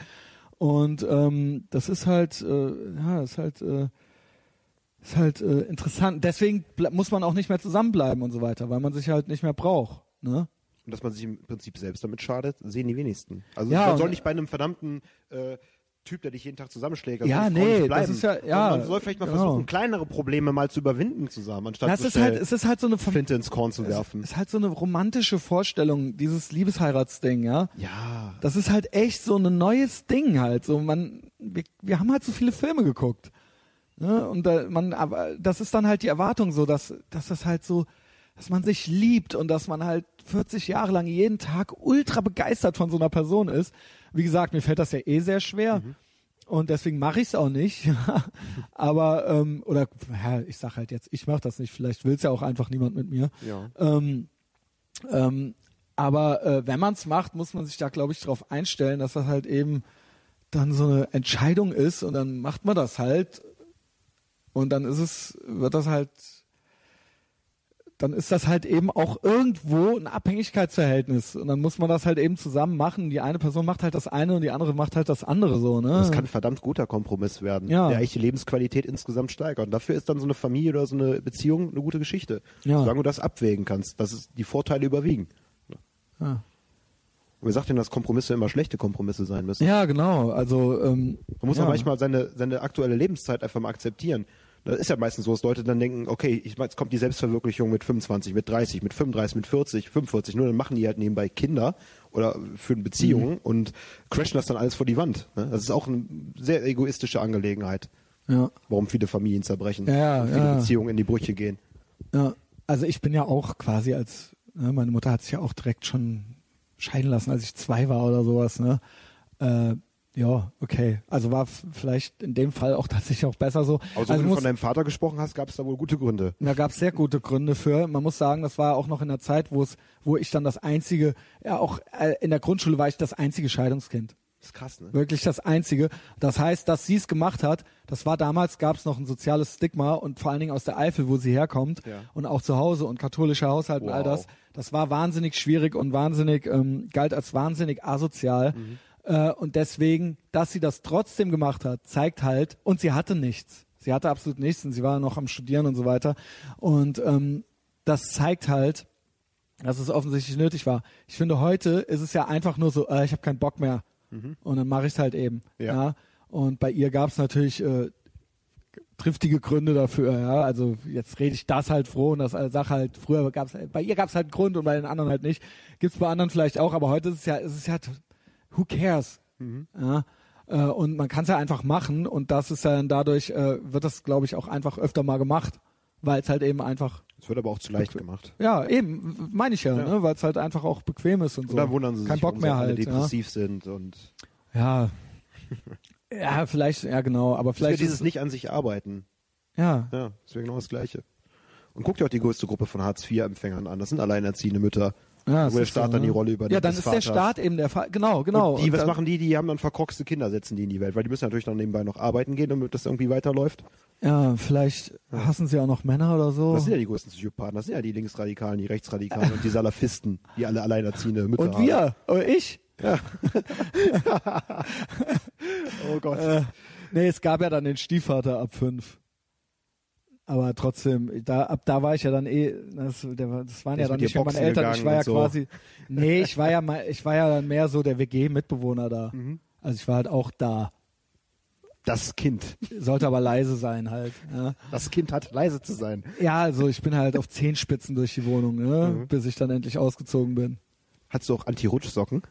Und ähm, das ist halt, äh, ja, ist halt, äh, ist halt äh, interessant. Deswegen ble- muss man auch nicht mehr zusammenbleiben und so weiter, weil man sich halt nicht mehr braucht. Ne? Und dass man sich im Prinzip selbst damit schadet, sehen die wenigsten. Also Ja, man und- soll nicht bei einem verdammten äh, Typ, der dich jeden Tag zusammenschlägt, also Ja, nicht freundlich nee, bleiben. das ist ja- ja, Sondern man soll vielleicht mal genau. versuchen, kleinere Probleme mal zu überwinden zusammen, anstatt Das so ist halt, schnell es ist halt so eine Flinte ins Korn zu werfen. ist halt so eine romantische Vorstellung, dieses Liebesheiratsding, ja. ja, Das ist halt echt so ein neues Ding halt. So man, wir, wir haben halt so viele Filme geguckt. Ne? Und da, man, aber das ist dann halt die Erwartung so, dass, dass das halt so, dass man sich liebt und dass man halt 40 Jahre lang jeden Tag ultra begeistert von so einer Person ist. Wie gesagt, mir fällt das ja eh sehr schwer. Und deswegen mache ich es auch nicht. aber, ähm, oder ja, ich sag halt jetzt, ich mache das nicht. Vielleicht will es ja auch einfach niemand mit mir. Ja. Ähm, ähm, aber äh, wenn man es macht, muss man sich da, glaube ich, darauf einstellen, dass das halt eben dann so eine Entscheidung ist und dann macht man das halt und dann ist es, wird das halt, dann ist das halt eben auch irgendwo ein Abhängigkeitsverhältnis und dann muss man das halt eben zusammen machen. Die eine Person macht halt das eine und die andere macht halt das andere so, ne? das kann ein verdammt guter Kompromiss werden, Ja. der echt die Lebensqualität insgesamt steigert. Und dafür ist dann so eine Familie oder so eine Beziehung eine gute Geschichte. Ja. Solange du das abwägen kannst, dass es die Vorteile überwiegen. ja. Und wer sagt denn, dass Kompromisse immer schlechte Kompromisse sein müssen? ja, genau. Also ähm, Man muss ja. auch manchmal seine, seine aktuelle Lebenszeit einfach mal akzeptieren. Das ist ja meistens so, dass Leute dann denken, okay, ich, jetzt kommt die Selbstverwirklichung mit 25, mit 30, mit 35, mit 40, 45. Nur dann machen die halt nebenbei Kinder oder führen Beziehungen Mhm. und crashen das dann alles vor die Wand. ne? Das ist auch eine sehr egoistische Angelegenheit, Ja. warum viele Familien zerbrechen Ja, ja, und viele ja. Beziehungen in die Brüche gehen. Ja, also ich bin ja auch quasi als, ne, meine Mutter hat sich ja auch direkt schon scheiden lassen, als ich zwei war oder sowas, ne? Äh, ja, okay. Also war f- vielleicht in dem Fall auch tatsächlich auch besser so. Aber so also wie du muss, von deinem Vater gesprochen hast, gab es da wohl gute Gründe. da gab es sehr gute Gründe für. Man muss sagen, das war auch noch in der Zeit, wo es, wo ich dann das einzige, ja auch äh, in der Grundschule war ich das einzige Scheidungskind. Das ist krass, ne? Wirklich das einzige. Das heißt, dass sie es gemacht hat, das war damals, gab es noch ein soziales Stigma und vor allen Dingen aus der Eifel, wo sie herkommt Ja. und auch zu Hause und katholischer Haushalt und all Wow. das. Das war wahnsinnig schwierig und wahnsinnig, ähm, galt als wahnsinnig asozial. Mhm. Äh, und deswegen, dass sie das trotzdem gemacht hat, zeigt halt, und sie hatte nichts. Sie hatte absolut nichts und sie war noch am Studieren und so weiter. Und ähm, das zeigt halt, dass es offensichtlich nötig war. Ich finde, heute ist es ja einfach nur so, äh, ich habe keinen Bock mehr. Und dann mache ich es halt eben. Ja. Ja. Und bei ihr gab es natürlich äh, triftige Gründe dafür, ja. Also jetzt rede ich das halt froh und das äh, Sache halt, früher gab's bei ihr gab's halt einen Grund und bei den anderen halt nicht. Gibt's bei anderen vielleicht auch, aber heute ist es ja, ist es ja, t- who cares? Ja. Äh, und man kann's ja einfach machen und das ist ja dann dadurch, äh, wird das, glaube ich, auch einfach öfter mal gemacht, weil es halt eben einfach, Es wird aber auch zu leicht gemacht. ja, eben, w- meine ich ja, Ja. ne? weil es halt einfach auch bequem ist und, Und so. dann wundern sie Kein sich, Bock warum mehr sie alle halt. Ja. depressiv sind und ja. Ja, vielleicht, ja genau, aber Vielleicht vielleicht. dieses ist, nicht an sich arbeiten. ja, Ja, das wäre genau das Gleiche. Und guck dir auch die größte Gruppe von Hartz-IV-Empfängern an. Das sind alleinerziehende Mütter. das wo der ist Staat so, dann ne? die Rolle übernimmt. Ja, dann des ist der Vaters. Staat eben der Fall. Genau, genau. Und die, Und was dann, machen die? Die haben dann verkorkste Kinder, setzen die in die Welt, weil die müssen natürlich dann nebenbei noch arbeiten gehen, damit das irgendwie weiterläuft. Ja, vielleicht hassen sie auch noch Männer oder so. Das sind ja die größten Psychopathen. Das sind ja die Linksradikalen, die Rechtsradikalen und die Salafisten, die alle alleinerziehende Mütter und wir, oh, ich. haben. Oh Gott. Äh, nee, es gab ja dann den Stiefvater ab fünf. Aber trotzdem, da, ab da war ich ja dann eh, das, der, war- das waren Der ja dann ist mit dir nicht mehr meine boxen Eltern. Ich gegangen war ja und so. quasi, nee, ich war ja, mal, ich war ja dann mehr so der WG-Mitbewohner da. Mhm. Also ich war halt auch da. Das Kind. Sollte aber leise sein halt. Ja. Das Kind hat leise zu sein. Ja, also ich bin halt auf Zehenspitzen durch die Wohnung, ne? Mhm. bis ich dann endlich ausgezogen bin. Hast du auch Anti-Rutschsocken?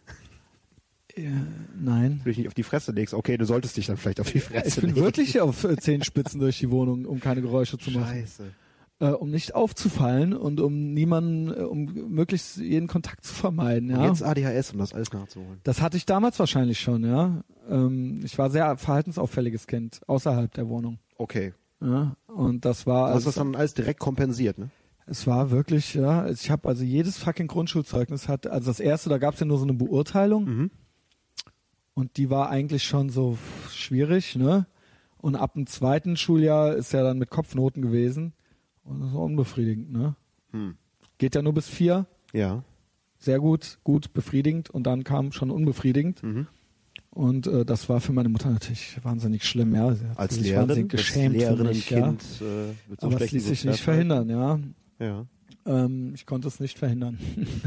Nein. Wenn du dich nicht auf die Fresse legst. Okay, du solltest dich dann vielleicht auf die Fresse Ich bin legen. wirklich auf äh, Zehenspitzen durch die Wohnung, um keine Geräusche zu machen, Scheiße. äh, um nicht aufzufallen und um niemanden, äh, um möglichst jeden Kontakt zu vermeiden. Und Ja? Jetzt ADHS, um das alles nachzuholen. Das hatte ich damals wahrscheinlich schon. Ja, ähm, ich war sehr verhaltensauffälliges Kind außerhalb der Wohnung. Okay. Ja? Und das war Du hast also, das dann alles direkt kompensiert, ne? Es war wirklich, ja, ich habe also jedes fucking Grundschulzeugnis hat, also das erste, da gab es ja nur so eine Beurteilung Mhm. und die war eigentlich schon so pff, schwierig, ne? Und ab dem zweiten Schuljahr ist ja dann mit Kopfnoten gewesen und das war unbefriedigend, ne? Hm. Geht ja nur bis vier, Ja. sehr gut, gut, befriedigend und dann kam schon unbefriedigend. Und äh, das war für meine Mutter natürlich wahnsinnig schlimm, ja. Sie hat Als sich Lehrerin, wahnsinnig geschämt das für Lehrerin mich, ja. Kind äh, mit so Aber es schlechten ließ sich nicht Sozialverhalten. verhindern, ja. Ja. Ähm, ich konnte es nicht verhindern.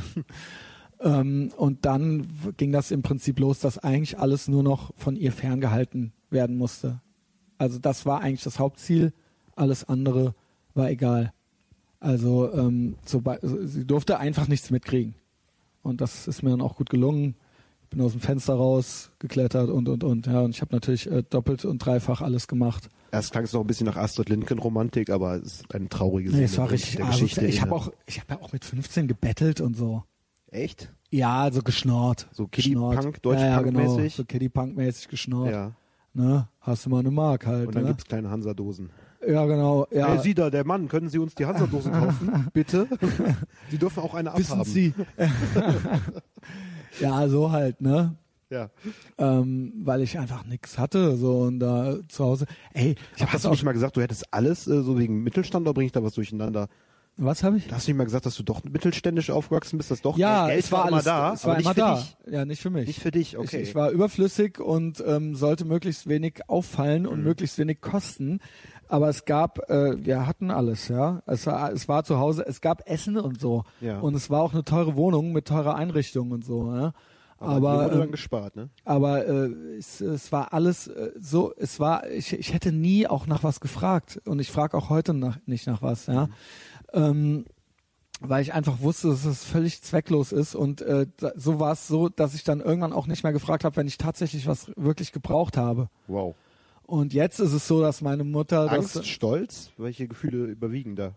ähm, und dann w- ging das im Prinzip los, dass eigentlich alles nur noch von ihr ferngehalten werden musste. Also das war eigentlich das Hauptziel. Alles andere war egal. Also ähm, sobald, so- sie durfte einfach nichts mitkriegen. Und das ist mir dann auch gut gelungen. Ich bin aus dem Fenster raus geklettert und und und. Ja, und ich habe natürlich äh, doppelt und dreifach alles gemacht. Erst klang es noch ein bisschen nach Astrid Lindgren-Romantik, aber es ist eine traurige Nee, Seele es war der richtig Geschichte. asozial. Ich habe inne. auch, ich habe ja auch mit 15 gebettelt und so. Echt? Ja, so geschnorrt. So Kiddie-Punk, Geschnorrt. Deutsch-Punk-mäßig? ja, ja, genau. So Kiddie-Punk-mäßig geschnorrt. Ja. Ne? Hast du mal eine Mark halt. Und dann ne? gibt's kleine Hansa-Dosen. ja, genau. Ja. Hey, Sie da, der Mann, können Sie uns die Hansa-Dosen kaufen? Bitte? Sie dürfen auch eine abhaben. wissen Sie. ja, so halt, ne? Ja. Ähm, weil ich einfach nix hatte, so und da zu Hause. Ey, ich hab Hast das du auch. nicht mal gesagt, du hättest alles, äh, so wegen Mittelstand, oder bringe ich da was durcheinander? Was habe ich? Hast du nicht mal gesagt, dass du doch mittelständisch aufgewachsen bist, dass doch Ja, Geld es war, immer alles da, Es war aber nicht immer für da. dich. Ja, nicht für mich. Nicht für dich, okay. Ich, ich war überflüssig und ähm, sollte möglichst wenig auffallen Mhm. und möglichst wenig kosten. Aber es gab, äh, wir hatten alles, ja. Es war, es war zu Hause, es gab Essen und so. Ja. Und es war auch eine teure Wohnung mit teurer Einrichtung und so. Ja? Aber Aber, wurde dann ähm, gespart, ne? aber äh, es, es war alles äh, so, es war, ich, ich hätte nie auch nach was gefragt und ich frage auch heute nach, nicht nach was, ja. Ähm, weil ich einfach wusste, dass es völlig zwecklos ist und äh, da, so war es so, dass ich dann irgendwann auch nicht mehr gefragt habe, wenn ich tatsächlich was wirklich gebraucht habe. Wow. Und jetzt ist es so, dass meine Mutter Angst, das Stolz, welche Gefühle überwiegen da?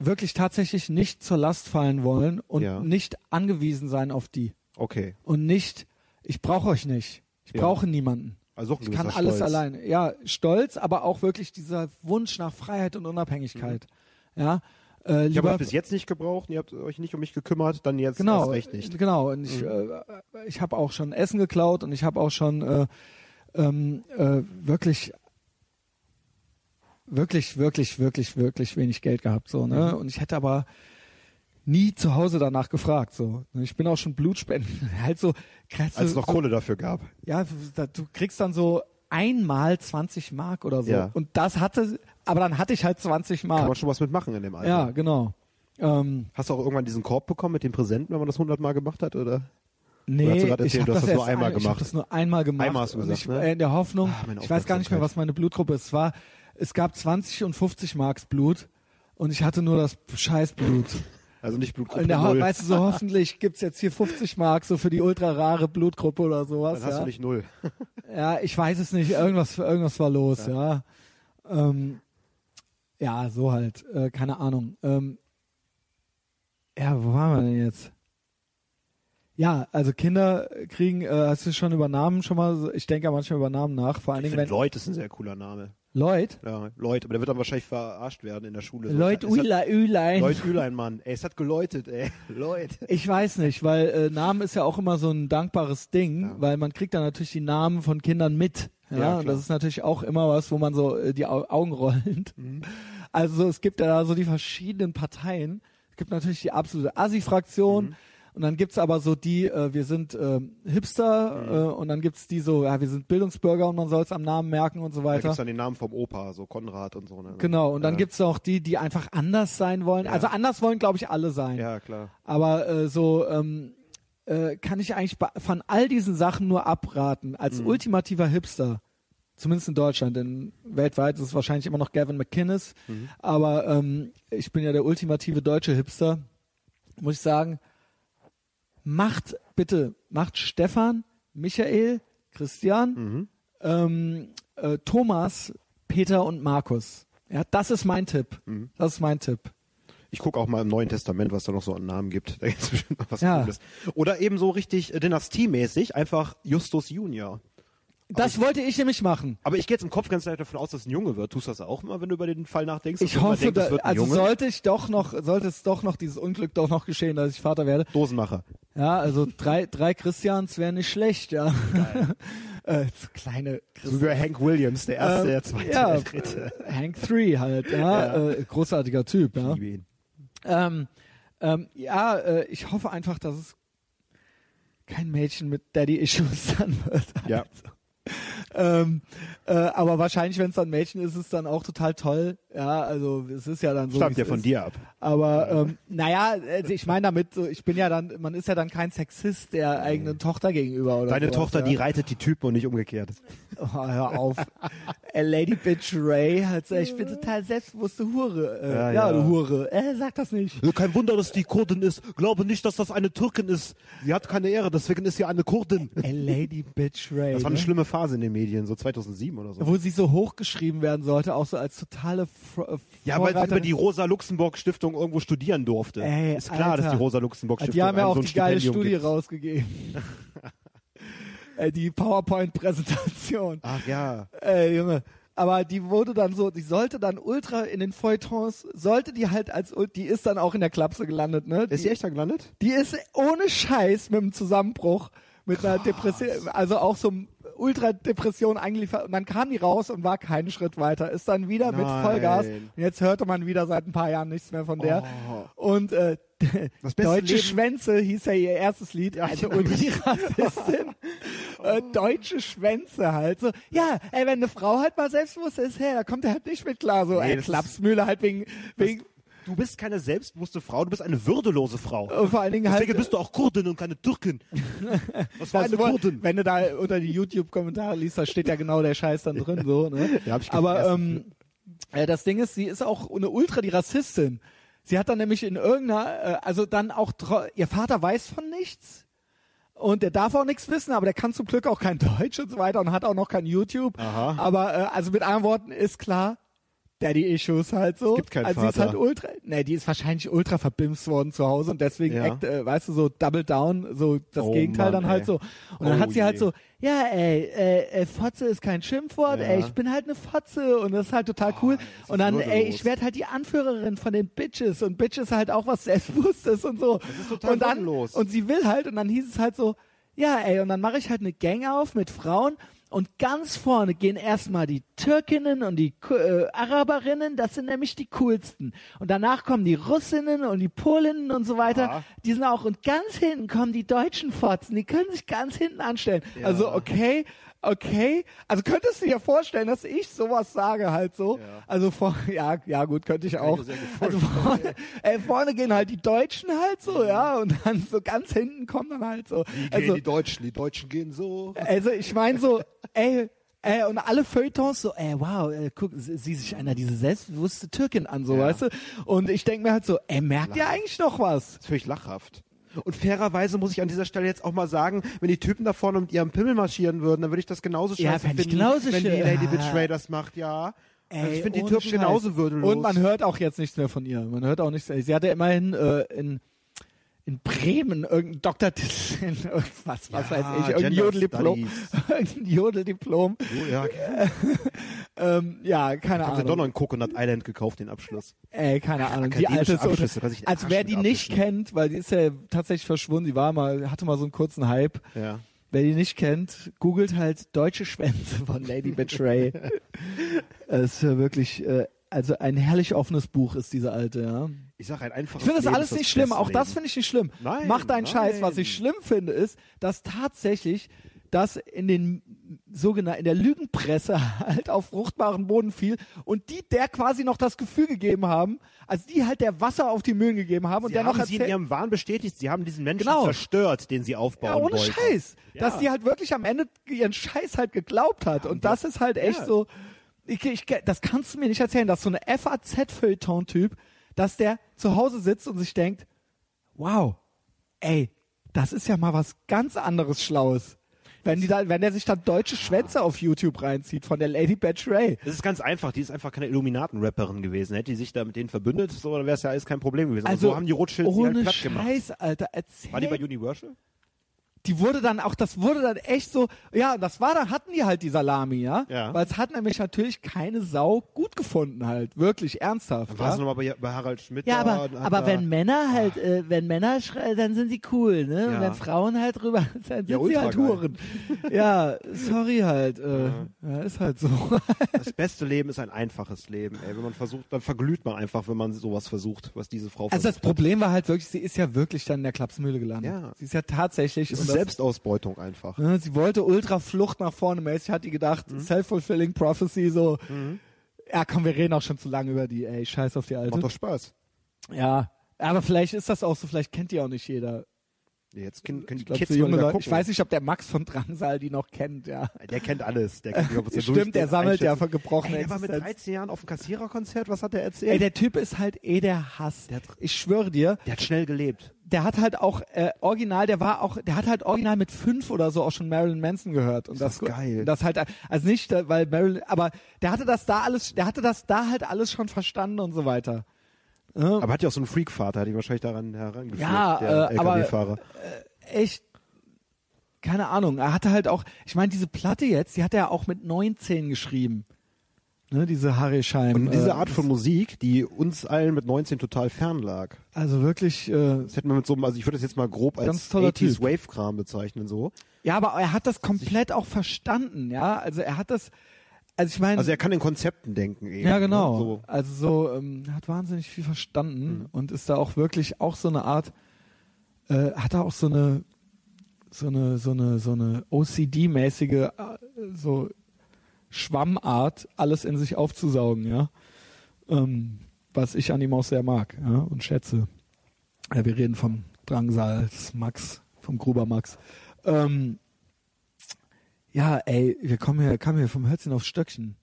wirklich tatsächlich nicht zur Last fallen wollen und Ja. nicht angewiesen sein auf die Okay. und nicht, ich brauche euch nicht, ich Ja. brauche niemanden. Also auch ein Ich kann gewisser alles Stolz. alleine. Ja, stolz, aber auch wirklich dieser Wunsch nach Freiheit und Unabhängigkeit. Ja, äh, Mhm. Ich habe lieber euch bis jetzt nicht gebraucht, ihr habt euch nicht um mich gekümmert, dann jetzt genau, erst recht nicht. Mhm. genau. Und ich, äh, ich habe auch schon Essen geklaut und ich habe auch schon äh, ähm, äh, wirklich wirklich, wirklich, wirklich, wirklich wenig Geld gehabt, so, ne? Mhm. Und ich hätte aber nie zu Hause danach gefragt, so. Ich bin auch schon Blutspenden, halt so, krass, Als es so, noch Kohle dafür gab. ja, da, du kriegst dann so einmal 20 Mark oder so. Ja. Und das hatte, aber dann hatte ich halt 20 Kann man Mark. schon was mitmachen in dem Alter. Ja, genau. Ähm, Hast du auch irgendwann diesen Korb bekommen mit den Präsenten, wenn man das hundertmal gemacht hat? Oder? nee, hast du ich gerade erzählt, hab du hast das das nur erst einmal ein- Ich hab gemacht. das nur einmal gemacht. Einmal hast du und gesagt, ich, ne? äh, In der Hoffnung, Ah, meine ich weiß gar nicht mehr, Aufmerksamkeit. was meine Blutgruppe ist. Es war es gab 20 und 50 Marks Blut und ich hatte nur das Scheißblut. Also nicht Blutgruppe In der Ho- null. weißt du, so hoffentlich gibt's jetzt hier 50 Mark so für die ultra rare Blutgruppe oder sowas. Dann hast ja. du nicht null. Ja, ich weiß es nicht. Irgendwas, irgendwas war los, ja. Ja, ähm, ja so halt. Äh, keine Ahnung. Ähm, ja, wo waren wir denn jetzt? Ja, also Kinder kriegen, äh, hast du schon über Namen schon mal, so- ich denke ja manchmal über Namen nach, vor allen Ich Dingen, finde, wenn Lloyd ist ein sehr cooler Name. Lloyd, Ja, Lloyd, aber der wird dann wahrscheinlich verarscht werden in der Schule. So, Lloyd es hat- Ula, Ülein. Lloyd Ülein, Mann. Ey, es hat geläutet, ey. Lloyd. Ich weiß nicht, weil äh, Namen ist ja auch immer so ein dankbares Ding, Ja. weil man kriegt dann natürlich die Namen von Kindern mit. Ja, Ja, und klar. das ist natürlich auch immer was, wo man so äh, die Au Augen rollend. Mhm. Also es gibt ja da so die verschiedenen Parteien. Es gibt natürlich die absolute Assi-Fraktion. Mhm. Und dann gibt's aber so die, äh, wir sind ähm, Hipster Mhm. äh, und dann gibt's die so, ja, wir sind Bildungsbürger und man soll's am Namen merken und so Da weiter. gibt's dann den Namen vom Opa, so Konrad und so. Ne? Genau, und dann ja. gibt's auch die, die einfach anders sein wollen. Also anders wollen, glaube ich, alle sein. Ja, klar. Aber äh, so ähm, äh, kann ich eigentlich ba- von all diesen Sachen nur abraten. Als ultimativer Hipster, zumindest in Deutschland, denn weltweit ist es wahrscheinlich immer noch Gavin McInnes, aber ähm, ich bin ja der ultimative deutsche Hipster, muss ich sagen, macht bitte, macht Stefan, Michael, Christian, ähm, äh, Thomas, Peter und Markus. Ja, das ist mein Tipp. Das ist mein Tipp. Ich gucke auch mal im Neuen Testament, was da noch so an Namen gibt. Da gibt's bestimmt noch was Ja. Cooles. Oder eben so richtig äh, dynastiemäßig, einfach Justus Junior. Das wollte ich nämlich machen. Aber ich gehe jetzt im Kopf ganz leicht davon aus, dass es ein Junge wird. Tust du das auch immer, wenn du über den Fall nachdenkst? dass Ich du immer hoffe, denkst, es da, wird ein also Junge? sollte ich doch noch, sollte es doch noch dieses Unglück doch noch geschehen, dass ich Vater werde. Dosenmacher. Ja, also drei, drei Christians wären nicht schlecht, ja. äh, so kleine So wie bei Hank Williams, der erste, Ähm, der zweite, ja. der dritte. Hank 3 halt, ja. Äh, großartiger Typ, ja. Liebe ihn. Ähm, ähm, ja, äh, ich hoffe einfach, dass es kein Mädchen mit Daddy-Issues dann wird. Ja. Ähm, äh, aber wahrscheinlich, wenn es dann ein Mädchen ist, ist es dann auch total toll. Ja, also es ist ja dann so. Stammt wie ja es von ist. dir ab. Aber ähm, naja, also ich meine damit, so, ich bin ja dann, man ist ja dann kein Sexist der eigenen Tochter gegenüber oder Deine sowas, Tochter, ja. die reitet die Typen und nicht umgekehrt. Oh, hör auf. äh, Lady Bitch Ray hat so, ich bin total selbstbewusste Hure. Äh, ja, Ja, ja. du Hure. Äh, sag das nicht. Also Kein Wunder, dass die Kurdin ist. Glaube nicht, dass das eine Türkin ist. Sie hat keine Ehre, deswegen ist sie eine Kurdin. Äh, Lady Bitch Ray. Das war eine ne? schlimme Phase in den Medien, so 2007 oder so. Wo sie so hochgeschrieben werden sollte, auch so als totale Fro äh, ja, weil sie Vorreiterin. über die Rosa-Luxemburg-Stiftung irgendwo studieren durfte. Ey, ist klar, Alter. dass die Rosa-Luxemburg-Stiftung Die haben ja einem auch so ein die geile Stipendium Studie gibt. rausgegeben. Äh, die PowerPoint-Präsentation. Ach ja. Ey, Junge. Aber die wurde dann so, die sollte dann ultra in den Feuilletons, sollte die halt als, ul- die ist dann auch in der Klapse gelandet, ne? Ist sie die, echt da gelandet? die ist ohne Scheiß mit einem Zusammenbruch, mit einer Depression, also auch so einem Ultra-Depression eingeliefert. Und dann kam die raus und war keinen Schritt weiter, ist dann wieder mit Nein. Vollgas. Und jetzt hörte man wieder seit ein paar Jahren nichts mehr von der. Oh. Und äh, Das beste Deutsche Leben. Schwänze hieß ja ihr erstes Lied. Ja, Oh. also ich und die Rassistin. Äh, deutsche Schwänze halt. So, ja, ey, wenn eine Frau halt mal selbstbewusst ist, hey, da kommt er halt nicht mit klar. So, Nee, ey, das ist- Klapsmühle halt wegen, wegen Du bist keine selbstbewusste Frau, du bist eine würdelose Frau. äh, vor allen Dingen halt. bist du auch Kurdin und keine Türkin. Das war Also, wenn du da unter die YouTube-Kommentare liest, da steht ja genau der Scheiß dann drin, so, ne? Ja, hab ich Aber ähm, gefressen. äh, das Ding ist, sie ist auch eine Ultra die Rassistin. Sie hat dann nämlich in irgendeiner, äh, also dann auch, tro- ihr Vater weiß von nichts und der darf auch nichts wissen, aber der kann zum Glück auch kein Deutsch und so weiter und hat auch noch kein YouTube. Aha. Aber äh, also mit anderen Worten ist klar, Daddy-Issues halt so. Es gibt keinen also sie ist Vater. halt ultra, ne, die ist wahrscheinlich ultra verbimst worden zu Hause und deswegen, Ja. act, äh, weißt du, so double down, so das Oh Gegenteil Mann, dann halt ey. so. Und dann Oh hat sie halt je. so, ja, ey, äh, äh, Fotze ist kein Schimpfwort, Ja. Ah, ey, ich bin halt eine Fotze und das ist halt total cool. ist Und dann, würdelos. ey, ich werde halt die Anführerin von den Bitches und Bitches halt auch was Selbstbewusstes und so. Das ist total und dann, würdelos. Und sie will halt und dann hieß es halt so, ja, ey, und dann mache ich halt eine Gang auf mit Frauen und ganz vorne gehen erstmal die Türkinnen und die Ku- äh, Araberinnen, das sind nämlich die coolsten. Und danach kommen die Russinnen und die Polinnen und so weiter. Aha. Die sind auch, und ganz hinten kommen die deutschen Fotzen, die können sich ganz hinten anstellen. Also, okay, okay. Also könntest du dir vorstellen, dass ich sowas sage halt so? Also vor, ja, ja gut, könnte ich auch. mir sehr gut Also vorne, ey, vorne gehen halt die Deutschen halt so, ja, und dann so ganz hinten kommen dann halt so. die Mhm. gehen Also, die Deutschen, die Deutschen gehen so. also ich meine so, ey, Äh, und alle Feuilletons so, ey, wow, äh, guck, sie sie sich einer diese selbstbewusste Türkin an, so, Ja. weißt du? Und ich denke mir halt so, ey, merkt ihr eigentlich noch was? Das ist völlig lachhaft. Und fairerweise muss ich an dieser Stelle jetzt auch mal sagen, wenn die Typen da vorne mit ihrem Pimmel marschieren würden, dann würde ich das genauso scheiße Ja, fänd finden, ich genauso wenn die schön. Lady Ah. Bitch Ray das macht, ja. also Ey, ich finde die ohne Türken Scheiß. genauso würdelos. Und man hört auch jetzt nichts mehr von ihr. Man hört auch nichts. Sie hatte immerhin äh, in in Bremen irgendein Doktortitel, in irgendwas, was weiß Ja, ich, irgendein Gender Jodeldiplom, irgendein Jodeldiplom. Oh, ja, ich Ähm, ja, keine habe Ahnung. doch noch in Coconut Island gekauft, den Abschluss. Ey, keine Ahnung. Die Akademische alte ist so- Abschlüsse, kann sich den als Arsch wer mit die nicht abwischen. kennt, weil die ist ja tatsächlich verschwunden. Die war mal, hatte mal so einen kurzen Hype. Ja. Wer die nicht kennt, googelt halt deutsche Schwänze von Lady Betray. Es ist ja wirklich, äh, also ein herrlich offenes Buch ist diese alte, ja. Ich sage ein einfaches Ich finde das Leben alles ist das nicht schlimm, beste auch das Leben. finde ich nicht schlimm. Nein, Mach deinen nein. Scheiß. Was ich schlimm finde, ist, dass tatsächlich das in den sogenannten, in der Lügenpresse halt auf fruchtbaren Boden fiel und die der quasi noch das Gefühl gegeben haben, also die halt der Wasser auf die Mühlen gegeben haben und Sie der haben noch sie in erzählt, ihrem Wahn bestätigt, sie haben diesen Menschen Genau. zerstört, den sie ja, aufbauen ohne wollten. Scheiß, dass Ja. die halt wirklich am Ende ihren Scheiß halt geglaubt hat und das ist halt echt Ja. so, ich, ich, das kannst du mir nicht erzählen, dass so eine FAZ-Feuilleton-Typ, dass der zu Hause sitzt und sich denkt, wow, ey, das ist ja mal was ganz anderes Schlaues. Wenn, die da, wenn der sich dann deutsche Schwänze auf YouTube reinzieht von der Lady Batchray. Das ist ganz einfach, die ist einfach keine Illuminaten-Rapperin gewesen. Hätte die sich da mit denen verbündet, so, dann wäre es ja alles kein Problem gewesen. Aber Also so haben die Rothschilds sie ohne halt platt gemacht. Scheiß, Alter, erzähl War die bei Universal? die wurde dann auch, das wurde dann echt so, ja, das war dann, hatten die halt die Salami, ja? Ja. Weil es hat nämlich natürlich keine Sau gut gefunden halt, wirklich ernsthaft. Warst du Ja, nochmal bei, bei Harald Schmidt? Ja, da aber, und hat aber da- wenn Männer halt, äh, wenn Männer schreien, dann sind sie cool, ne? Ah. Ja. Und wenn Frauen halt rüber, dann sind Ja, sie ultra halt geil. Huren. ja sorry halt, äh, ja, ist halt so. Das beste Leben ist ein einfaches Leben, ey. Wenn man versucht, dann verglüht man einfach, wenn man sowas versucht, was diese Frau Also das versucht. Problem war halt wirklich, sie ist ja wirklich dann in der Klapsmühle gelandet. Ja. Sie ist ja tatsächlich Das und ist das- Selbstausbeutung einfach. Ne, Sie wollte Ultraflucht nach vorne mäßig, hat die gedacht, Mhm. self-fulfilling prophecy, so, ja komm, wir reden auch schon zu lange über die, ey, scheiß auf die Macht Alte. doch Spaß. Ja, aber vielleicht ist das auch so, vielleicht kennt die auch nicht jeder. Ja, Jetzt können, können die Ich glaube, Kids so mal junge wieder Leute. gucken. Ich weiß nicht, ob der Max von Drangsal die noch kennt, ja. Der kennt alles. Der kennt, glaub, Stimmt, der sammelt ja von Ey, gebrochenen der war mit Existenz. 13 Jahren auf dem Kassiererkonzert. Was hat der erzählt? Ey, der Typ ist halt eh der Hass. Der hat- ich schwöre dir, der hat schnell gelebt. der hat halt auch äh, original, der war auch, der hat halt original mit fünf oder so auch schon Marilyn Manson gehört. Und Ist das geil. und Das halt, also nicht, da- weil Marilyn, aber der hatte das da alles, der hatte das da halt alles schon verstanden und so weiter. Ne? Aber hat ja auch so einen Freak-Vater, hat ihn wahrscheinlich daran herangeführt, Ja, der äh, aber- LKW-Fahrer. Echt, keine Ahnung. Er hatte halt auch, ich meine, diese Platte jetzt, die hat er auch mit 19 geschrieben. Ne, diese Harry Schein. Und diese äh, Art von Musik, die uns allen mit 19 total fern lag. Also wirklich, äh, Das hätten wir mit so einem, also ich würde das jetzt mal grob Ganz als toller 80s Typ. Wave-Kram bezeichnen, so. ja, aber er hat das komplett auch verstanden, ja. Also er hat das, also ich meine, Also er kann in Konzepten denken eben. ja genau, Ne? So. Mhm. also so ähm, hat wahnsinnig viel verstanden und ist da auch wirklich auch so eine Art, äh, hat da auch so eine, so eine, so eine, so eine OCD-mäßige, äh, so Schwammart, alles in sich aufzusaugen, ja. Ähm, was ich an ihm auch sehr mag ja, und schätze. Ja, wir reden vom Drangsal Max, vom Gruber Max. Ähm, ja, ey, wir kommen hier, kommen hier vom Hölzchen aufs Stöckchen.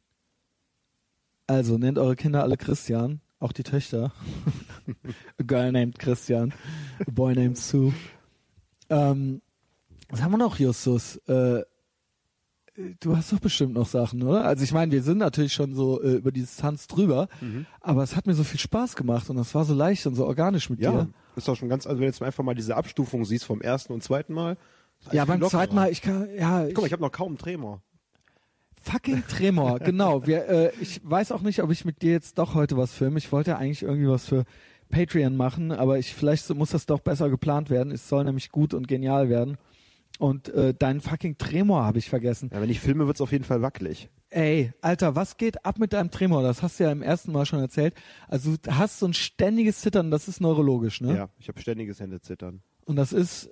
Also, nennt eure Kinder alle Christian, auch die Töchter. A girl named Christian, a boy named Sue. Ähm, was haben wir noch, Justus? Äh, du hast doch bestimmt noch Sachen, oder? Also ich meine, wir sind natürlich schon so äh, über die Distanz drüber, Mhm. aber es hat mir so viel Spaß gemacht und das war so leicht und so organisch mit Ja, dir. ist doch schon ganz, also wenn du jetzt einfach mal diese Abstufung siehst vom ersten und zweiten Mal. ist Ja, beim eigentlich viel lockerer. zweiten Mal, ich kann, ja, ich, Guck mal, ich habe noch kaum einen Tremor. fucking Tremor, genau. Wir, äh, ich weiß auch nicht, ob ich mit dir jetzt doch heute was filme. Ich wollte ja eigentlich irgendwie was für Patreon machen, aber ich vielleicht so- muss das doch besser geplant werden. Es soll nämlich gut und genial werden. Und äh, deinen fucking Tremor habe ich vergessen. Ja, wenn ich filme, wird's auf jeden Fall wackelig. Ey, Alter, was geht ab mit deinem Tremor? Das hast du ja im ersten Mal schon erzählt. Also du hast so ein ständiges Zittern, das ist neurologisch, ne? Ja, ich habe ständiges Händezittern. Und das ist,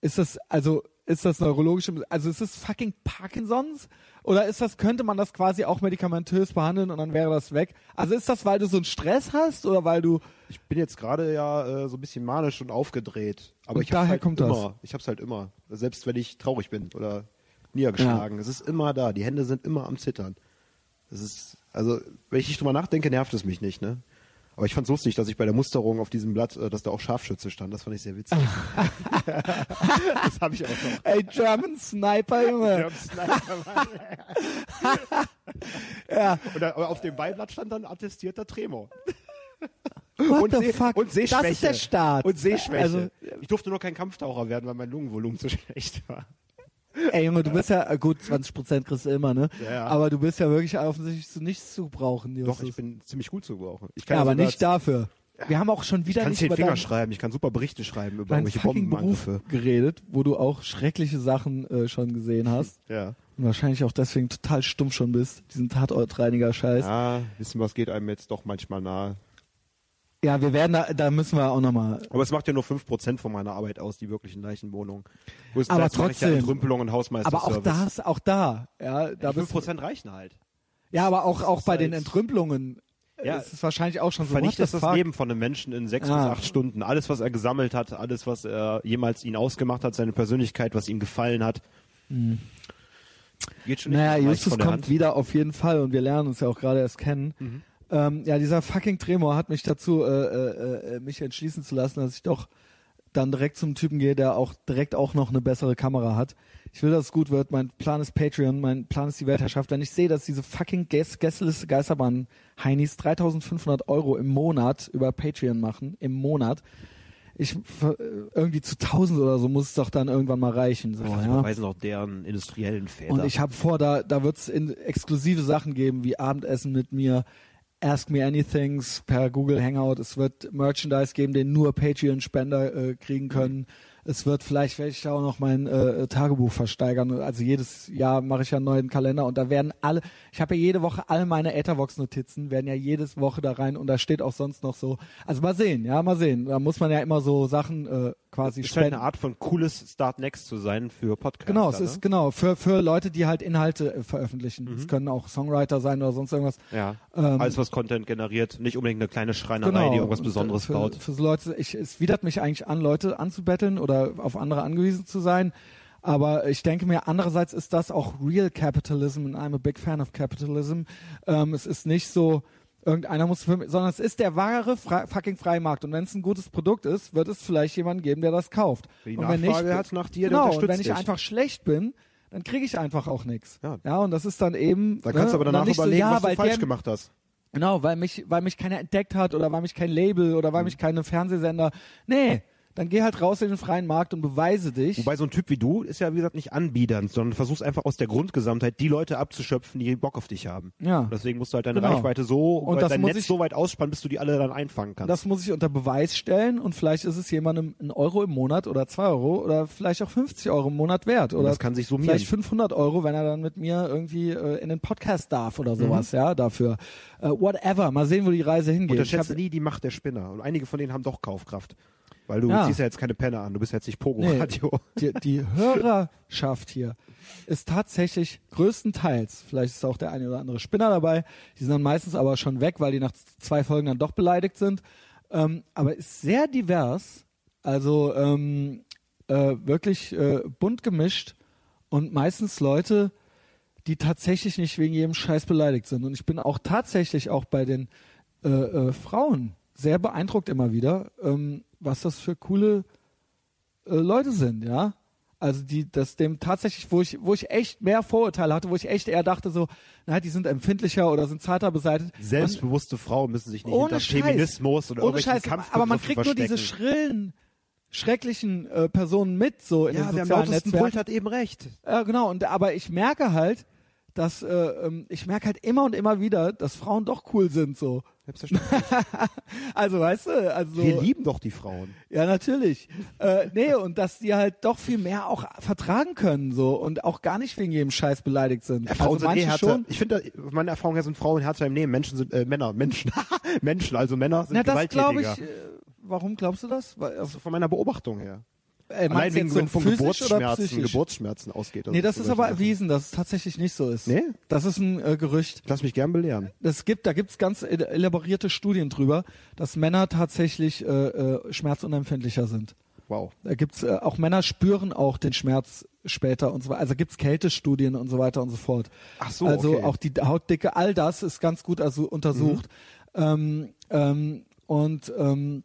ist das, also, ist das neurologisch, also ist das fucking Parkinsons? Oder ist das, könnte man das quasi auch medikamentös behandeln und dann wäre das weg? Also ist das, weil du so einen Stress hast oder weil du, Ich bin jetzt gerade ja äh, so ein bisschen manisch und aufgedreht. Aber Und ich hab's daher halt kommt das. immer. Ich hab's halt immer. Selbst wenn ich traurig bin oder niedergeschlagen. Es ist immer da. Die Hände sind immer am Zittern. Das ist, also, wenn ich nicht drüber nachdenke, nervt es mich nicht, ne? Aber ich fand's lustig, dass ich bei der Musterung auf diesem Blatt, äh, dass da auch Scharfschütze stand. Das fand ich sehr witzig. das habe ich auch noch. Ey, German Sniper, Junge. Und da, auf dem Beiblatt stand dann attestierter Tremor. What und, the Seh- fuck? und Sehschwäche. Das ist der Start. Und Sehschwäche. Also, ich durfte nur kein Kampftaucher werden, weil mein Lungenvolumen zu schlecht war. ey, Junge, du bist ja, äh, gut, 20 Prozent kriegst du immer, ne? Ja, ja. Aber du bist ja wirklich offensichtlich zu nichts zu brauchen, Justus. Doch, ich bin ziemlich gut zu gebrauchen. Ich kann ja, aber sogar- nicht dafür. Wir haben auch schon Ich wieder kann nicht zehn über Finger deinen, schreiben, ich kann super Berichte schreiben über deinen irgendwelche fucking Beruf Bombenangriffe. geredet, wo du auch schreckliche Sachen äh, schon gesehen hast. Ja. Und wahrscheinlich auch deswegen total stumpf schon bist, diesen Tatortreiniger-Scheiß. Ja. ja, wissen was geht einem jetzt doch manchmal nahe. wir werden da, da müssen wir auch nochmal. Aber es macht ja nur 5% von meiner Arbeit aus, die wirklichen Leichenwohnungen. Aber Größtenteils mache ich ja trotzdem. Entrümpelung und Hausmeister Aber auch das, auch da, ja, da bist, 5% reichen halt. ja, aber auch, auch bei den halt- Entrümpelungen äh, Ja. ist es wahrscheinlich auch schon so. what the Vernichtet das fuck? Leben von einem Menschen in sechs Ah. bis acht Stunden. Alles, was er gesammelt hat, alles, was er jemals ihn ausgemacht hat, seine Persönlichkeit, was ihm gefallen hat. Geht schon nicht Naja, leicht Justus von der kommt Hand. Mhm. wieder auf jeden Fall und wir lernen uns ja auch gerade erst kennen. Ähm, ja, dieser fucking Tremor hat mich dazu, äh, äh, äh, mich entschließen zu lassen, dass ich doch dann direkt zum Typen gehe, der auch direkt auch noch eine bessere Kamera hat. Ich will, dass es gut wird. Mein Plan ist Patreon, mein Plan ist die Weltherrschaft. Wenn ich sehe, dass diese fucking Ges Gästeliste Geisterbahn Heinis 3500 Euro im Monat über Patreon machen, im Monat, ich ver- irgendwie zu 1000 oder so muss es doch dann irgendwann mal reichen. So, Das ja. verweisen auch deren industriellen Väter. Und ich habe vor, da, da wird es exklusive Sachen geben, wie Abendessen mit mir, Ask Me Anythings per Google Hangout. Es wird Merchandise geben, den nur Patreon-Spender äh, kriegen können. Es wird vielleicht, werde ich da auch noch mein äh, Tagebuch versteigern. Also jedes Jahr mache ich ja einen neuen Kalender und da werden alle, ich habe ja jede Woche alle meine Ethervox-Notizen, werden ja jedes Woche da rein und da steht auch sonst noch so, also mal sehen, ja, mal sehen. Da muss man ja immer so Sachen äh, quasi es scheint spenden. eine Art von cooles Start Next zu sein für ne? Podcasts. Genau, es ist genau für, für Leute, die halt Inhalte äh, veröffentlichen. Es können auch Songwriter sein oder sonst irgendwas. Ja. Also Ähm, Alles, was Content generiert, nicht unbedingt eine kleine Schreinerei, die irgendwas Und, Besonderes äh, für, baut. Für so Leute, ich, es widert mich eigentlich an, Leute anzubetteln oder auf andere angewiesen zu sein. Aber ich denke mir, andererseits ist das auch real Capitalism and I'm a big fan of Capitalism. Ähm, es ist nicht so, irgendeiner muss für mich, sondern es ist der wahre frei, fucking Freimarkt. Und wenn es ein gutes Produkt ist, wird es vielleicht jemanden geben, der das kauft. Wer die und wenn Nachfrage nicht, hat nach dir, der genau, und unterstützt wenn ich dich. einfach schlecht bin, dann kriege ich einfach auch nichts. Ja. und das ist dann eben. Da ne, kannst du aber und dann danach nicht überlegen, so, ja, was weil du falsch der, gemacht hast. Genau, weil mich, weil mich keiner entdeckt hat oder weil mich kein Label oder weil mich Mhm. keine Fernsehsender. Nee, dann geh halt raus in den freien Markt und beweise dich. Wobei so ein Typ wie du ist ja, wie gesagt, nicht anbiedernd, sondern versuchst einfach aus der Grundgesamtheit die Leute abzuschöpfen, die Bock auf dich haben. Ja. Und deswegen musst du halt deine Genau. Reichweite so, Und weil das dein muss Netz ich- so weit ausspannen, bis du die alle dann einfangen kannst. das muss ich unter Beweis stellen und vielleicht ist es jemandem ein Euro im Monat oder zwei Euro oder vielleicht auch 50 Euro im Monat wert oder das kann sich summieren. vielleicht 500 Euro, wenn er dann mit mir irgendwie äh, in den Podcast darf oder Mhm. sowas, ja, dafür. Äh, whatever, mal sehen, wo die Reise hingeht. Ich hab- Unterschätze nie die Macht der Spinner. Und einige von denen haben doch Kaufkraft. Weil du Ja. ziehst ja jetzt keine Penner an, du bist ja jetzt nicht Nee. Pogo-Radio. die, die Hörerschaft hier ist tatsächlich größtenteils, vielleicht ist auch der eine oder andere Spinner dabei, die sind dann meistens aber schon weg, weil die nach zwei Folgen dann doch beleidigt sind. Ähm, aber ist sehr divers, also ähm, äh, wirklich äh, bunt gemischt und meistens Leute, die tatsächlich nicht wegen jedem Scheiß beleidigt sind. Und ich bin auch tatsächlich auch bei den äh, äh, Frauen sehr beeindruckt immer wieder, ähm, was das für coole äh, Leute sind, ja. Also die, das dem tatsächlich, wo ich, wo ich echt mehr Vorurteile hatte, wo ich echt eher dachte so, na, die sind empfindlicher oder sind zarter beseitigt. Und Selbstbewusste Frauen müssen sich nicht ohne hinter Scheiß, Feminismus oder ohne irgendwelchen Scheiß, Kampfbegriffen aber man kriegt nur verstecken. diese schrillen, schrecklichen äh, Personen mit, so in Ja, den wer am sozialen lautesten Netzwerken. brüllt, hat eben recht. Ja, genau. Und aber ich merke halt, dass äh, ähm, ich merke halt immer und immer wieder, dass Frauen doch cool sind. So, Selbstverständlich. also weißt du, also Wir lieben doch die Frauen. ja natürlich. äh, nee, und dass die halt doch viel mehr auch vertragen können so und auch gar nicht wegen jedem Scheiß beleidigt sind. Ja, Frauen also sind eh manche härter. schon. Ich finde, meine Erfahrung her sind Frauen härter im Nehmen. Menschen sind äh, Männer, Menschen, Menschen, also Männer sind Na, das glaube gewalttätiger. ich. Äh, warum glaubst du das? Weil, also, Von meiner Beobachtung her. äh, Allein meinst du wegen jetzt wenn so von physisch oder Geburtsschmerzen, psychisch? Geburtsschmerzen ausgeht. also nee, das so ist solche aber Sachen. erwiesen, dass es tatsächlich nicht so ist. Nee? Das ist ein äh, Gerücht. Ich lass mich gern belehren. Das gibt, da gibt's ganz el- elaborierte Studien drüber, dass Männer tatsächlich äh, äh, schmerzunempfindlicher sind. Wow. Da gibt's äh, auch Männer spüren auch den Schmerz später und so weiter. Also gibt's Kältestudien und so weiter und so fort. Ach so, Also okay. auch die Hautdicke, all das ist ganz gut also untersucht. Mhm. Ähm, ähm, und ähm,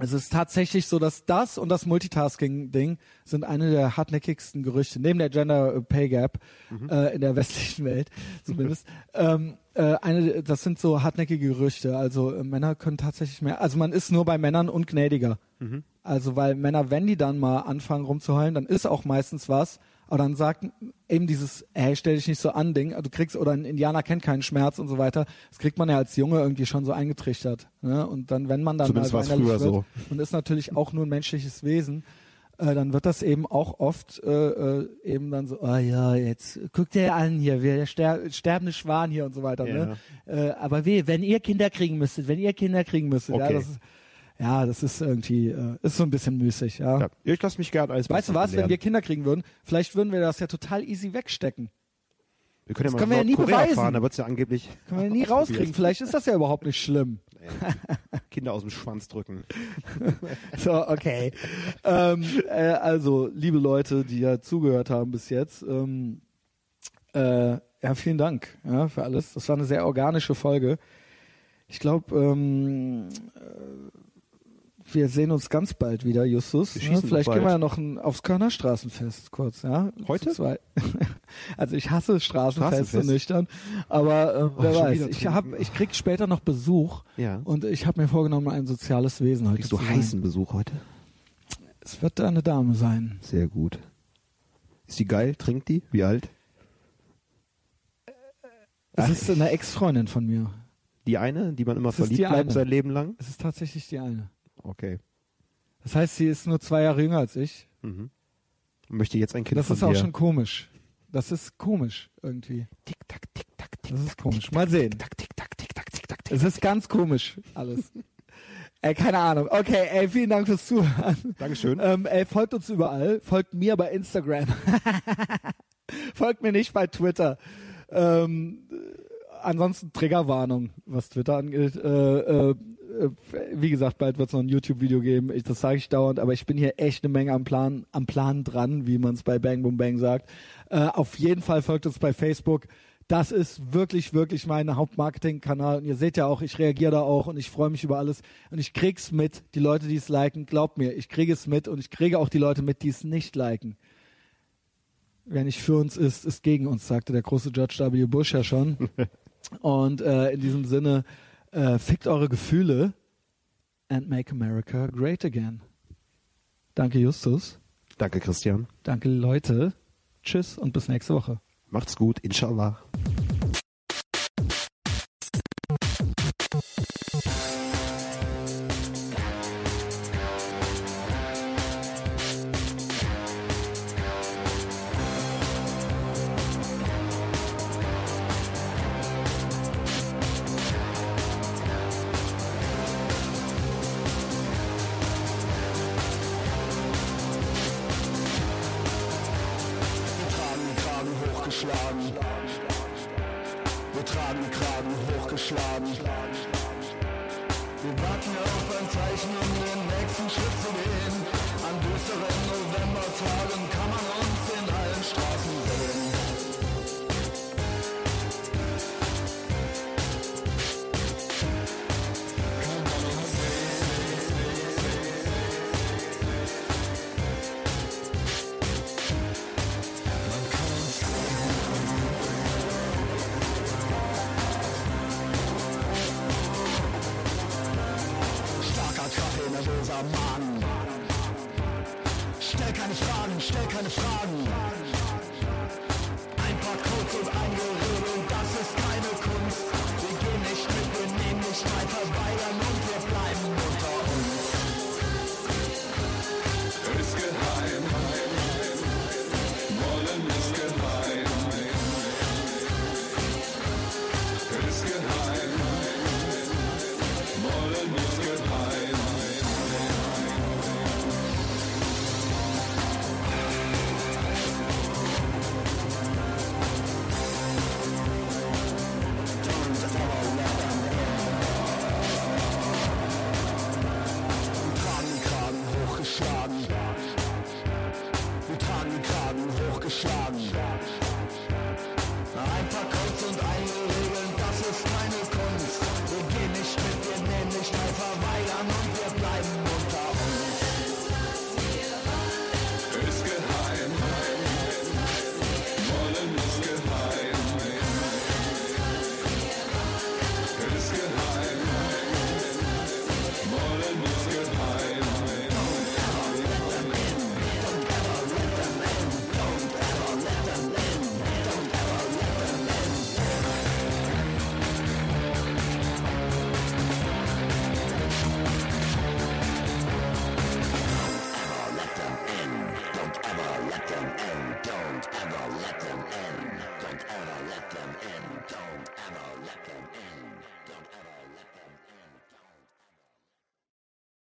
es ist tatsächlich so, dass das und das Multitasking-Ding sind eine der hartnäckigsten Gerüchte, neben der Gender Pay Gap Mhm. äh, in der westlichen Welt zumindest. ähm, äh, eine, das sind so hartnäckige Gerüchte. Also äh, Männer können tatsächlich mehr, also man ist nur bei Männern ungnädiger. Mhm. Also weil Männer, wenn die dann mal anfangen rumzuheulen, dann ist auch meistens was. Aber dann sagt eben dieses, hey, stell dich nicht so an, Ding, du kriegst, oder ein Indianer kennt keinen Schmerz und so weiter. Das kriegt man ja als Junge irgendwie schon so eingetrichtert. Ne? Und dann, wenn man dann Zumindest mal war's weinerlich früher wird, so. und ist natürlich auch nur ein menschliches Wesen, äh, dann wird das eben auch oft äh, äh, eben dann so, ah ja, jetzt guck dir an hier, wir der ster sterbende Schwan hier und so weiter. Ne? Äh, aber weh, wenn ihr Kinder kriegen müsstet, wenn ihr Kinder kriegen müsstet, Okay. ja, das ist, ja, das ist irgendwie, äh, ist so ein bisschen müßig, ja. Ja, ich lasse mich gerne als Weißt du was, wenn lernen. wir Kinder kriegen würden, vielleicht würden wir das ja total easy wegstecken. wir können ja mal können wir ja nach nie Korea beweisen. fahren, da wird's ja angeblich Können wir nie rauskriegen, vielleicht ist das ja überhaupt nicht schlimm. Kinder aus dem Schwanz drücken. So, okay. ähm, äh, also, liebe Leute, die ja zugehört haben bis jetzt, ähm, äh, ja, vielen Dank ja, für alles. Das war eine sehr organische Folge. Ich glaube, ähm, äh, wir sehen uns ganz bald wieder, Justus. Wir schießen Vielleicht bald. gehen wir ja noch ein, aufs Kölner Straßenfest kurz. Ja? Heute? Zu zwei. also ich hasse Straßenfest, Straßenfest. Oh, und nüchtern, aber äh, wer schon weiß. wieder Ich, trinken. hab, ich krieg später noch Besuch Ja. und ich habe mir vorgenommen, ein soziales Wesen heute Kriegst du zu sein. heißen Besuch heute? Es wird eine Dame sein. Sehr gut. Ist die geil? Trinkt die? Wie alt? Es Ach, ist eine Ex-Freundin von mir. Die eine, die man immer Es ist die verliebt eine. bleibt sein Leben lang? Es ist tatsächlich die eine. Okay. Das heißt, sie ist nur zwei Jahre jünger als ich. Mhm. Möchte jetzt ein Kind Das von ist auch dir. schon komisch. Das ist komisch irgendwie. Tick, tack, tick, tack, tick, Das ist komisch. Mal sehen. tack, tick, tack, tick, tack, tick, tack, tick. Es ist ganz komisch alles. Ey, keine Ahnung. Okay, ey, vielen Dank fürs Zuhören. Dankeschön. Ähm, ey, folgt uns überall. Folgt mir bei Instagram. folgt mir nicht bei Twitter. Ähm, äh, ansonsten Triggerwarnung, was Twitter angeht. Äh, äh, äh, wie gesagt, bald wird es noch ein YouTube-Video geben. Ich, das sage ich dauernd, aber ich bin hier echt eine Menge am Plan, am Plan dran, wie man es bei Bang Boom Bang sagt. Äh, auf jeden Fall folgt uns bei Facebook. Das ist wirklich, wirklich mein Hauptmarketing-Kanal. Und ihr seht ja auch, ich reagiere da auch und ich freue mich über alles. Und ich krieg's mit. Die Leute, die es liken, glaubt mir, ich kriege es mit und ich kriege auch die Leute mit, die es nicht liken. Wer nicht für uns ist, ist gegen uns, sagte der große George W. Bush ja schon. Und äh, in diesem Sinne, äh, fickt eure Gefühle and make America great again. Danke, Justus. Danke, Christian. Danke, Leute. Tschüss und bis nächste Woche. Macht's gut. Inshallah. Wir tragen den Kragen hochgeschlagen. Wir tragen den Kragen hochgeschlagen. Wir warten auf ein Zeichen, um den nächsten Schritt zu gehen. An düsteren Novembertagen kann man uns in allen Straßen sehen. Kann man uns Starker Kaffee, nervöser Magen.